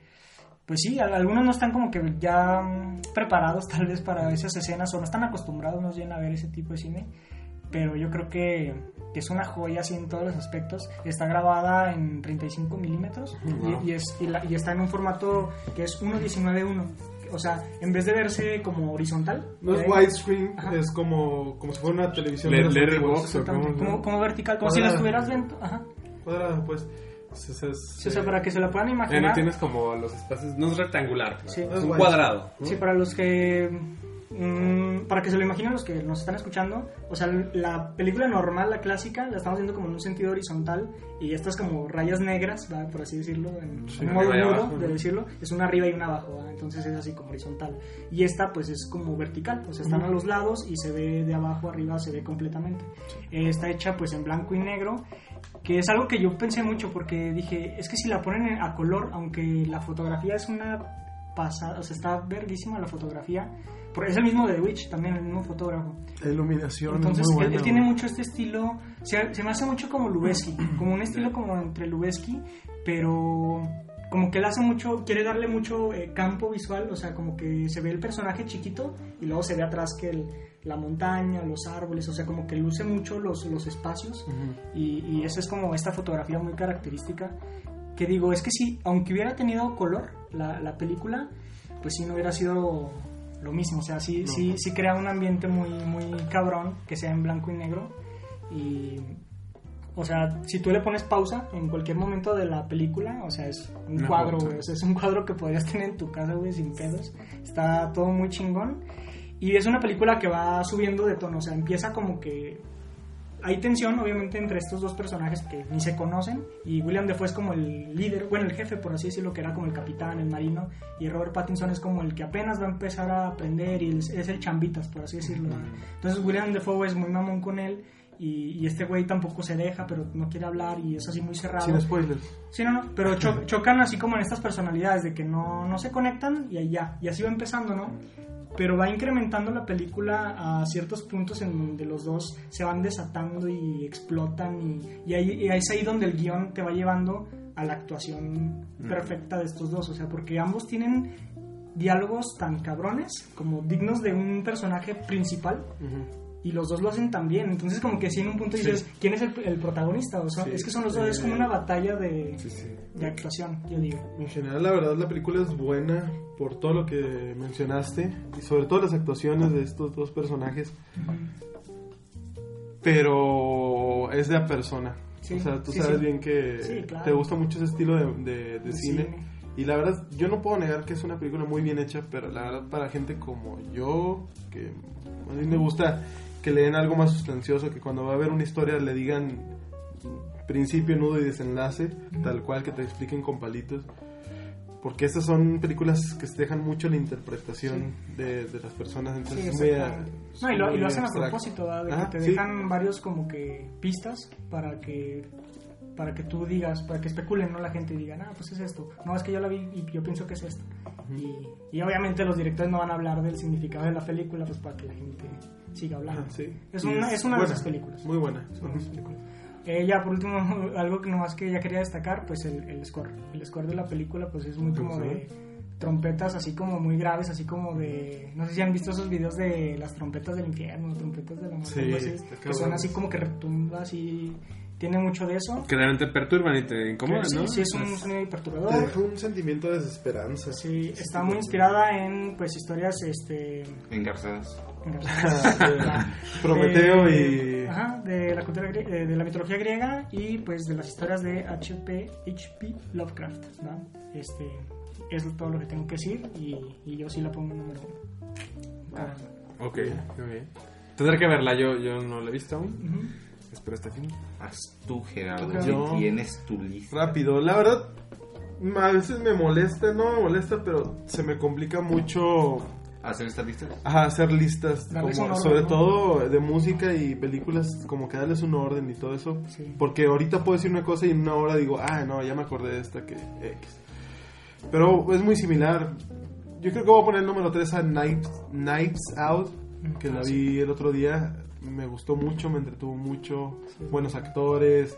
[SPEAKER 2] pues sí, al- algunos no están como que ya mm, preparados tal vez para esas escenas, o no están acostumbrados más bien a ver ese tipo de cine, pero yo creo que, que es una joya así en todos los aspectos. Está grabada en 35 milímetros y-
[SPEAKER 4] Wow.
[SPEAKER 2] y, es- y la- y está en un formato que es 1.19.1. O sea, en vez de verse como horizontal,
[SPEAKER 3] No es
[SPEAKER 2] eh,
[SPEAKER 3] widescreen,
[SPEAKER 2] Ajá.
[SPEAKER 3] es como, como si fuera una televisión
[SPEAKER 4] Le-
[SPEAKER 3] de los antiguos.
[SPEAKER 4] Letterboxd o
[SPEAKER 2] Exactamente,
[SPEAKER 4] cómo-
[SPEAKER 2] como, como vertical, como si la
[SPEAKER 3] Cuadrada.
[SPEAKER 2] estuvieras viendo. Ajá.
[SPEAKER 3] Cuadrada, pues. Se- se-
[SPEAKER 2] Sí, o sea,
[SPEAKER 3] se-
[SPEAKER 2] para que se la puedan
[SPEAKER 4] Eh, no
[SPEAKER 2] imaginar.
[SPEAKER 4] tienes como los espacios. No es rectangular,
[SPEAKER 2] Sí.
[SPEAKER 4] es un
[SPEAKER 3] Guay.
[SPEAKER 4] cuadrado. ¿no?
[SPEAKER 2] Sí, para los que. mm, para que se lo imaginen los que nos están escuchando. O sea, la película normal, la clásica, la estamos viendo como en un sentido horizontal. Y estas como rayas negras, ¿va? por así decirlo, en
[SPEAKER 4] Sí,
[SPEAKER 2] en un modo
[SPEAKER 4] arriba y
[SPEAKER 2] nudo
[SPEAKER 4] abajo,
[SPEAKER 2] de
[SPEAKER 4] ¿no?
[SPEAKER 2] decirlo. Es una arriba y una abajo, ¿va? entonces es así como horizontal. Y esta, pues es como vertical. O sea, están a los lados y se ve de abajo arriba, se ve completamente. Eh, está hecha pues en blanco y negro. que es algo que yo pensé mucho porque dije, es que si la ponen en- a color, aunque la fotografía es una pasada, o sea, está verguísima la fotografía, porque es el mismo de The Witch, también el mismo fotógrafo.
[SPEAKER 3] La iluminación es
[SPEAKER 2] Entonces,
[SPEAKER 3] muy
[SPEAKER 2] él,
[SPEAKER 3] buena,
[SPEAKER 2] él tiene
[SPEAKER 3] güey.
[SPEAKER 2] mucho este estilo, se, se me hace mucho como Lubeski, como un estilo como entre Lubeski, pero como que él hace mucho, quiere darle mucho eh, campo visual, o sea, como que se ve el personaje chiquito y luego se ve atrás que el- la montaña, los árboles, o sea, como que luce mucho los, los espacios
[SPEAKER 3] Ujú.
[SPEAKER 2] y, y esa es como esta fotografía muy característica que digo, es que si, aunque hubiera tenido color la, la película, pues sí no hubiera sido lo mismo, o sea, sí, sí, sí crea un ambiente muy, muy cabrón que sea en blanco y negro y... O sea, si tú le pones pausa en cualquier momento de la película, o sea, es un
[SPEAKER 4] Una
[SPEAKER 2] cuadro,
[SPEAKER 4] foto.
[SPEAKER 2] güey, o sea, es un cuadro que podrías tener en tu casa, güey, sin pedos. Está todo muy chingón. Y es una película que va subiendo de tono, o sea, empieza como que hay tensión obviamente entre estos dos personajes que ni se conocen y William Defoe es como el líder, bueno el jefe por así decirlo que era como el capitán, el marino y Robert Pattinson es como el que apenas va a empezar a aprender y es es el chambitas por así decirlo. ¿no? Entonces William Defoe es muy mamón con él y, y este güey tampoco se deja pero no quiere hablar y es así muy cerrado.
[SPEAKER 3] Sin spoilers.
[SPEAKER 2] Sí, no, no, pero cho- chocan así como en estas personalidades de que no, no se conectan y ahí ya, y así va empezando, ¿no? Pero va incrementando la película a ciertos puntos en donde los dos se van desatando y explotan y, y ahí y ahí es ahí donde el guión te va llevando a la actuación perfecta de estos dos, o sea, porque ambos tienen diálogos tan cabrones como dignos de un personaje principal
[SPEAKER 3] Ujú.
[SPEAKER 2] y los dos lo hacen también. Entonces, como que si en un punto dices, ¿quién es el, el protagonista? O sea,
[SPEAKER 3] Sí.
[SPEAKER 2] es que son los dos, es como una batalla de,
[SPEAKER 4] Sí, sí.
[SPEAKER 2] de actuación, yo digo.
[SPEAKER 3] En general, la verdad, la película es buena por todo lo que mencionaste y sobre todo las actuaciones de estos dos personajes. Pero es de a persona.
[SPEAKER 2] Sí,
[SPEAKER 3] o sea, tú
[SPEAKER 2] sí,
[SPEAKER 3] sabes
[SPEAKER 2] sí.
[SPEAKER 3] bien que
[SPEAKER 2] Sí, claro.
[SPEAKER 3] te gusta mucho ese estilo de, de- de
[SPEAKER 2] De
[SPEAKER 3] cine.
[SPEAKER 2] cine.
[SPEAKER 3] Y la verdad, yo no puedo negar que es una película muy bien hecha, pero la verdad, para gente como yo, que a mí me gusta que le den algo más sustancioso, que cuando va a haber una historia le digan principio, nudo y desenlace, tal cual que te expliquen con palitos. Porque estas son películas que se dejan mucho la interpretación de, de las personas, entonces
[SPEAKER 2] Sí,
[SPEAKER 3] es muy, a-
[SPEAKER 2] exactamente. No, y lo, y
[SPEAKER 3] muy
[SPEAKER 2] lo hacen a
[SPEAKER 3] abstracto.
[SPEAKER 2] propósito, ¿verdad? De
[SPEAKER 3] Ajá,
[SPEAKER 2] que te
[SPEAKER 3] sí.
[SPEAKER 2] dejan varios como que pistas para que para que tú digas, para que especulen, no la gente y diga, ah, pues es esto. No, es que yo la vi y yo pienso que es esto. y, y obviamente los directores no van a hablar del significado de la película, pues para que la gente siga hablando.
[SPEAKER 3] Ajá, sí.
[SPEAKER 2] Es
[SPEAKER 3] Y
[SPEAKER 2] una, es una de
[SPEAKER 3] buena,
[SPEAKER 2] esas películas.
[SPEAKER 3] Muy buena.
[SPEAKER 2] Son las películas. Eh, ya por último, algo que nomás que ya quería destacar, pues el, el score. El score de la película pues es muy como de trompetas así como muy graves, así como de... No sé si han visto esos videos de las trompetas del infierno, trompetas de la muerte,
[SPEAKER 3] Sí,
[SPEAKER 2] algo así,
[SPEAKER 3] está
[SPEAKER 2] que son
[SPEAKER 3] cabrón.
[SPEAKER 2] así como que retumba, así... Tiene mucho de eso.
[SPEAKER 4] Que realmente perturban y te incomodan,
[SPEAKER 2] sí,
[SPEAKER 4] ¿no?
[SPEAKER 2] sí, es un
[SPEAKER 4] Pues,
[SPEAKER 2] sonido perturbador.
[SPEAKER 5] Te deja un sentimiento de desesperanza.
[SPEAKER 2] Sí, está muy inspirada en pues historias este
[SPEAKER 1] Engarzadas.
[SPEAKER 3] Prometeo
[SPEAKER 2] de-
[SPEAKER 4] Eh,
[SPEAKER 3] y-
[SPEAKER 2] ajá, de la cultura grie- eh, de la mitología griega y pues de las historias de HP HP Lovecraft ¿va? este es todo lo que tengo que decir y, y yo sí la pongo en número uno Ah,
[SPEAKER 4] Ok, muy bien. Tendré que verla, yo, yo no la he visto aún.
[SPEAKER 2] ujú.
[SPEAKER 4] espero este fin.
[SPEAKER 1] Haz tú, Gerardo,
[SPEAKER 2] Ok.
[SPEAKER 1] si
[SPEAKER 3] Yo-
[SPEAKER 1] tienes tu lista.
[SPEAKER 3] Rápido, la verdad, a veces me molesta, no me molesta, pero se me complica mucho
[SPEAKER 1] ¿Hacer esta lista?
[SPEAKER 3] ajá, hacer listas,
[SPEAKER 2] Darles
[SPEAKER 3] como-
[SPEAKER 2] un orden,
[SPEAKER 3] sobre
[SPEAKER 2] ¿no?
[SPEAKER 3] todo de música y películas, como que darles un orden y todo eso.
[SPEAKER 2] Sí.
[SPEAKER 3] Porque ahorita puedo decir una cosa y en una hora digo, ah, no, ya me acordé de esta que X. Pero es muy similar. Yo creo que voy a poner el número 3 a Knives, Knives Out, que la vi el otro día. Me gustó mucho, me entretuvo mucho. Buenos actores,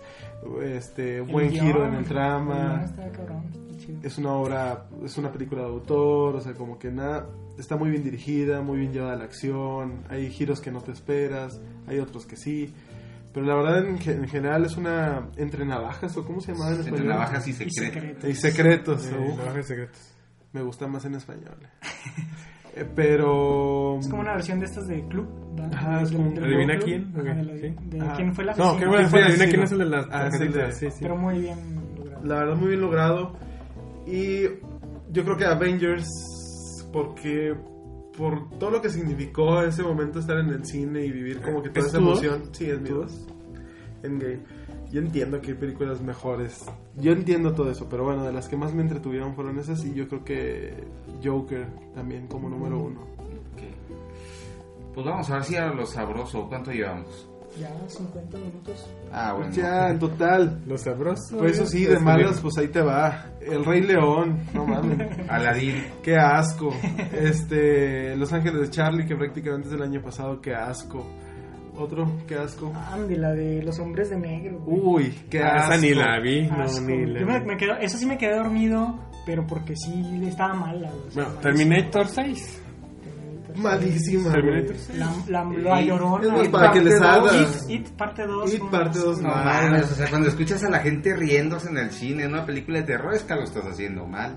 [SPEAKER 3] este, buen
[SPEAKER 2] guión,
[SPEAKER 3] giro en
[SPEAKER 2] el
[SPEAKER 3] el
[SPEAKER 2] guión
[SPEAKER 3] trama.
[SPEAKER 2] está cabrón, está chido.
[SPEAKER 3] Es una obra, es una película de autor, o sea, como que nada. Está muy bien dirigida, muy bien llevada la acción. Hay giros que no te esperas, hay otros que sí. Pero la verdad, en, ge- en general, es una. Entre navajas, o cómo se llamaba en español.
[SPEAKER 1] Entre navajas y
[SPEAKER 2] Y
[SPEAKER 1] secreto.
[SPEAKER 2] secreto.
[SPEAKER 3] Y secretos,
[SPEAKER 4] Eh,
[SPEAKER 3] ¿no?
[SPEAKER 4] Navajas secretas.
[SPEAKER 3] Me gusta más en español. Eh, pero.
[SPEAKER 2] Es como una versión de estas de club. ¿verdad?
[SPEAKER 3] Ajá, es
[SPEAKER 2] Del-
[SPEAKER 3] como-
[SPEAKER 2] del
[SPEAKER 4] ¿Adivina
[SPEAKER 2] club.
[SPEAKER 4] quién?
[SPEAKER 2] Ajá, de
[SPEAKER 4] Ok,
[SPEAKER 2] la-
[SPEAKER 4] sí.
[SPEAKER 2] de
[SPEAKER 3] Ajá.
[SPEAKER 2] quién fue la
[SPEAKER 4] No,
[SPEAKER 2] asesina.
[SPEAKER 4] qué bueno.
[SPEAKER 3] ah, fue
[SPEAKER 4] sí, adivina
[SPEAKER 3] asesino.
[SPEAKER 4] quién es el de las
[SPEAKER 3] Ah, sí,
[SPEAKER 4] tarjetitas,
[SPEAKER 3] sí.
[SPEAKER 4] sí, sí.
[SPEAKER 2] Pero muy bien logrado.
[SPEAKER 3] La verdad, muy bien logrado. Y yo creo que Avengers, porque por todo lo que significó ese momento estar en el cine y vivir como que toda
[SPEAKER 4] ¿Es
[SPEAKER 3] esa
[SPEAKER 4] tu dos?
[SPEAKER 3] emoción. Sí, es mi dos. Endgame. Yo entiendo que hay películas mejores. Yo entiendo todo eso, pero bueno, de las que más me entretuvieron fueron esas y yo creo que Joker también
[SPEAKER 1] Mm.
[SPEAKER 3] como número uno.
[SPEAKER 1] Ok. Pues vamos a ver si a lo sabroso. ¿Cuánto llevamos?
[SPEAKER 2] Ya 50 minutos.
[SPEAKER 1] Ah, bueno.
[SPEAKER 3] Pues Ya, en total.
[SPEAKER 4] Los sabrosos.
[SPEAKER 3] Pues eso sí, de malas, pues ahí te va. El Rey León, no mames.
[SPEAKER 1] Aladín.
[SPEAKER 3] Qué asco. Este, Los Ángeles de Charlie, que prácticamente es del año pasado, qué asco. Otro, qué asco.
[SPEAKER 2] Andy, la Ah, de los hombres de negro. güey.
[SPEAKER 3] Uy, qué
[SPEAKER 4] Ah,
[SPEAKER 3] asco.
[SPEAKER 4] esa ni la vi, no,
[SPEAKER 2] Asco.
[SPEAKER 4] ni la
[SPEAKER 2] Yo me,
[SPEAKER 4] vi.
[SPEAKER 2] me quedo- esa sí me quedé dormido, pero porque sí estaba mala. güey, o sea,
[SPEAKER 4] Bueno,
[SPEAKER 2] malísima.
[SPEAKER 4] Terminator 6.
[SPEAKER 3] Malísima.
[SPEAKER 4] Terminator
[SPEAKER 3] güey.
[SPEAKER 2] La, la, la
[SPEAKER 1] Y-
[SPEAKER 3] es
[SPEAKER 2] llorona.
[SPEAKER 3] más,
[SPEAKER 2] It
[SPEAKER 3] para que les
[SPEAKER 2] parte
[SPEAKER 3] haga.
[SPEAKER 2] dos, It, It parte 2.
[SPEAKER 3] It parte dos,
[SPEAKER 1] No
[SPEAKER 3] Mal.
[SPEAKER 1] mames, o sea, cuando escuchas a la gente riéndose en el cine, en una película de terror, es que lo estás haciendo mal.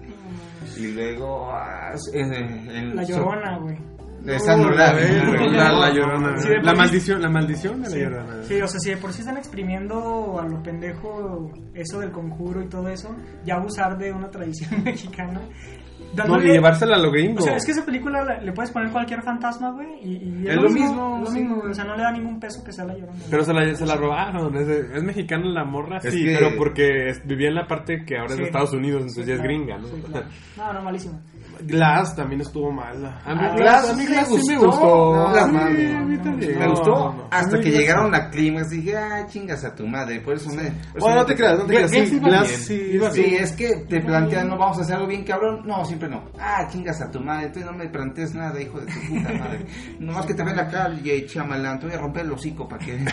[SPEAKER 1] Y luego. ah, en- en-
[SPEAKER 2] La llorona, güey.
[SPEAKER 1] Esa no la vi, güey.
[SPEAKER 4] La, la llorona.
[SPEAKER 2] Sí, de por
[SPEAKER 4] Ah, la
[SPEAKER 2] sí-
[SPEAKER 4] maldición, la maldición de la llorona.
[SPEAKER 2] Sí, o sea, si de por sí están exprimiendo a lo pendejo eso del conjuro y todo eso, ya abusar de una tradición mexicana.
[SPEAKER 4] No, y
[SPEAKER 2] dándole-
[SPEAKER 4] llevársela a lo gringo.
[SPEAKER 2] O sea, es que esa película la- le puedes poner cualquier fantasma, güey, y, y
[SPEAKER 4] Es lo mismo,
[SPEAKER 2] Lo
[SPEAKER 4] sí.
[SPEAKER 2] mismo, güey, o sea, no le da ningún peso que sea la llorona.
[SPEAKER 4] Pero se la, se la robaron. Es, de- es mexicana la morra,
[SPEAKER 1] Es
[SPEAKER 4] sí,
[SPEAKER 1] que-
[SPEAKER 4] pero porque es- vivía en la parte que ahora es
[SPEAKER 2] Sí.
[SPEAKER 4] de Estados Unidos, entonces
[SPEAKER 2] Sí,
[SPEAKER 4] ya es
[SPEAKER 2] claro,
[SPEAKER 4] gringa, ¿no?
[SPEAKER 2] sí, claro. No, no, malísimo.
[SPEAKER 3] Glass también estuvo mala.
[SPEAKER 4] A mí
[SPEAKER 1] Ah,
[SPEAKER 4] Glass-
[SPEAKER 1] Glass
[SPEAKER 4] a mí
[SPEAKER 1] sí
[SPEAKER 4] Glass
[SPEAKER 1] me
[SPEAKER 4] sí me
[SPEAKER 1] gustó.
[SPEAKER 4] gustó.
[SPEAKER 1] No,
[SPEAKER 4] Sí,
[SPEAKER 1] mames.
[SPEAKER 4] a mí también.
[SPEAKER 1] Me
[SPEAKER 3] No,
[SPEAKER 1] gustó
[SPEAKER 3] no, no.
[SPEAKER 1] hasta
[SPEAKER 4] A mí
[SPEAKER 1] que
[SPEAKER 4] Glass-
[SPEAKER 1] llegaron a Climax. Dije, ah, chingas a tu madre. Por eso me.
[SPEAKER 3] Bueno, no te creas, no te
[SPEAKER 4] Glass
[SPEAKER 3] creas. Sí,
[SPEAKER 4] sí iba
[SPEAKER 3] Glass
[SPEAKER 4] bien.
[SPEAKER 3] sí,
[SPEAKER 4] Iba
[SPEAKER 3] sí.
[SPEAKER 1] Sí, es que te plantean, no vamos a hacer algo bien cabrón. No, siempre no. Ah, chingas a tu madre, tú no me plantees nada, hijo de tu puta madre. Nomás que te ven la calle, chamalán, te voy a romper el hocico para que.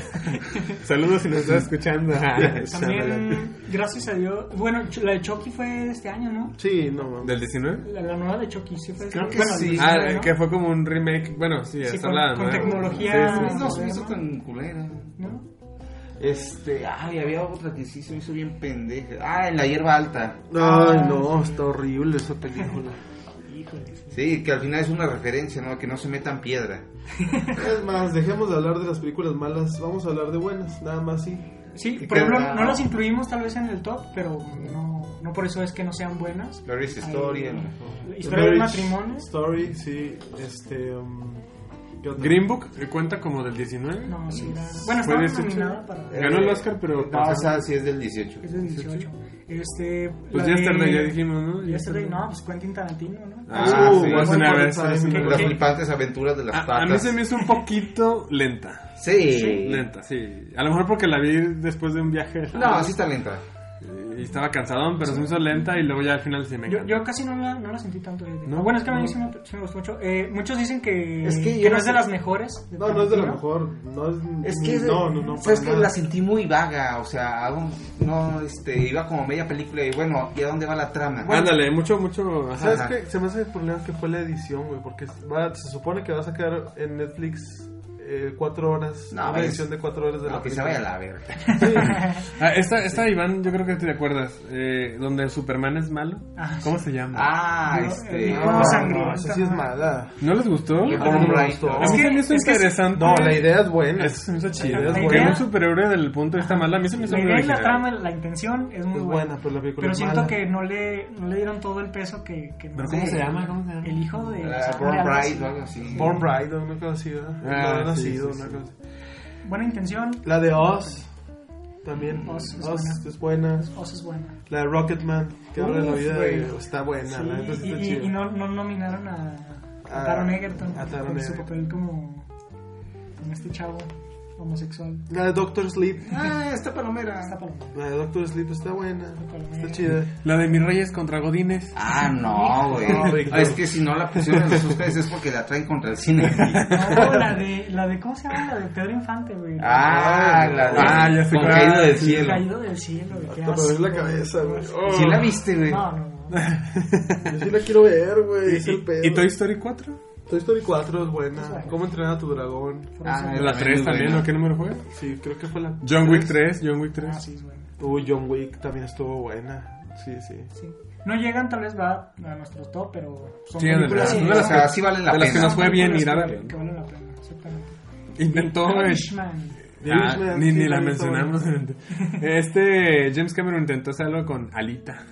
[SPEAKER 4] Saludos si nos estás escuchando.
[SPEAKER 2] También, gracias a Dios. Bueno, ch- la de Chucky fue este año, ¿no?
[SPEAKER 3] Sí, no mames.
[SPEAKER 4] ¿Del 19?
[SPEAKER 2] La, la nueva de Chucky, sí fue este
[SPEAKER 1] Creo que
[SPEAKER 2] bueno,
[SPEAKER 1] sí.
[SPEAKER 2] el
[SPEAKER 4] Ah,
[SPEAKER 2] 19, ¿no?
[SPEAKER 4] que fue como un remake. Bueno, sí,
[SPEAKER 2] Sí,
[SPEAKER 4] está
[SPEAKER 2] con-
[SPEAKER 4] la
[SPEAKER 2] con
[SPEAKER 4] nueva.
[SPEAKER 2] tecnología.
[SPEAKER 4] Sí, sí.
[SPEAKER 1] no se me hizo tan culera.
[SPEAKER 2] ¿No?
[SPEAKER 1] Este, ay, había otra que sí se me hizo bien pendeja. Ah, en la hierba alta.
[SPEAKER 3] Ay, no, está horrible esa película.
[SPEAKER 2] Híjoles.
[SPEAKER 1] Sí, que al final es una referencia, ¿no? Que no se metan piedra.
[SPEAKER 3] es más, dejemos de hablar de las películas malas, vamos a hablar de buenas, nada más sí.
[SPEAKER 2] Sí,
[SPEAKER 1] Y
[SPEAKER 2] por ejemplo,
[SPEAKER 1] cada-
[SPEAKER 2] no las incluimos tal vez en el top, pero no, no por eso es que no sean buenas.
[SPEAKER 1] Glorious Story, a lo mejor.
[SPEAKER 2] La Historia del
[SPEAKER 3] Marriage
[SPEAKER 2] matrimonio.
[SPEAKER 3] Story, sí. Este. um, ¿qué otra?
[SPEAKER 4] Green Book eh, cuenta como del 19.
[SPEAKER 2] No, sí, era... Bueno,
[SPEAKER 4] Fue
[SPEAKER 2] estaba
[SPEAKER 4] 18.
[SPEAKER 2] nominada para...
[SPEAKER 4] Ganó
[SPEAKER 1] Eh,
[SPEAKER 4] el Oscar, pero.
[SPEAKER 1] No, o sea, sí es del 18.
[SPEAKER 2] Es del 18. Este... la
[SPEAKER 4] Pues
[SPEAKER 2] de-
[SPEAKER 4] Yesterday ya dijimos, ¿no?
[SPEAKER 2] Yesterday, no, pues Quentin Tarantino, ¿no?
[SPEAKER 4] Ah,
[SPEAKER 1] Uh, Once
[SPEAKER 4] sí. Once
[SPEAKER 1] Upon
[SPEAKER 3] a
[SPEAKER 4] Upon a
[SPEAKER 3] Time.
[SPEAKER 4] Time.
[SPEAKER 2] ¿Qué-
[SPEAKER 1] Las
[SPEAKER 2] qué-
[SPEAKER 1] flipantes aventuras de las
[SPEAKER 4] A,
[SPEAKER 1] patas.
[SPEAKER 4] Ah, a mí se me hizo un poquito lenta.
[SPEAKER 1] Sí.
[SPEAKER 4] Lenta, sí. A lo mejor porque la vi después de un viaje. Ah,
[SPEAKER 1] No, sí está lenta.
[SPEAKER 4] Y estaba cansadón, pero se me hizo lenta y luego ya al final sí me
[SPEAKER 2] Yo,
[SPEAKER 4] encantó.
[SPEAKER 2] yo casi no la, no la sentí tanto. eh,
[SPEAKER 4] No,
[SPEAKER 2] bueno, es que a mí
[SPEAKER 4] no.
[SPEAKER 2] sí me, sí me gustó mucho. Eh, muchos dicen que,
[SPEAKER 1] Es que yo
[SPEAKER 2] no
[SPEAKER 1] no
[SPEAKER 2] es de
[SPEAKER 1] sé.
[SPEAKER 2] las mejores.
[SPEAKER 3] No, no es de lo
[SPEAKER 2] Tarantino.
[SPEAKER 3] mejor. No es,
[SPEAKER 1] Es que es de-
[SPEAKER 3] no, no, no.
[SPEAKER 1] sabes
[SPEAKER 3] para
[SPEAKER 1] que
[SPEAKER 3] nada.
[SPEAKER 1] la sentí muy vaga, o sea, aún no este iba como media película y bueno, ¿y a dónde va la trama?
[SPEAKER 4] Ándale, mucho, mucho. ajá.
[SPEAKER 3] ¿Sabes
[SPEAKER 1] Ajá.
[SPEAKER 3] qué? Se me hace el problema que fue la edición, güey. Porque va- se supone que va a sacar en Netflix eh, cuatro horas.
[SPEAKER 1] No,
[SPEAKER 3] una
[SPEAKER 1] es-
[SPEAKER 3] edición de cuatro horas de la
[SPEAKER 1] No, que se vaya
[SPEAKER 3] película.
[SPEAKER 1] a la verga.
[SPEAKER 4] Ah, esta, esta Iván, yo creo que te acuerdas. Eh, donde Superman es malo.
[SPEAKER 2] Ah,
[SPEAKER 4] ¿Cómo se llama?
[SPEAKER 1] Ah,
[SPEAKER 2] No,
[SPEAKER 1] este.
[SPEAKER 2] el
[SPEAKER 3] No,
[SPEAKER 2] Como
[SPEAKER 3] no,
[SPEAKER 2] sangrienta.
[SPEAKER 3] esa sí es mala.
[SPEAKER 4] ¿No les gustó?
[SPEAKER 1] Y
[SPEAKER 4] A
[SPEAKER 1] Born
[SPEAKER 3] no me
[SPEAKER 1] Right,
[SPEAKER 3] gustó.
[SPEAKER 1] ¿no?
[SPEAKER 4] mí
[SPEAKER 2] Es
[SPEAKER 4] se
[SPEAKER 2] que-
[SPEAKER 4] me hizo
[SPEAKER 2] es que-
[SPEAKER 4] interesante.
[SPEAKER 3] No, la idea es buena.
[SPEAKER 4] Eso se me hizo chido.
[SPEAKER 2] La
[SPEAKER 4] Porque
[SPEAKER 2] idea-
[SPEAKER 4] un superhéroe del punto de vista mala, a mí se me hizo
[SPEAKER 2] La
[SPEAKER 4] muy
[SPEAKER 2] idea y la
[SPEAKER 4] original.
[SPEAKER 2] trama, la intención es muy
[SPEAKER 3] Es
[SPEAKER 2] buena.
[SPEAKER 3] buena, pero la película
[SPEAKER 2] Pero
[SPEAKER 3] es
[SPEAKER 2] siento
[SPEAKER 3] mala.
[SPEAKER 2] que no le, no le dieron todo el peso que, que
[SPEAKER 4] ¿Pero
[SPEAKER 2] merece
[SPEAKER 4] cómo se
[SPEAKER 2] el-
[SPEAKER 4] llama? ¿Cómo se llama? Ah,
[SPEAKER 2] El hijo de...
[SPEAKER 1] eh,
[SPEAKER 2] Alexander
[SPEAKER 1] Born
[SPEAKER 2] Alba,
[SPEAKER 1] Bright
[SPEAKER 2] ah, sí.
[SPEAKER 1] o algo así.
[SPEAKER 3] Born Bride, una cosa así, ¿verdad?
[SPEAKER 4] Ah,
[SPEAKER 3] no, no ha
[SPEAKER 4] sí,
[SPEAKER 3] sido
[SPEAKER 4] sí,
[SPEAKER 3] una
[SPEAKER 4] sí.
[SPEAKER 3] cosa así.
[SPEAKER 2] buena intención.
[SPEAKER 3] La de Oz. También.
[SPEAKER 5] Mm,
[SPEAKER 2] Oz es
[SPEAKER 3] Oz
[SPEAKER 2] buena.
[SPEAKER 3] es buena.
[SPEAKER 2] Oz es buena.
[SPEAKER 3] La de Rocketman, que habla de la
[SPEAKER 2] Uf,
[SPEAKER 3] vida
[SPEAKER 2] güey.
[SPEAKER 3] de. Está buena,
[SPEAKER 2] Sí,
[SPEAKER 3] la neta
[SPEAKER 2] y,
[SPEAKER 3] está
[SPEAKER 2] y-
[SPEAKER 3] chida.
[SPEAKER 2] y no, no nominaron a, a
[SPEAKER 3] A-
[SPEAKER 2] Taron Egerton
[SPEAKER 3] a Taron
[SPEAKER 2] por su
[SPEAKER 3] Egerton.
[SPEAKER 2] papel como, como este chavo homosexual.
[SPEAKER 3] La de Doctor Sleep.
[SPEAKER 2] Ah, esta palomera. Esta palomera.
[SPEAKER 3] La de Doctor Sleep está buena.
[SPEAKER 2] palomera.
[SPEAKER 3] Está chida.
[SPEAKER 4] La de mis reyes contra Godines.
[SPEAKER 1] Ah, no, güey.
[SPEAKER 3] No, Víctor.
[SPEAKER 1] es que si no la pusieron en los Óscares es porque la traen contra el cine.
[SPEAKER 2] No, la de, la de, ¿cómo se llama? La de Pedro Infante, güey.
[SPEAKER 1] ah, la de,
[SPEAKER 4] Ah, ya sé
[SPEAKER 1] con
[SPEAKER 4] cuál.
[SPEAKER 1] caído del
[SPEAKER 4] Sí,
[SPEAKER 1] cielo.
[SPEAKER 2] Caído del cielo, güey. qué
[SPEAKER 5] Hasta me duele la
[SPEAKER 2] asco,
[SPEAKER 5] cabeza, güey.
[SPEAKER 1] Si Oh, ¿Sí la viste, güey.
[SPEAKER 2] No, no, no.
[SPEAKER 5] Yo sí la quiero ver, güey. Es el pedo.
[SPEAKER 4] ¿Y, y Toy Story 4?
[SPEAKER 3] Toy Story 4 es
[SPEAKER 2] Es
[SPEAKER 3] buena.
[SPEAKER 2] buena.
[SPEAKER 3] ¿Cómo entrenar a tu dragón?
[SPEAKER 1] Ah,
[SPEAKER 4] La 3 también, ¿no? ¿Qué número fue?
[SPEAKER 3] Sí, creo que fue la.
[SPEAKER 4] John Wick 3, John Wick 3.
[SPEAKER 2] Ah, sí, es buena.
[SPEAKER 3] Uh, John Wick también estuvo buena. Sí, sí.
[SPEAKER 2] Sí. No llegan tal vez va a nuestros top, pero son
[SPEAKER 4] Sí, en
[SPEAKER 2] películas
[SPEAKER 4] realidad.
[SPEAKER 2] que-
[SPEAKER 1] No, o sea, sí valen la
[SPEAKER 4] de las que
[SPEAKER 1] pena.
[SPEAKER 4] nos fue bien ir a
[SPEAKER 2] películas
[SPEAKER 4] verla,
[SPEAKER 2] Que, que valen la pena, exactamente.
[SPEAKER 4] Intentó... eh,
[SPEAKER 2] Irishman.
[SPEAKER 4] ah,
[SPEAKER 3] Irishman,
[SPEAKER 4] ni,
[SPEAKER 3] sí,
[SPEAKER 4] ni la
[SPEAKER 3] también está
[SPEAKER 4] mencionamos. Este James Cameron intentó hacerlo con Alita.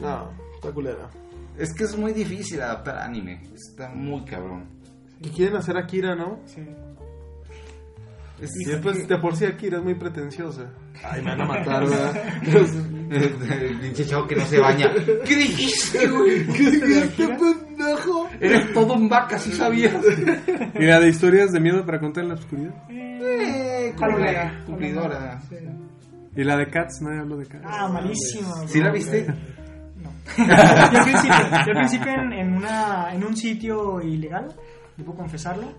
[SPEAKER 3] No, está culera.
[SPEAKER 1] Es que es muy difícil adaptar anime. Está muy cabrón.
[SPEAKER 3] Que quieren hacer Akira, ¿no?
[SPEAKER 2] Sí.
[SPEAKER 1] Es-
[SPEAKER 3] Sí, pues de por sí Akira es muy pretenciosa. Ay, me van a matar, ¿verdad?
[SPEAKER 1] El pinche chavo que no se baña. ¿Qué dijiste, güey?
[SPEAKER 3] ¡Qué pendejo!
[SPEAKER 1] Eres todo un vaca, sí sabías.
[SPEAKER 4] Y la de historias de miedo para contar en la oscuridad.
[SPEAKER 1] Eh,
[SPEAKER 2] Palomera.
[SPEAKER 1] culera, cumplidora.
[SPEAKER 2] Sí.
[SPEAKER 4] Y la de Cats, nadie habló de Cats.
[SPEAKER 2] Ah, malísima. güey.
[SPEAKER 1] ¿Sí la viste?
[SPEAKER 2] No. yo al principio, yo al principio en, en una, en un sitio ilegal, debo confesarlo.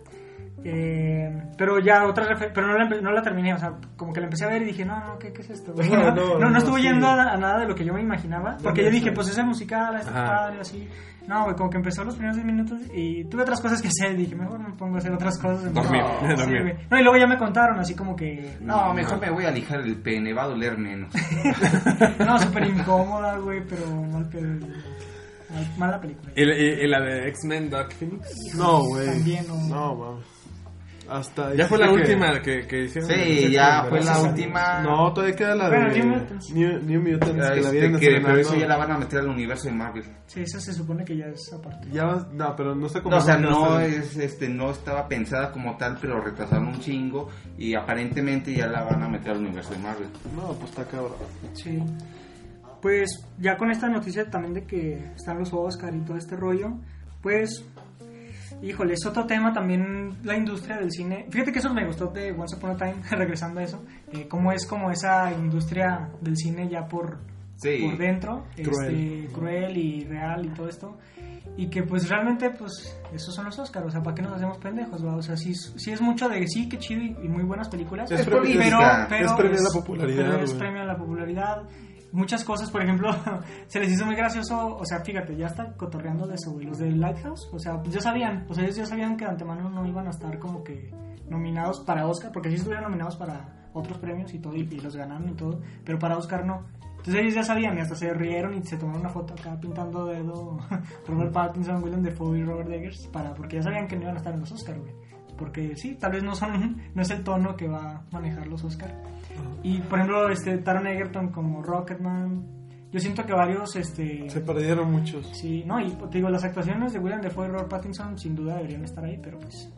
[SPEAKER 2] eh, pero ya otra refer- pero no la, empe- no la terminé, o sea, como que la empecé a ver y dije, no, no, ¿qué, qué es esto? güey?"
[SPEAKER 3] No,
[SPEAKER 2] No,
[SPEAKER 3] no,
[SPEAKER 2] no,
[SPEAKER 3] no,
[SPEAKER 2] estuvo
[SPEAKER 3] sí.
[SPEAKER 2] yendo a, a nada de lo que yo me imaginaba, porque
[SPEAKER 3] no,
[SPEAKER 2] yo dije,
[SPEAKER 3] sí.
[SPEAKER 2] pues es el musical, este
[SPEAKER 4] Ajá.
[SPEAKER 2] padre, así. No, güey, como que empezó los primeros 10 minutos y tuve otras cosas que hacer, dije, mejor me pongo a hacer otras cosas.
[SPEAKER 4] Dormir,
[SPEAKER 2] No, sí,
[SPEAKER 4] dormir.
[SPEAKER 2] güey. no y luego ya me contaron, así como que,
[SPEAKER 1] No, mejor me voy a lijar el pene, va a doler menos.
[SPEAKER 2] no, súper incómoda, güey, pero mal pedo. Mal, mala película.
[SPEAKER 4] Y, la- y- y la de X-Men Dark Phoenix.
[SPEAKER 3] No, güey.
[SPEAKER 2] También, no.
[SPEAKER 3] No, vamos. Hasta.
[SPEAKER 4] Ya fue la
[SPEAKER 3] que-
[SPEAKER 4] última que, que hicieron.
[SPEAKER 1] Sí, ya fue la
[SPEAKER 2] Sí, sí.
[SPEAKER 1] última.
[SPEAKER 3] No, todavía queda la
[SPEAKER 2] Bueno,
[SPEAKER 3] de
[SPEAKER 2] New Mutants.
[SPEAKER 3] New, New Mutants,
[SPEAKER 1] Este,
[SPEAKER 3] que la vienen
[SPEAKER 1] que, pero
[SPEAKER 3] estrenando.
[SPEAKER 1] eso ya la van a meter al universo de Marvel.
[SPEAKER 2] Sí, esa se supone que ya es aparte.
[SPEAKER 3] Ya va- no, pero no está como...
[SPEAKER 1] No, o sea, no
[SPEAKER 3] está-
[SPEAKER 1] es, este, no estaba pensada como tal, pero retrasaron un chingo y aparentemente ya la van a meter al universo de Marvel.
[SPEAKER 3] No, pues está cabrón.
[SPEAKER 2] Sí. Pues ya con esta noticia también de que están los Oscar y todo este rollo, pues, híjole, es otro tema también la industria del cine. Fíjate que eso me gustó de Once Upon a Time, regresando a eso, eh, cómo es como esa industria del cine ya por,
[SPEAKER 1] Sí.
[SPEAKER 2] por dentro,
[SPEAKER 3] Cruel.
[SPEAKER 2] Este, cruel y real y todo esto. Y que pues realmente, pues, esos son los Oscars, o sea, ¿para qué nos hacemos pendejos? va? O sea, sí, es- sí es mucho de sí, qué chido y, y muy buenas películas.
[SPEAKER 3] Es
[SPEAKER 2] pero,
[SPEAKER 1] premio-
[SPEAKER 2] pero
[SPEAKER 3] es premio a la popularidad,
[SPEAKER 2] pero es
[SPEAKER 3] güey.
[SPEAKER 2] premio a la popularidad. Muchas cosas, por ejemplo, se les hizo muy gracioso, o sea, fíjate, ya están cotorreando de eso, güey, los de Lighthouse, o sea, pues ya sabían, o sea, ellos ya sabían que de antemano no iban a estar como que nominados para Oscar, porque sí estuvieron nominados para otros premios y todo, y, y los ganaron y todo, pero para Oscar no. Entonces ellos ya sabían y hasta se rieron y se tomaron una foto acá pintando dedo Robert Pattinson, William Defoe y Robert Eggers, para, porque ya sabían que no iban a estar en los Oscar, güey. Porque sí, tal vez no, son, no es el tono que va a manejar los Oscar. Y por ejemplo, este Taron Egerton como Rocketman. Yo siento que varios este
[SPEAKER 3] Se perdieron muchos.
[SPEAKER 2] sí, no, y te digo las actuaciones de William Defoe y Robert Pattinson sin duda deberían estar ahí, pero pues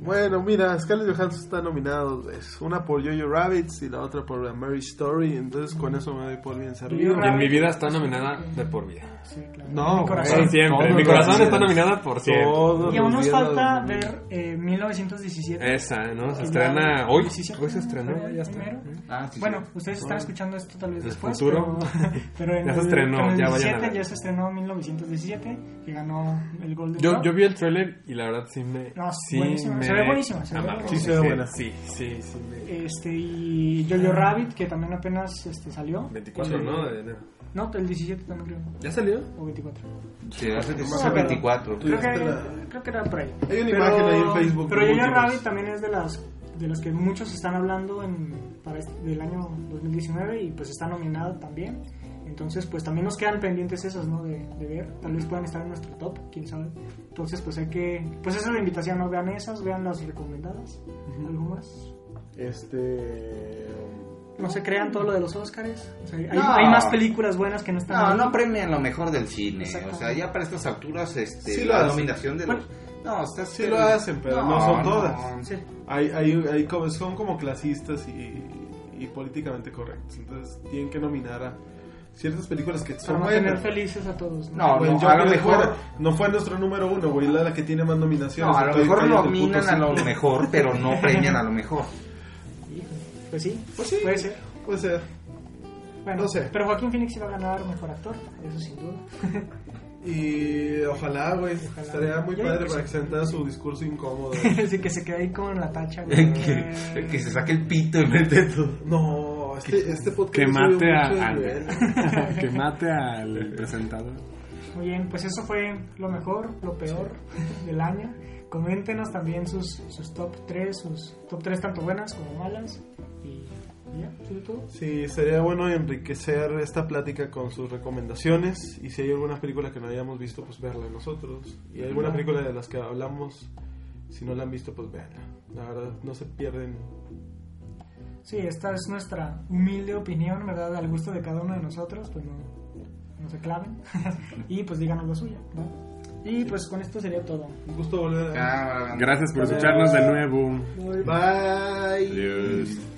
[SPEAKER 3] Bueno, mira, Scarlett Johansson está nominada dos veces. Una por Jojo Rabbits y la otra por A Mary Story. Entonces, con eso me doy por bien servido.
[SPEAKER 2] Yo-
[SPEAKER 4] Y en mi vida está nominada de por vida.
[SPEAKER 2] sí, claro.
[SPEAKER 3] No,
[SPEAKER 2] Mi corazón.
[SPEAKER 3] güey.
[SPEAKER 4] Por siempre.
[SPEAKER 3] Todos
[SPEAKER 4] Mi
[SPEAKER 3] los
[SPEAKER 4] corazón
[SPEAKER 3] días.
[SPEAKER 4] está nominada por siempre.
[SPEAKER 3] Todos
[SPEAKER 2] Y aún
[SPEAKER 3] los
[SPEAKER 2] nos
[SPEAKER 3] días
[SPEAKER 2] falta
[SPEAKER 3] los-
[SPEAKER 2] ver eh, 1917.
[SPEAKER 4] Esa, Eh, ¿no? Se
[SPEAKER 2] El
[SPEAKER 4] estrena hoy.
[SPEAKER 2] 17,
[SPEAKER 4] Hoy se estrenó,
[SPEAKER 2] ¿no?
[SPEAKER 4] ya está.
[SPEAKER 2] Primero.
[SPEAKER 1] Ah, sí,
[SPEAKER 2] Bueno,
[SPEAKER 1] sí.
[SPEAKER 2] ustedes están escuchando esto tal vez
[SPEAKER 4] En el
[SPEAKER 2] después.
[SPEAKER 4] futuro.
[SPEAKER 2] Pero, pero en
[SPEAKER 4] Ya se
[SPEAKER 2] el-
[SPEAKER 4] estrenó,
[SPEAKER 2] pero en el
[SPEAKER 4] ya vayan a
[SPEAKER 2] 17
[SPEAKER 4] ver.
[SPEAKER 2] ya se estrenó 1917, que ganó el Golden
[SPEAKER 4] Yo,
[SPEAKER 2] Globe.
[SPEAKER 4] yo vi el tráiler y la verdad sí me...
[SPEAKER 2] Ah. No,
[SPEAKER 4] sí
[SPEAKER 2] buenísima.
[SPEAKER 4] me...
[SPEAKER 2] Se ve buenísima, se ve
[SPEAKER 4] amarró.
[SPEAKER 2] buenísima. Sí,
[SPEAKER 3] se ve buena.
[SPEAKER 4] Sí, sí, sí. me-
[SPEAKER 2] Este, y Jojo Rabbit, que también apenas este, salió.
[SPEAKER 4] 24, ¿no? De enero.
[SPEAKER 2] No, el 17 también
[SPEAKER 4] ¿Ya salió?
[SPEAKER 2] creo. O 24.
[SPEAKER 1] Se hace que
[SPEAKER 2] Bueno,
[SPEAKER 1] sea
[SPEAKER 2] pero-
[SPEAKER 1] 24.
[SPEAKER 2] Creo
[SPEAKER 3] Ya
[SPEAKER 2] que,
[SPEAKER 3] está.
[SPEAKER 2] creo que era por ahí.
[SPEAKER 3] Hay una imagen ahí en Facebook
[SPEAKER 2] Pero
[SPEAKER 3] de
[SPEAKER 2] Jojo
[SPEAKER 3] múltiples.
[SPEAKER 2] Rabbit también es de las de las que muchos están hablando en, para este- del año 2019 y pues está nominado también. Entonces, pues también nos quedan pendientes esos, ¿no? De, de ver. Tal vez puedan estar en nuestro top, quién sabe. Entonces, pues hay que. Pues esa es la invitación, ¿no? Vean esas, vean las recomendadas. ¿Algo más?
[SPEAKER 5] Este.
[SPEAKER 2] No se crean todo lo de los Oscars. O sea, hay,
[SPEAKER 1] No.
[SPEAKER 2] hay más películas buenas que no están.
[SPEAKER 1] No,
[SPEAKER 2] ahí.
[SPEAKER 1] no premian lo mejor del cine. O
[SPEAKER 2] Exactamente.
[SPEAKER 1] sea, ya para estas alturas, este,
[SPEAKER 3] Sí lo
[SPEAKER 1] la
[SPEAKER 3] hacen.
[SPEAKER 1] nominación de los. No, está
[SPEAKER 3] Sí lo hacen, pero no son todas.
[SPEAKER 2] Sí.
[SPEAKER 3] Hay, hay, hay como- son como clasistas y, y políticamente correctos. Entonces tienen que nominar a ciertas películas que
[SPEAKER 2] Para
[SPEAKER 3] son
[SPEAKER 2] no tener
[SPEAKER 3] buenas.
[SPEAKER 2] felices a todos.
[SPEAKER 1] No,
[SPEAKER 3] Güey,
[SPEAKER 1] no,
[SPEAKER 3] yo
[SPEAKER 1] a lo
[SPEAKER 3] creo que
[SPEAKER 1] mejor-
[SPEAKER 3] fuera- no fue nuestro número uno, güey, la, la que tiene más nominaciones.
[SPEAKER 1] No, a lo
[SPEAKER 3] Entonces,
[SPEAKER 1] mejor
[SPEAKER 3] cállate,
[SPEAKER 1] nominan
[SPEAKER 3] puto
[SPEAKER 1] a lo
[SPEAKER 3] simple.
[SPEAKER 1] mejor, pero no premian a lo mejor.
[SPEAKER 2] Pues sí,
[SPEAKER 3] Pues sí,
[SPEAKER 2] puede ser.
[SPEAKER 3] Puede ser.
[SPEAKER 2] Bueno,
[SPEAKER 3] No sé.
[SPEAKER 2] Pero Joaquín Phoenix iba a ganar mejor actor, eso sin duda.
[SPEAKER 3] Y ojalá, güey, estaría muy
[SPEAKER 2] Yo creo
[SPEAKER 3] padre
[SPEAKER 2] que
[SPEAKER 3] para
[SPEAKER 2] sí.
[SPEAKER 3] que sentara su discurso incómodo.
[SPEAKER 2] Así que se queda ahí como en la tacha. güey.
[SPEAKER 1] que, que se saque el pito en vez de todo.
[SPEAKER 3] no, este, este podcast
[SPEAKER 4] Que
[SPEAKER 3] subió
[SPEAKER 4] mate a,
[SPEAKER 3] mucho de
[SPEAKER 4] al-
[SPEAKER 3] nivel.
[SPEAKER 4] que mate al presentador.
[SPEAKER 2] Muy bien, pues eso fue lo mejor, lo peor del año. Coméntenos también sus, sus top 3, sus top 3 tanto buenas como malas. Y y ya, sobre todo.
[SPEAKER 3] Sí, sería bueno enriquecer esta plática con sus recomendaciones y si hay alguna película que no hayamos visto, pues verla nosotros. Y alguna película de las que hablamos, si no la han visto, pues véanla. La verdad, no se pierden.
[SPEAKER 2] Sí, esta es nuestra humilde opinión, ¿verdad? Al gusto de cada uno de nosotros, pues no, no se claven. y pues díganos la suya, ¿no? Y pues con esto sería todo.
[SPEAKER 3] Un gusto volver a...
[SPEAKER 1] Ah,
[SPEAKER 4] Gracias por escucharnos de nuevo.
[SPEAKER 3] Bye.
[SPEAKER 1] Dios.